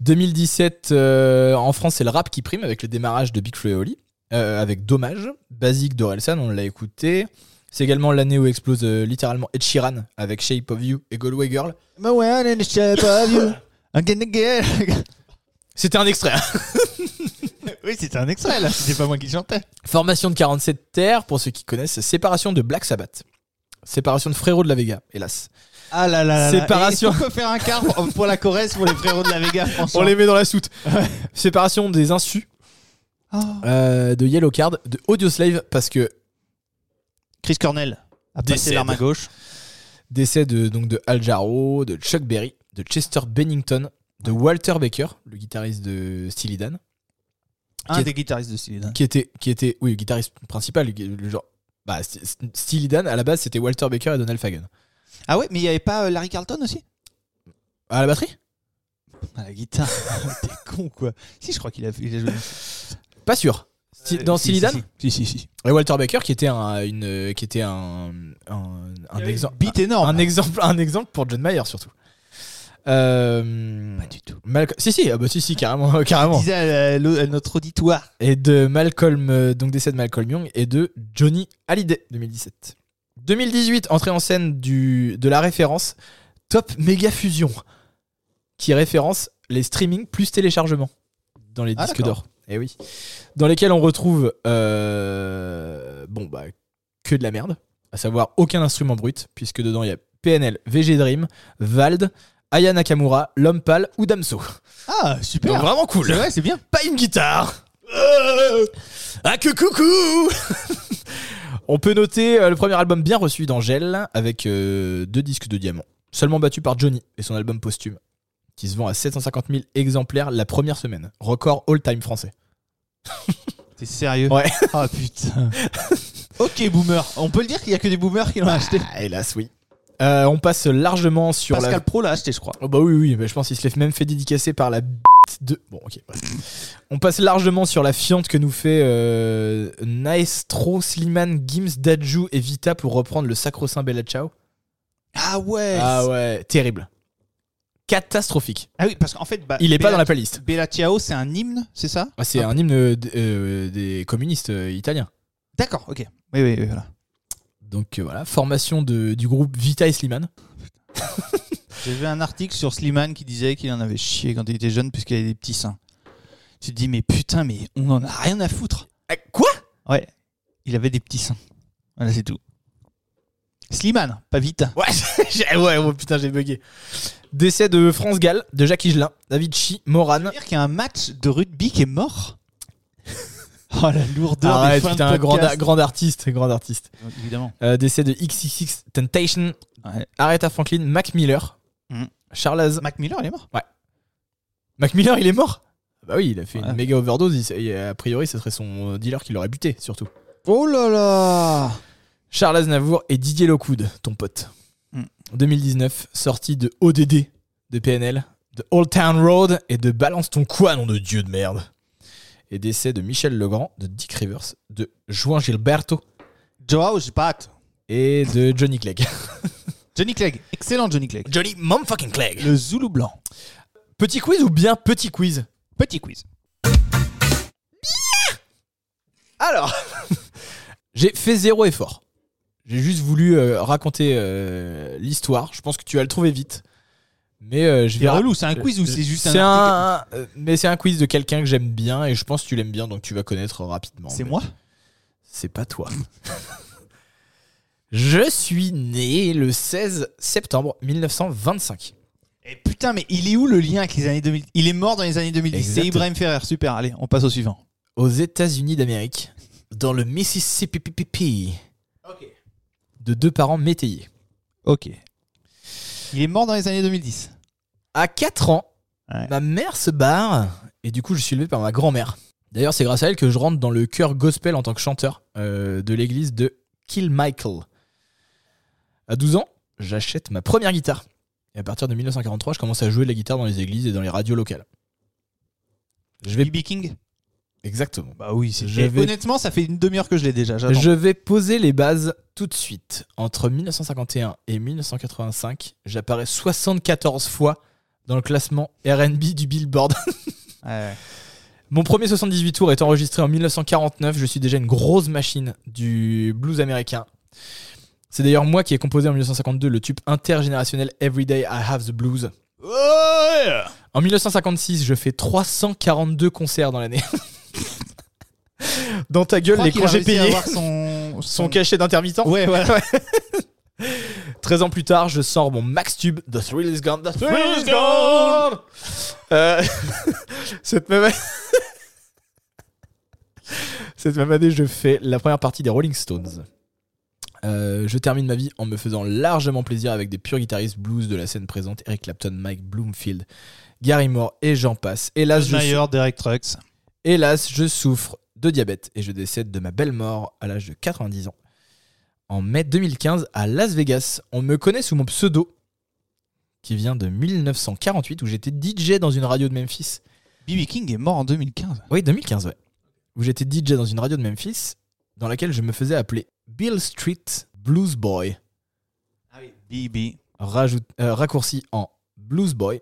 [SPEAKER 4] 2017, euh, en France, c'est le rap qui prime avec le démarrage de Big Flo et Oli, euh, avec Dommage, Basique d'Orelsan, on l'a écouté. C'est également l'année où explose euh, littéralement Ed Sheeran avec Shape of You et Galway Girl.
[SPEAKER 5] My one in the shape of you. I'm gonna get-
[SPEAKER 4] C'était un extrait. hein.
[SPEAKER 5] oui, c'était un extrait là. C'était pas moi qui chantais.
[SPEAKER 4] Formation de 47 Terres, pour ceux qui connaissent, séparation de Black Sabbath. Séparation de Frérot de la Vega, hélas.
[SPEAKER 5] Ah là là.
[SPEAKER 4] là là. Séparation.
[SPEAKER 5] On peut faire un quart pour- pour la Corrèze, pour les frérots de la Vega, François.
[SPEAKER 4] On les met dans la soute. séparation des Insus,
[SPEAKER 5] Ah.
[SPEAKER 4] euh, de Yellow Card, de Audioslave, parce que
[SPEAKER 5] Chris Cornell a
[SPEAKER 4] Décède.
[SPEAKER 5] passé l'arme à gauche.
[SPEAKER 4] Décès de, donc de Al Jarreau, de Chuck Berry, de Chester Bennington, de Walter Baker, le guitariste de Steely Dan,
[SPEAKER 5] Un
[SPEAKER 4] Qui est-
[SPEAKER 5] des guitaristes de Steely Dan.
[SPEAKER 4] qui était, qui était oui, le guitariste principal, le, le genre. Bah, St- St- Steely Dan, à la base, c'était Walter Baker et Donald Fagan.
[SPEAKER 5] Ah ouais, mais il y avait pas euh, Larry Carlton aussi
[SPEAKER 4] À la batterie
[SPEAKER 5] Ah la guitare. T'es con quoi. Si, je crois qu'il a, il a joué.
[SPEAKER 4] Pas sûr. Sti- dans
[SPEAKER 5] Euh, Si,
[SPEAKER 4] Steely Dan
[SPEAKER 5] Si si si. si.
[SPEAKER 4] Et Walter Baker, qui était un, une, qui était un, un, un exemple.
[SPEAKER 5] Beat énorme.
[SPEAKER 4] Un exemple, un exemple pour John Mayer surtout. Euh,
[SPEAKER 5] Pas du tout.
[SPEAKER 4] Malco- si si, ah bah si si carrément carrément.
[SPEAKER 5] Disait à, la- à notre auditoire.
[SPEAKER 4] et de Malcolm, euh, donc décès de Malcolm Young, et de Johnny Hallyday, 2017. 2018, entrée en scène du, de la référence Top Mega Fusion, qui référence les streamings plus téléchargements dans les
[SPEAKER 5] Ah,
[SPEAKER 4] disques
[SPEAKER 5] d'accord.
[SPEAKER 4] d'or. Eh oui. Dans lesquels on retrouve, euh, bon bah, que de la merde, à savoir aucun instrument brut, puisque dedans il y a PNL, VG Dream, Vald, Aya Nakamura, L'Homme Pâle ou Damso.
[SPEAKER 5] Ah
[SPEAKER 4] Donc
[SPEAKER 5] super.
[SPEAKER 4] vraiment cool
[SPEAKER 5] C'est vrai, c'est bien.
[SPEAKER 4] pas une guitare. Euh, ah que coucou On peut noter euh, le premier album bien reçu d'Angèle avec euh, deux disques de diamant, seulement battu par Johnny et son album posthume, qui se vend à 750 000 exemplaires la première semaine, record all-time français.
[SPEAKER 5] T'es sérieux
[SPEAKER 4] Ouais.
[SPEAKER 5] Ah putain. ok boomer. On peut le dire qu'il y a que des boomers qui l'ont acheté.
[SPEAKER 4] Ah, hélas, oui. Euh, on passe largement sur la...
[SPEAKER 5] Pascal Pro l'a acheté, je crois.
[SPEAKER 4] Oh bah oui, oui, mais je pense qu'il se l'est même fait dédicacer par la b*** de... Bon, ok. bref. On passe largement sur la fiante que nous fait euh, Naestro, Slimane, Gims, Dajou et Vita pour reprendre le sacro-saint Bella Ciao.
[SPEAKER 5] Ah ouais.
[SPEAKER 4] Ah ouais, terrible. catastrophique.
[SPEAKER 2] Ah oui, parce qu'en fait, bah,
[SPEAKER 4] Il est pas
[SPEAKER 2] Bella-
[SPEAKER 4] dans la playlist.
[SPEAKER 2] Bella Ciao, c'est un hymne, c'est ça
[SPEAKER 4] Ah, c'est un hymne euh, d- euh, des communistes euh, italiens.
[SPEAKER 2] D'accord, ok.
[SPEAKER 5] Oui, oui, oui, voilà.
[SPEAKER 4] Donc euh, voilà, formation de, du groupe Vita et Slimane.
[SPEAKER 5] J'ai vu un article sur Slimane qui disait qu'il en avait chié quand il était jeune puisqu'il avait des petits seins. Tu te dis, mais putain, mais on en a rien à foutre.
[SPEAKER 4] quoi
[SPEAKER 5] Ouais, il avait des petits seins. Voilà, c'est tout. Slimane, pas vite.
[SPEAKER 4] Ouais, j'ai- ouais, oh, putain, j'ai bugué. Décès de France Gall, de Jacques Higelin, David Chi, Morane.
[SPEAKER 5] dire qu'il y a un match de rugby qui est mort Oh la lourdeur
[SPEAKER 4] Ah ouais,
[SPEAKER 5] des fins
[SPEAKER 4] putain,
[SPEAKER 5] de
[SPEAKER 4] grand,
[SPEAKER 5] podcast.
[SPEAKER 4] grand artiste, grand artiste.
[SPEAKER 5] Évidemment.
[SPEAKER 4] Euh, décès de XXX Temptation,
[SPEAKER 5] Ouais.
[SPEAKER 4] Aretha Franklin, Mac Miller,
[SPEAKER 5] Mhm.
[SPEAKER 4] Charles.
[SPEAKER 5] Mac Miller, il est mort
[SPEAKER 4] Mac Miller, il est mort Bah oui, il a fait
[SPEAKER 5] Ouais.
[SPEAKER 4] une méga overdose. il s- et a priori, ce serait son euh, dealer qui l'aurait buté, surtout.
[SPEAKER 5] Oh là là
[SPEAKER 4] Charles Aznavour et Didier Lockwood, ton pote.
[SPEAKER 5] Mm.
[SPEAKER 4] 2019, sortie de ODD, de PNL, de Old Town Road et de Balance ton quoi, nom de Dieu de merde. Et décès de Michel Legrand, de Dick Rivers, de Juan Gilberto
[SPEAKER 5] Joao Bat.
[SPEAKER 4] et de Johnny Clegg.
[SPEAKER 5] Johnny Clegg. Excellent Johnny Clegg.
[SPEAKER 4] Johnny Mumfucking Clegg.
[SPEAKER 5] Le Zoulou blanc.
[SPEAKER 4] Petit quiz ou bien petit quiz
[SPEAKER 5] Petit quiz.
[SPEAKER 4] Alors, j'ai fait zéro effort. J'ai juste voulu euh, raconter euh, l'histoire. Je pense que tu vas le trouver vite. Mais euh, je
[SPEAKER 5] C'est
[SPEAKER 4] vais ra-
[SPEAKER 5] relou, c'est un quiz ou c'est juste
[SPEAKER 4] C'est
[SPEAKER 5] un... article
[SPEAKER 4] un, euh, mais c'est un quiz de quelqu'un que j'aime bien et je pense que tu l'aimes bien donc tu vas connaître rapidement.
[SPEAKER 5] C'est
[SPEAKER 4] Mais
[SPEAKER 5] moi
[SPEAKER 4] C'est pas toi. je suis né le 16 septembre 1925.
[SPEAKER 5] Et putain, mais il est où le lien avec les années 2000 Il est mort dans les années 2010. C'est
[SPEAKER 4] Exactement.
[SPEAKER 5] Ibrahim Ferrer. Super, allez, on passe au suivant.
[SPEAKER 4] aux États-Unis d'Amérique, dans le Mississippi, de deux parents métayers.
[SPEAKER 5] Ok. Il est mort dans les années 2010.
[SPEAKER 4] À 4 ans,
[SPEAKER 5] Ouais.
[SPEAKER 4] ma mère se barre et du coup, je suis élevé par ma grand-mère. D'ailleurs, c'est grâce à elle que je rentre dans le chœur gospel en tant que chanteur euh, de l'église de Kill Michael. À 12 ans, j'achète ma première guitare. Et à partir de 1943, je commence à jouer de la guitare dans les églises et dans les radios locales. Je vais.
[SPEAKER 5] B.B. King
[SPEAKER 4] Exactement.
[SPEAKER 5] Bah oui, c'est...
[SPEAKER 4] Je
[SPEAKER 5] Et
[SPEAKER 4] vais-
[SPEAKER 5] Honnêtement, ça fait une demi-heure que je l'ai déjà. j'attends.
[SPEAKER 4] Je vais poser les bases tout de suite. Entre 1951 et 1985, j'apparais 74 fois dans le classement RB du Billboard.
[SPEAKER 5] Ouais, ouais.
[SPEAKER 4] Mon premier 78 tours est enregistré en 1949. Je suis déjà une grosse machine du blues américain. C'est d'ailleurs moi qui ai composé en 1952 le tube intergénérationnel Everyday I Have the Blues.
[SPEAKER 5] Oh,
[SPEAKER 4] En 1956, je fais 342 concerts dans l'année. dans ta
[SPEAKER 5] Je
[SPEAKER 4] gueule,
[SPEAKER 5] crois
[SPEAKER 4] les
[SPEAKER 5] qu'il a
[SPEAKER 4] congés
[SPEAKER 5] réussi à
[SPEAKER 4] payés,
[SPEAKER 5] avoir son...
[SPEAKER 4] son cachet d'intermittent.
[SPEAKER 5] Ouais, voilà.
[SPEAKER 4] 13 ans plus tard, je sors mon Max Tube, The Thrill is Gone, The Thrill is Gone Euh, Cette même année... Cette même année, je fais la première partie des Rolling Stones. Euh, je termine ma vie en me faisant largement plaisir avec des purs guitaristes blues de la scène présente, Eric Clapton, Mike Bloomfield, Gary Moore et j'en passe. Hélas, je,
[SPEAKER 5] Mayer, Derek Trucks.
[SPEAKER 4] Hélas, je souffre de diabète et je décède de ma belle mort à l'âge de 90 ans. En mai 2015 à Las Vegas, on me connaît sous mon pseudo qui vient de 1948 où j'étais DJ dans une radio de Memphis.
[SPEAKER 5] B.B. King est mort en 2015.
[SPEAKER 4] Oui, 2015, ouais. Où j'étais DJ dans une radio de Memphis dans laquelle je me faisais appeler Bill Street Blues Boy,
[SPEAKER 5] Ah B.B.
[SPEAKER 4] rajoute- euh, raccourci en Blues Boy,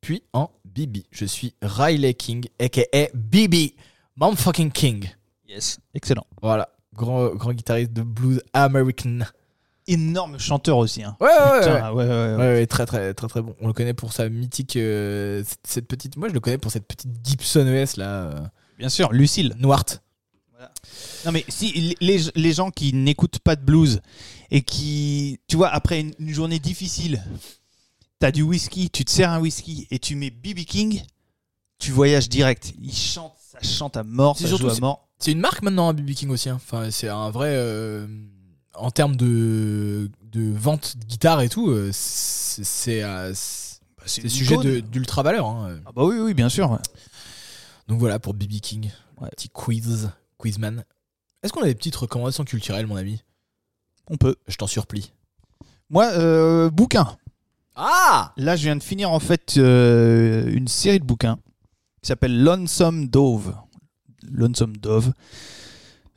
[SPEAKER 4] puis en BB. Je suis Riley King, aka BB, Mom fucking King.
[SPEAKER 5] Yes. Excellent.
[SPEAKER 4] Voilà, grand, grand guitariste de blues américain.
[SPEAKER 5] Énorme chanteur aussi. Hein.
[SPEAKER 4] Ouais, ouais, ouais.
[SPEAKER 5] Putain, ouais, ouais, ouais.
[SPEAKER 4] Ouais, ouais, très, très, très, très bon. On le connaît pour sa mythique, euh, cette, cette petite. Moi, je le connais pour cette petite Gibson ES là, euh,
[SPEAKER 5] Bien sûr, Lucille.
[SPEAKER 4] Noirte.
[SPEAKER 5] Non mais si les, les gens qui n'écoutent pas de blues et qui, tu vois, après une, une journée difficile, t'as du whisky, tu te sers un whisky et tu mets B.B. King, tu voyages direct. Il chante, ça chante à mort,
[SPEAKER 4] C'est
[SPEAKER 5] ça
[SPEAKER 4] surtout-
[SPEAKER 5] joue à mort.
[SPEAKER 4] C'est une marque maintenant, hein, BB King aussi. hein. Enfin, c'est un vrai. euh, en termes de, de vente de guitare et tout, euh, c'est c'est, euh, c'est
[SPEAKER 5] bah, c'est
[SPEAKER 4] c'est
[SPEAKER 5] une
[SPEAKER 4] sujet
[SPEAKER 5] icône.
[SPEAKER 4] de- d'ultra valeur. hein.
[SPEAKER 5] Ah bah oui, oui, bien sûr. ouais.
[SPEAKER 4] Donc voilà pour BB King.
[SPEAKER 5] Ouais.
[SPEAKER 4] Petit quiz, quizman. Est-ce qu'on a des petites recommandations culturelles, mon ami
[SPEAKER 5] On peut.
[SPEAKER 4] Je t'en supplie.
[SPEAKER 5] Moi, euh, bouquin.
[SPEAKER 4] Ah
[SPEAKER 5] Là, je viens de finir en fait euh, une série de bouquins qui s'appelle Lonesome Dove. Lonesome Dove.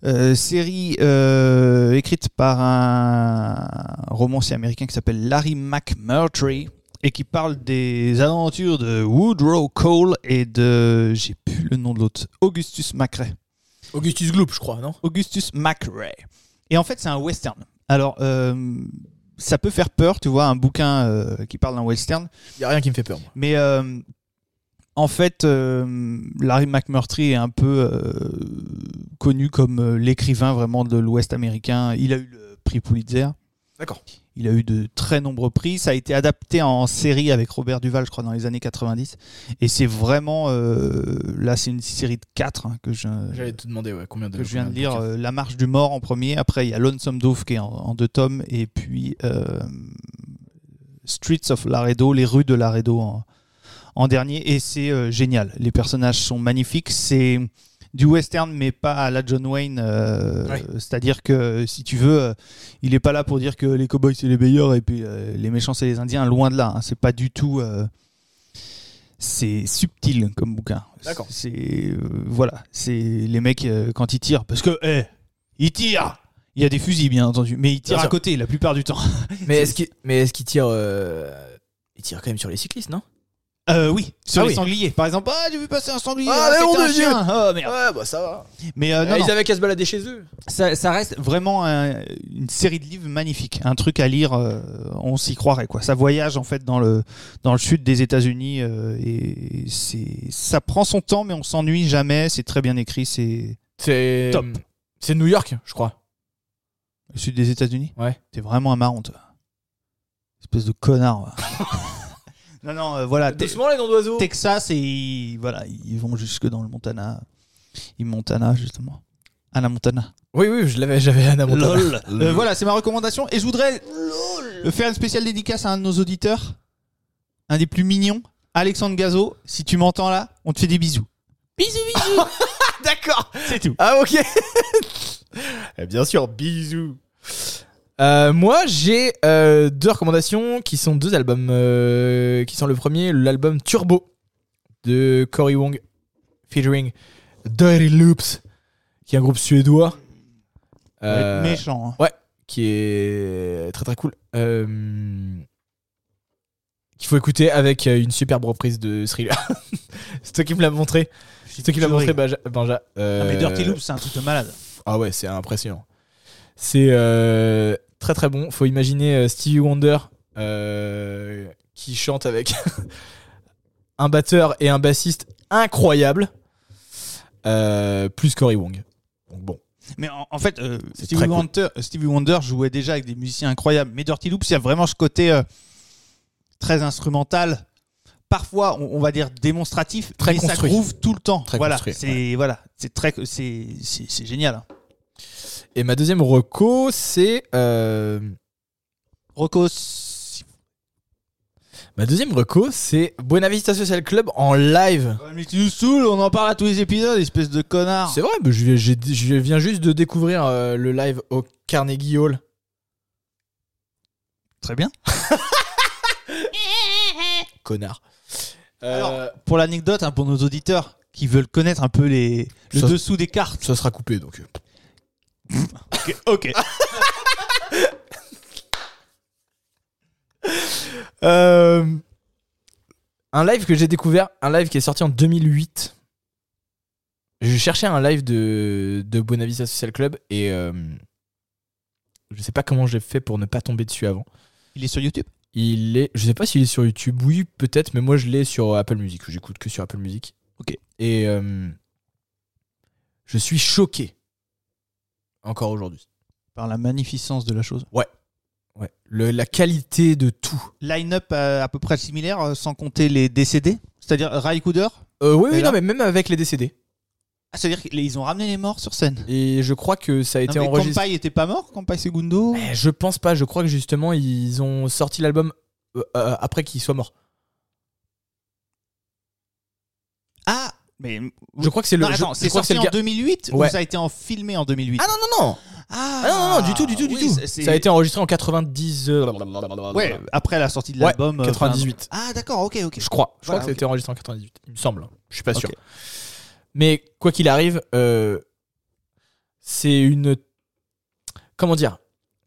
[SPEAKER 5] Euh, série euh, écrite par un romancier américain qui s'appelle Larry McMurtry et qui parle des aventures de Woodrow Cole et de. J'ai plus le nom de l'autre. Augustus Macrae.
[SPEAKER 4] Augustus Gloop, je crois, non
[SPEAKER 5] Augustus McRae. Et en fait, c'est un western. Alors, euh, ça peut faire peur, tu vois, un bouquin euh, qui parle d'un western.
[SPEAKER 4] Il y a rien qui me fait peur, moi.
[SPEAKER 5] Mais euh, en fait, euh, Larry McMurtry est un peu euh, connu comme euh, l'écrivain vraiment de l'Ouest américain. Il a eu le prix Pulitzer.
[SPEAKER 4] D'accord.
[SPEAKER 5] Il a eu de très nombreux prix. Ça a été adapté en série avec Robert Duval, je crois, dans les années 90. Et c'est vraiment. euh, là, c'est une série de quatre hein, que je,
[SPEAKER 4] J'allais te demander, ouais, combien de.
[SPEAKER 5] que je viens de
[SPEAKER 4] combien
[SPEAKER 5] lire
[SPEAKER 4] bouquins.
[SPEAKER 5] euh, La Marche du Mort en premier. Après, il y a Lonesome Dove qui est en, en deux tomes. Et puis euh, Streets of Laredo, Les rues de Laredo en, en dernier. Et c'est euh, génial. Les personnages sont magnifiques. C'est du western, mais pas à la John Wayne. euh,
[SPEAKER 4] Ouais.
[SPEAKER 5] C'est-à-dire que, si tu veux, euh, il n'est pas là pour dire que les cowboys c'est les meilleurs et puis euh, les méchants c'est les indiens. Loin de là. hein. C'est pas du tout. euh, c'est subtil comme bouquin.
[SPEAKER 4] D'accord.
[SPEAKER 5] C'est euh, voilà, c'est les mecs euh, quand ils tirent parce que eh, ils tirent. Il y a des fusils bien entendu, mais ils tirent
[SPEAKER 4] Bien
[SPEAKER 5] à
[SPEAKER 4] sûr.
[SPEAKER 5] côté la plupart du temps.
[SPEAKER 4] Mais est-ce qu'il mais est-ce qu'il tire. euh, Il tire quand même sur les cyclistes, non
[SPEAKER 5] Euh, oui, sur
[SPEAKER 4] Ah
[SPEAKER 5] les
[SPEAKER 4] oui.
[SPEAKER 5] sangliers. Par exemple, ah j'ai vu passer un sanglier.
[SPEAKER 4] Ah, mais
[SPEAKER 5] c'était
[SPEAKER 4] nom
[SPEAKER 5] un
[SPEAKER 4] de Dieu.
[SPEAKER 5] chien. Ah, merde.
[SPEAKER 4] Ouais, bah ça va.
[SPEAKER 5] Mais euh, non, non,
[SPEAKER 4] Ils avaient qu'à se balader chez eux.
[SPEAKER 5] ça, ça reste vraiment un- une série de livres magnifiques, un truc à lire. euh, on s'y croirait quoi. Ça voyage en fait dans le dans le sud des États-Unis euh, et c'est ça prend son temps, mais on s'ennuie jamais. C'est très bien écrit. C'est
[SPEAKER 4] C'est.
[SPEAKER 5] Top.
[SPEAKER 4] C'est New York, je crois.
[SPEAKER 5] Le sud des États-Unis
[SPEAKER 4] Ouais.
[SPEAKER 5] T'es vraiment un marron, toi. Espèce de connard. va. non, non, euh, voilà. Te-
[SPEAKER 4] Doucement les noms d'oiseaux.
[SPEAKER 5] Texas, et ils- voilà, ils vont jusque dans le Montana. Ils Montana, justement. Anna Montana.
[SPEAKER 4] Oui, oui, je l'avais, j'avais Anna Montana.
[SPEAKER 5] LOL. Euh, voilà, c'est ma recommandation. Et je voudrais euh, faire une spéciale dédicace à un de nos auditeurs. Un des plus mignons. Alexandre Gazo, si tu m'entends là, on te fait des bisous.
[SPEAKER 4] D'accord.
[SPEAKER 5] C'est tout.
[SPEAKER 4] Ah, ok. Eh Bien sûr, bisous. Euh, moi, j'ai euh, deux recommandations qui sont deux albums. euh, qui sont le premier, l'album Turbo de Cory Wong featuring Dirty Loops, qui est un groupe suédois. Euh,
[SPEAKER 5] Méchant. hein.
[SPEAKER 4] qui est très très cool. Euh, qu'il faut écouter avec euh, une superbe reprise de Thriller. c'est toi qui me l'as montré. C'est toi qui me l'as
[SPEAKER 5] Je
[SPEAKER 4] montré,
[SPEAKER 5] rigole.
[SPEAKER 4] Benja. Benja.
[SPEAKER 5] Ah, mais
[SPEAKER 4] Euh,
[SPEAKER 5] Dirty Loops, c'est un truc de malade.
[SPEAKER 4] Ah ouais, c'est impressionnant. C'est euh, très très bon. Faut imaginer euh, Stevie Wonder euh, qui chante avec un batteur et un bassiste incroyable, euh, plus Cory Wong. Donc bon.
[SPEAKER 5] Mais en, en fait, euh,
[SPEAKER 4] C'est
[SPEAKER 5] Stevie,
[SPEAKER 4] très cool.
[SPEAKER 5] Wonder, Stevie Wonder jouait déjà avec des musiciens incroyables. Mais Dirty Loops, il y a vraiment ce côté euh, très instrumental, parfois, on, on va dire, démonstratif,
[SPEAKER 4] Très
[SPEAKER 5] mais
[SPEAKER 4] construit.
[SPEAKER 5] ça groove tout le temps.
[SPEAKER 4] Très
[SPEAKER 5] voilà,
[SPEAKER 4] construit,
[SPEAKER 5] c'est voilà, c'est très, c'est c'est- c'est génial. hein.
[SPEAKER 4] Et ma deuxième reco, c'est euh,
[SPEAKER 5] Rocco,
[SPEAKER 4] Ma deuxième reco, c'est Buena Vista Social Club en live.
[SPEAKER 5] mais tu nous saoules, on en parle à tous les épisodes, espèce de connard.
[SPEAKER 4] C'est vrai, mais je, viens- j'ai- je viens juste de découvrir euh, le live au Carnegie Hall.
[SPEAKER 5] Très bien.
[SPEAKER 4] Connard. Euh,
[SPEAKER 5] Alors,
[SPEAKER 4] Alors,
[SPEAKER 5] pour l'anecdote, hein, pour nos auditeurs qui veulent connaître un peu les, le
[SPEAKER 4] Ça-
[SPEAKER 5] dessous des cartes.
[SPEAKER 4] ça sera coupé donc. euh,
[SPEAKER 5] Ok.
[SPEAKER 4] Euh, un live que j'ai découvert, un live qui est sorti en 2008. Je cherchais un live de, de Bonavista Social Club et euh, je sais pas comment j'ai fait pour ne pas tomber dessus avant.
[SPEAKER 5] Il est sur YouTube.
[SPEAKER 4] Il est, je sais pas s'il est sur YouTube, oui peut-être, mais moi je l'ai sur Apple Music, j'écoute que sur Apple Music.
[SPEAKER 5] Ok.
[SPEAKER 4] Et euh, je suis choqué encore aujourd'hui.
[SPEAKER 5] Par la magnificence de la chose.
[SPEAKER 4] Ouais. Le- la qualité de tout.
[SPEAKER 5] line-up euh, à peu près similaire, euh, sans compter les décédés C'est-à-dire Raikouder
[SPEAKER 4] Euh, oui,
[SPEAKER 5] Et
[SPEAKER 4] oui,
[SPEAKER 5] là-
[SPEAKER 4] non, mais même avec les décédés.
[SPEAKER 5] ah, C'est-à-dire qu'ils ont ramené les morts sur scène
[SPEAKER 4] Et je crois que ça a été
[SPEAKER 5] Non, mais
[SPEAKER 4] enregistré.
[SPEAKER 5] Kampai était pas mort Kampai Segundo
[SPEAKER 4] Eh, Je pense pas, je crois que justement ils ont sorti l'album euh, euh, après qu'il soit mort.
[SPEAKER 5] Ah Mais
[SPEAKER 4] Je crois que c'est le.
[SPEAKER 5] Non,
[SPEAKER 4] je-
[SPEAKER 5] attends,
[SPEAKER 4] je
[SPEAKER 5] c'est
[SPEAKER 4] crois que
[SPEAKER 5] sorti
[SPEAKER 4] le
[SPEAKER 5] en
[SPEAKER 4] gars-
[SPEAKER 5] 2008
[SPEAKER 4] Ouais.
[SPEAKER 5] ou ça a été en filmé en 2008
[SPEAKER 4] Ah non, non, non
[SPEAKER 5] Ah,
[SPEAKER 4] Ah non, non, non, du tout, du tout, du
[SPEAKER 5] oui,
[SPEAKER 4] tout
[SPEAKER 5] c'est- c'est-
[SPEAKER 4] Ça a été enregistré en 90. euh,
[SPEAKER 5] Ouais, après la sortie de
[SPEAKER 4] Ouais,
[SPEAKER 5] l'album. euh,
[SPEAKER 4] 98.
[SPEAKER 5] enfin, Ah d'accord, ok, ok.
[SPEAKER 4] Je crois. Je
[SPEAKER 5] Voilà,
[SPEAKER 4] crois que ça a
[SPEAKER 5] ok.
[SPEAKER 4] été enregistré en 98, il me semble. Je suis pas sûr.
[SPEAKER 5] Ok.
[SPEAKER 4] Mais quoi qu'il arrive, euh, c'est une. Comment dire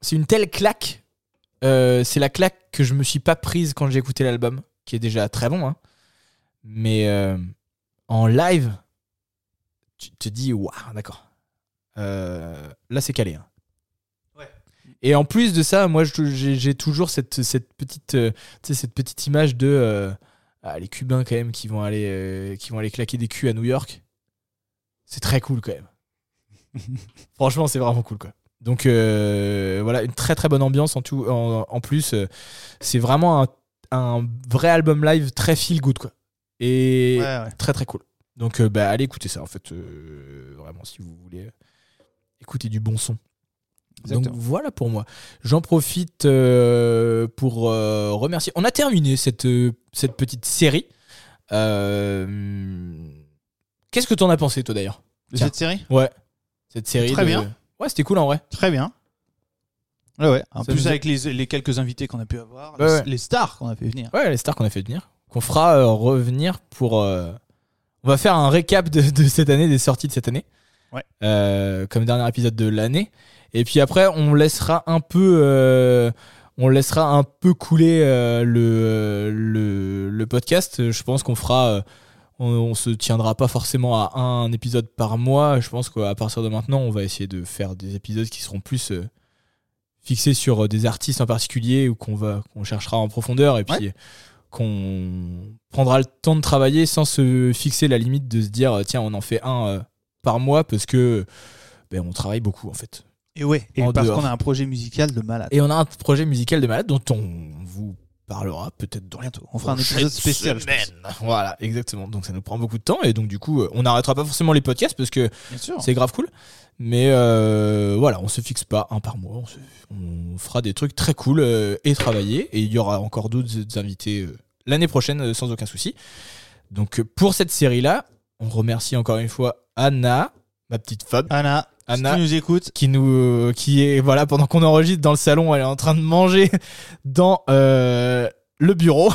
[SPEAKER 4] C'est une telle claque Euh, c'est la claque que je me suis pas prise quand j'ai écouté l'album, qui est déjà très bon. hein. Mais euh, en live, tu te dis, waouh, d'accord. Euh, là, c'est calé. hein. Et en plus de ça, moi, je- j'ai j'ai toujours cette, cette, petite, euh, tu sais, cette petite image de euh, ah, les Cubains, quand même, qui vont, aller, euh, qui vont aller claquer des culs à New York. C'est très cool, quand même. Franchement, c'est vraiment cool, quoi. Donc euh, voilà, une très très bonne ambiance en, tout, en, en plus. euh, c'est vraiment un, un vrai album live très feel good quoi. Et très très cool. Donc euh, bah, allez écouter ça en fait. euh, vraiment si vous voulez euh, écouter du bon son. Donc voilà pour moi. J'en profite euh, pour euh, remercier. On a terminé cette, euh, cette petite série. Euh, Qu'est-ce que t'en as pensé toi d'ailleurs
[SPEAKER 2] de
[SPEAKER 4] Tiens.
[SPEAKER 2] cette série
[SPEAKER 4] Ouais. Cette série.
[SPEAKER 2] Très
[SPEAKER 4] de-
[SPEAKER 2] bien.
[SPEAKER 4] Ouais, c'était cool en vrai.
[SPEAKER 2] Très bien. Ouais, ouais. En
[SPEAKER 4] Ça
[SPEAKER 2] plus,
[SPEAKER 4] nous a-
[SPEAKER 2] avec les, les quelques invités qu'on a pu avoir,
[SPEAKER 4] Ouais,
[SPEAKER 2] les,
[SPEAKER 4] ouais.
[SPEAKER 2] les stars qu'on a fait venir.
[SPEAKER 4] Ouais, les stars qu'on a fait venir. Qu'on fera euh, revenir pour. euh, on va faire un récap de, de cette année, des sorties de cette année.
[SPEAKER 2] Ouais.
[SPEAKER 4] Euh, comme dernier épisode de l'année. Et puis après, on laissera un peu. euh, on laissera un peu couler euh, le, le, le podcast. Je pense qu'on fera. euh, on, on se tiendra pas forcément à un épisode par mois. Je pense qu'à partir de maintenant, on va essayer de faire des épisodes qui seront plus euh, fixés sur euh, des artistes en particulier ou qu'on va qu'on cherchera en profondeur et puis qu'on prendra le temps de travailler sans se fixer la limite de se dire tiens on en fait un euh, par mois parce que ben, on travaille beaucoup en fait.
[SPEAKER 2] Et ouais, et
[SPEAKER 4] En
[SPEAKER 2] parce
[SPEAKER 4] dehors.
[SPEAKER 2] qu'on a un projet musical de malade.
[SPEAKER 4] Et on a un projet musical de malade dont on vous parlera peut-être dans
[SPEAKER 2] Bientôt. On fera un
[SPEAKER 4] prochaine
[SPEAKER 2] épisode spécial. je pense.
[SPEAKER 4] semaine. Voilà, exactement. Donc ça nous prend beaucoup de temps et donc du coup, euh, on n'arrêtera pas forcément les podcasts parce que
[SPEAKER 2] Bien sûr.
[SPEAKER 4] c'est grave cool. Mais euh, voilà, on se fixe pas un par mois. On, se- on fera des trucs très cool euh, et travaillés. Et il y aura encore d'autres invités euh, l'année prochaine euh, sans aucun souci. Donc euh, pour cette série-là, on remercie encore une fois Anna, ma petite femme,
[SPEAKER 2] Anna,
[SPEAKER 4] Anna.
[SPEAKER 2] si tu nous écoutes,
[SPEAKER 4] qui nous, euh, qui est voilà pendant qu'on enregistre dans le salon, elle est en train de manger dans euh, le bureau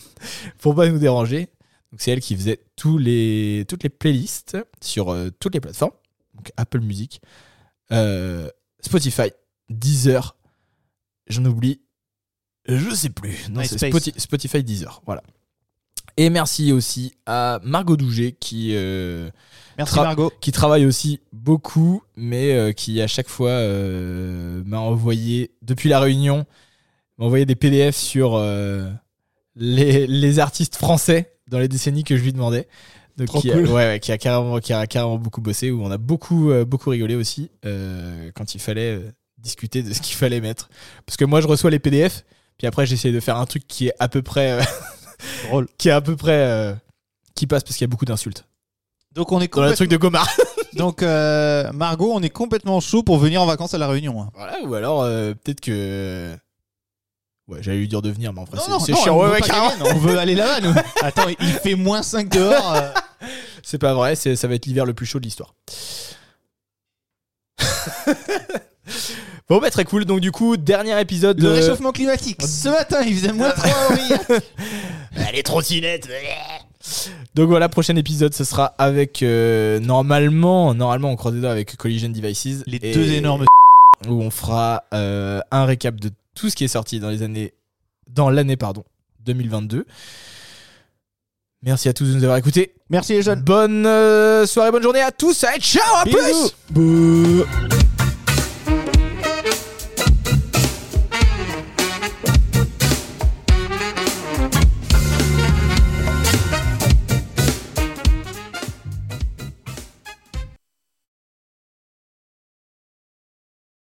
[SPEAKER 4] pour pas nous déranger. Donc c'est elle qui faisait tous les, toutes les playlists sur euh, toutes les plateformes, donc Apple Music, euh, Spotify, Deezer, j'en oublie, je sais plus. Non, c'est
[SPEAKER 2] MySpace.
[SPEAKER 4] Spoti- Spotify, Deezer, voilà. Et merci aussi à Margot Douget qui euh,
[SPEAKER 2] merci
[SPEAKER 4] Tra-
[SPEAKER 2] Margot.
[SPEAKER 4] qui travaille aussi beaucoup, mais euh, qui à chaque fois euh, m'a envoyé, depuis la réunion, m'a envoyé des PDF sur euh, les, les artistes français dans les décennies que je lui demandais. Donc,
[SPEAKER 2] Trop
[SPEAKER 4] qui, a-
[SPEAKER 2] cool.
[SPEAKER 4] ouais, ouais, qui, a carrément, qui a carrément beaucoup bossé, où on a beaucoup, euh, beaucoup rigolé aussi euh, quand il fallait euh, discuter de ce qu'il fallait mettre. Parce que moi, je reçois les PDF, puis après, j'essaie de faire un truc qui est à peu près. euh,
[SPEAKER 2] Drôle.
[SPEAKER 4] Qui est à peu près. euh, qui passe parce qu'il y a beaucoup d'insultes.
[SPEAKER 2] Donc on est
[SPEAKER 4] Dans le truc de Gomard.
[SPEAKER 2] Donc euh, Margot, on est complètement chaud pour venir en vacances à la Réunion. hein.
[SPEAKER 4] Voilà, ou alors euh, peut-être que. Ouais, j'allais lui dire de venir, mais en vrai, Ah, c'est- c'est
[SPEAKER 2] non,
[SPEAKER 4] chiant.
[SPEAKER 2] on
[SPEAKER 4] Ouais,
[SPEAKER 2] veut
[SPEAKER 4] ouais,
[SPEAKER 2] pas
[SPEAKER 4] carrément.
[SPEAKER 2] qu'elle vienne, On veut aller là-bas, nous. Attends, il fait moins 5 dehors. euh,
[SPEAKER 4] C'est pas vrai, c'est- ça va être l'hiver le plus chaud de l'histoire. bon, bah, très cool. Donc, du coup, dernier épisode.
[SPEAKER 2] Le
[SPEAKER 4] euh,
[SPEAKER 2] réchauffement climatique. Ce matin, il faisait moins 3
[SPEAKER 4] Ah, les trottinettes. Donc voilà, prochain épisode, ce sera avec euh, normalement, normalement, on croise les doigts avec Collision Devices.
[SPEAKER 2] Les
[SPEAKER 4] Et-
[SPEAKER 2] deux énormes.
[SPEAKER 4] où on fera euh, un récap de tout ce qui est sorti dans les années dans l'année pardon 2022. Merci à tous de nous avoir écoutés.
[SPEAKER 2] Merci les jeunes.
[SPEAKER 4] Bonne euh, soirée, bonne journée à tous et ciao à
[SPEAKER 2] Bisous.
[SPEAKER 4] plus.
[SPEAKER 2] Bouh.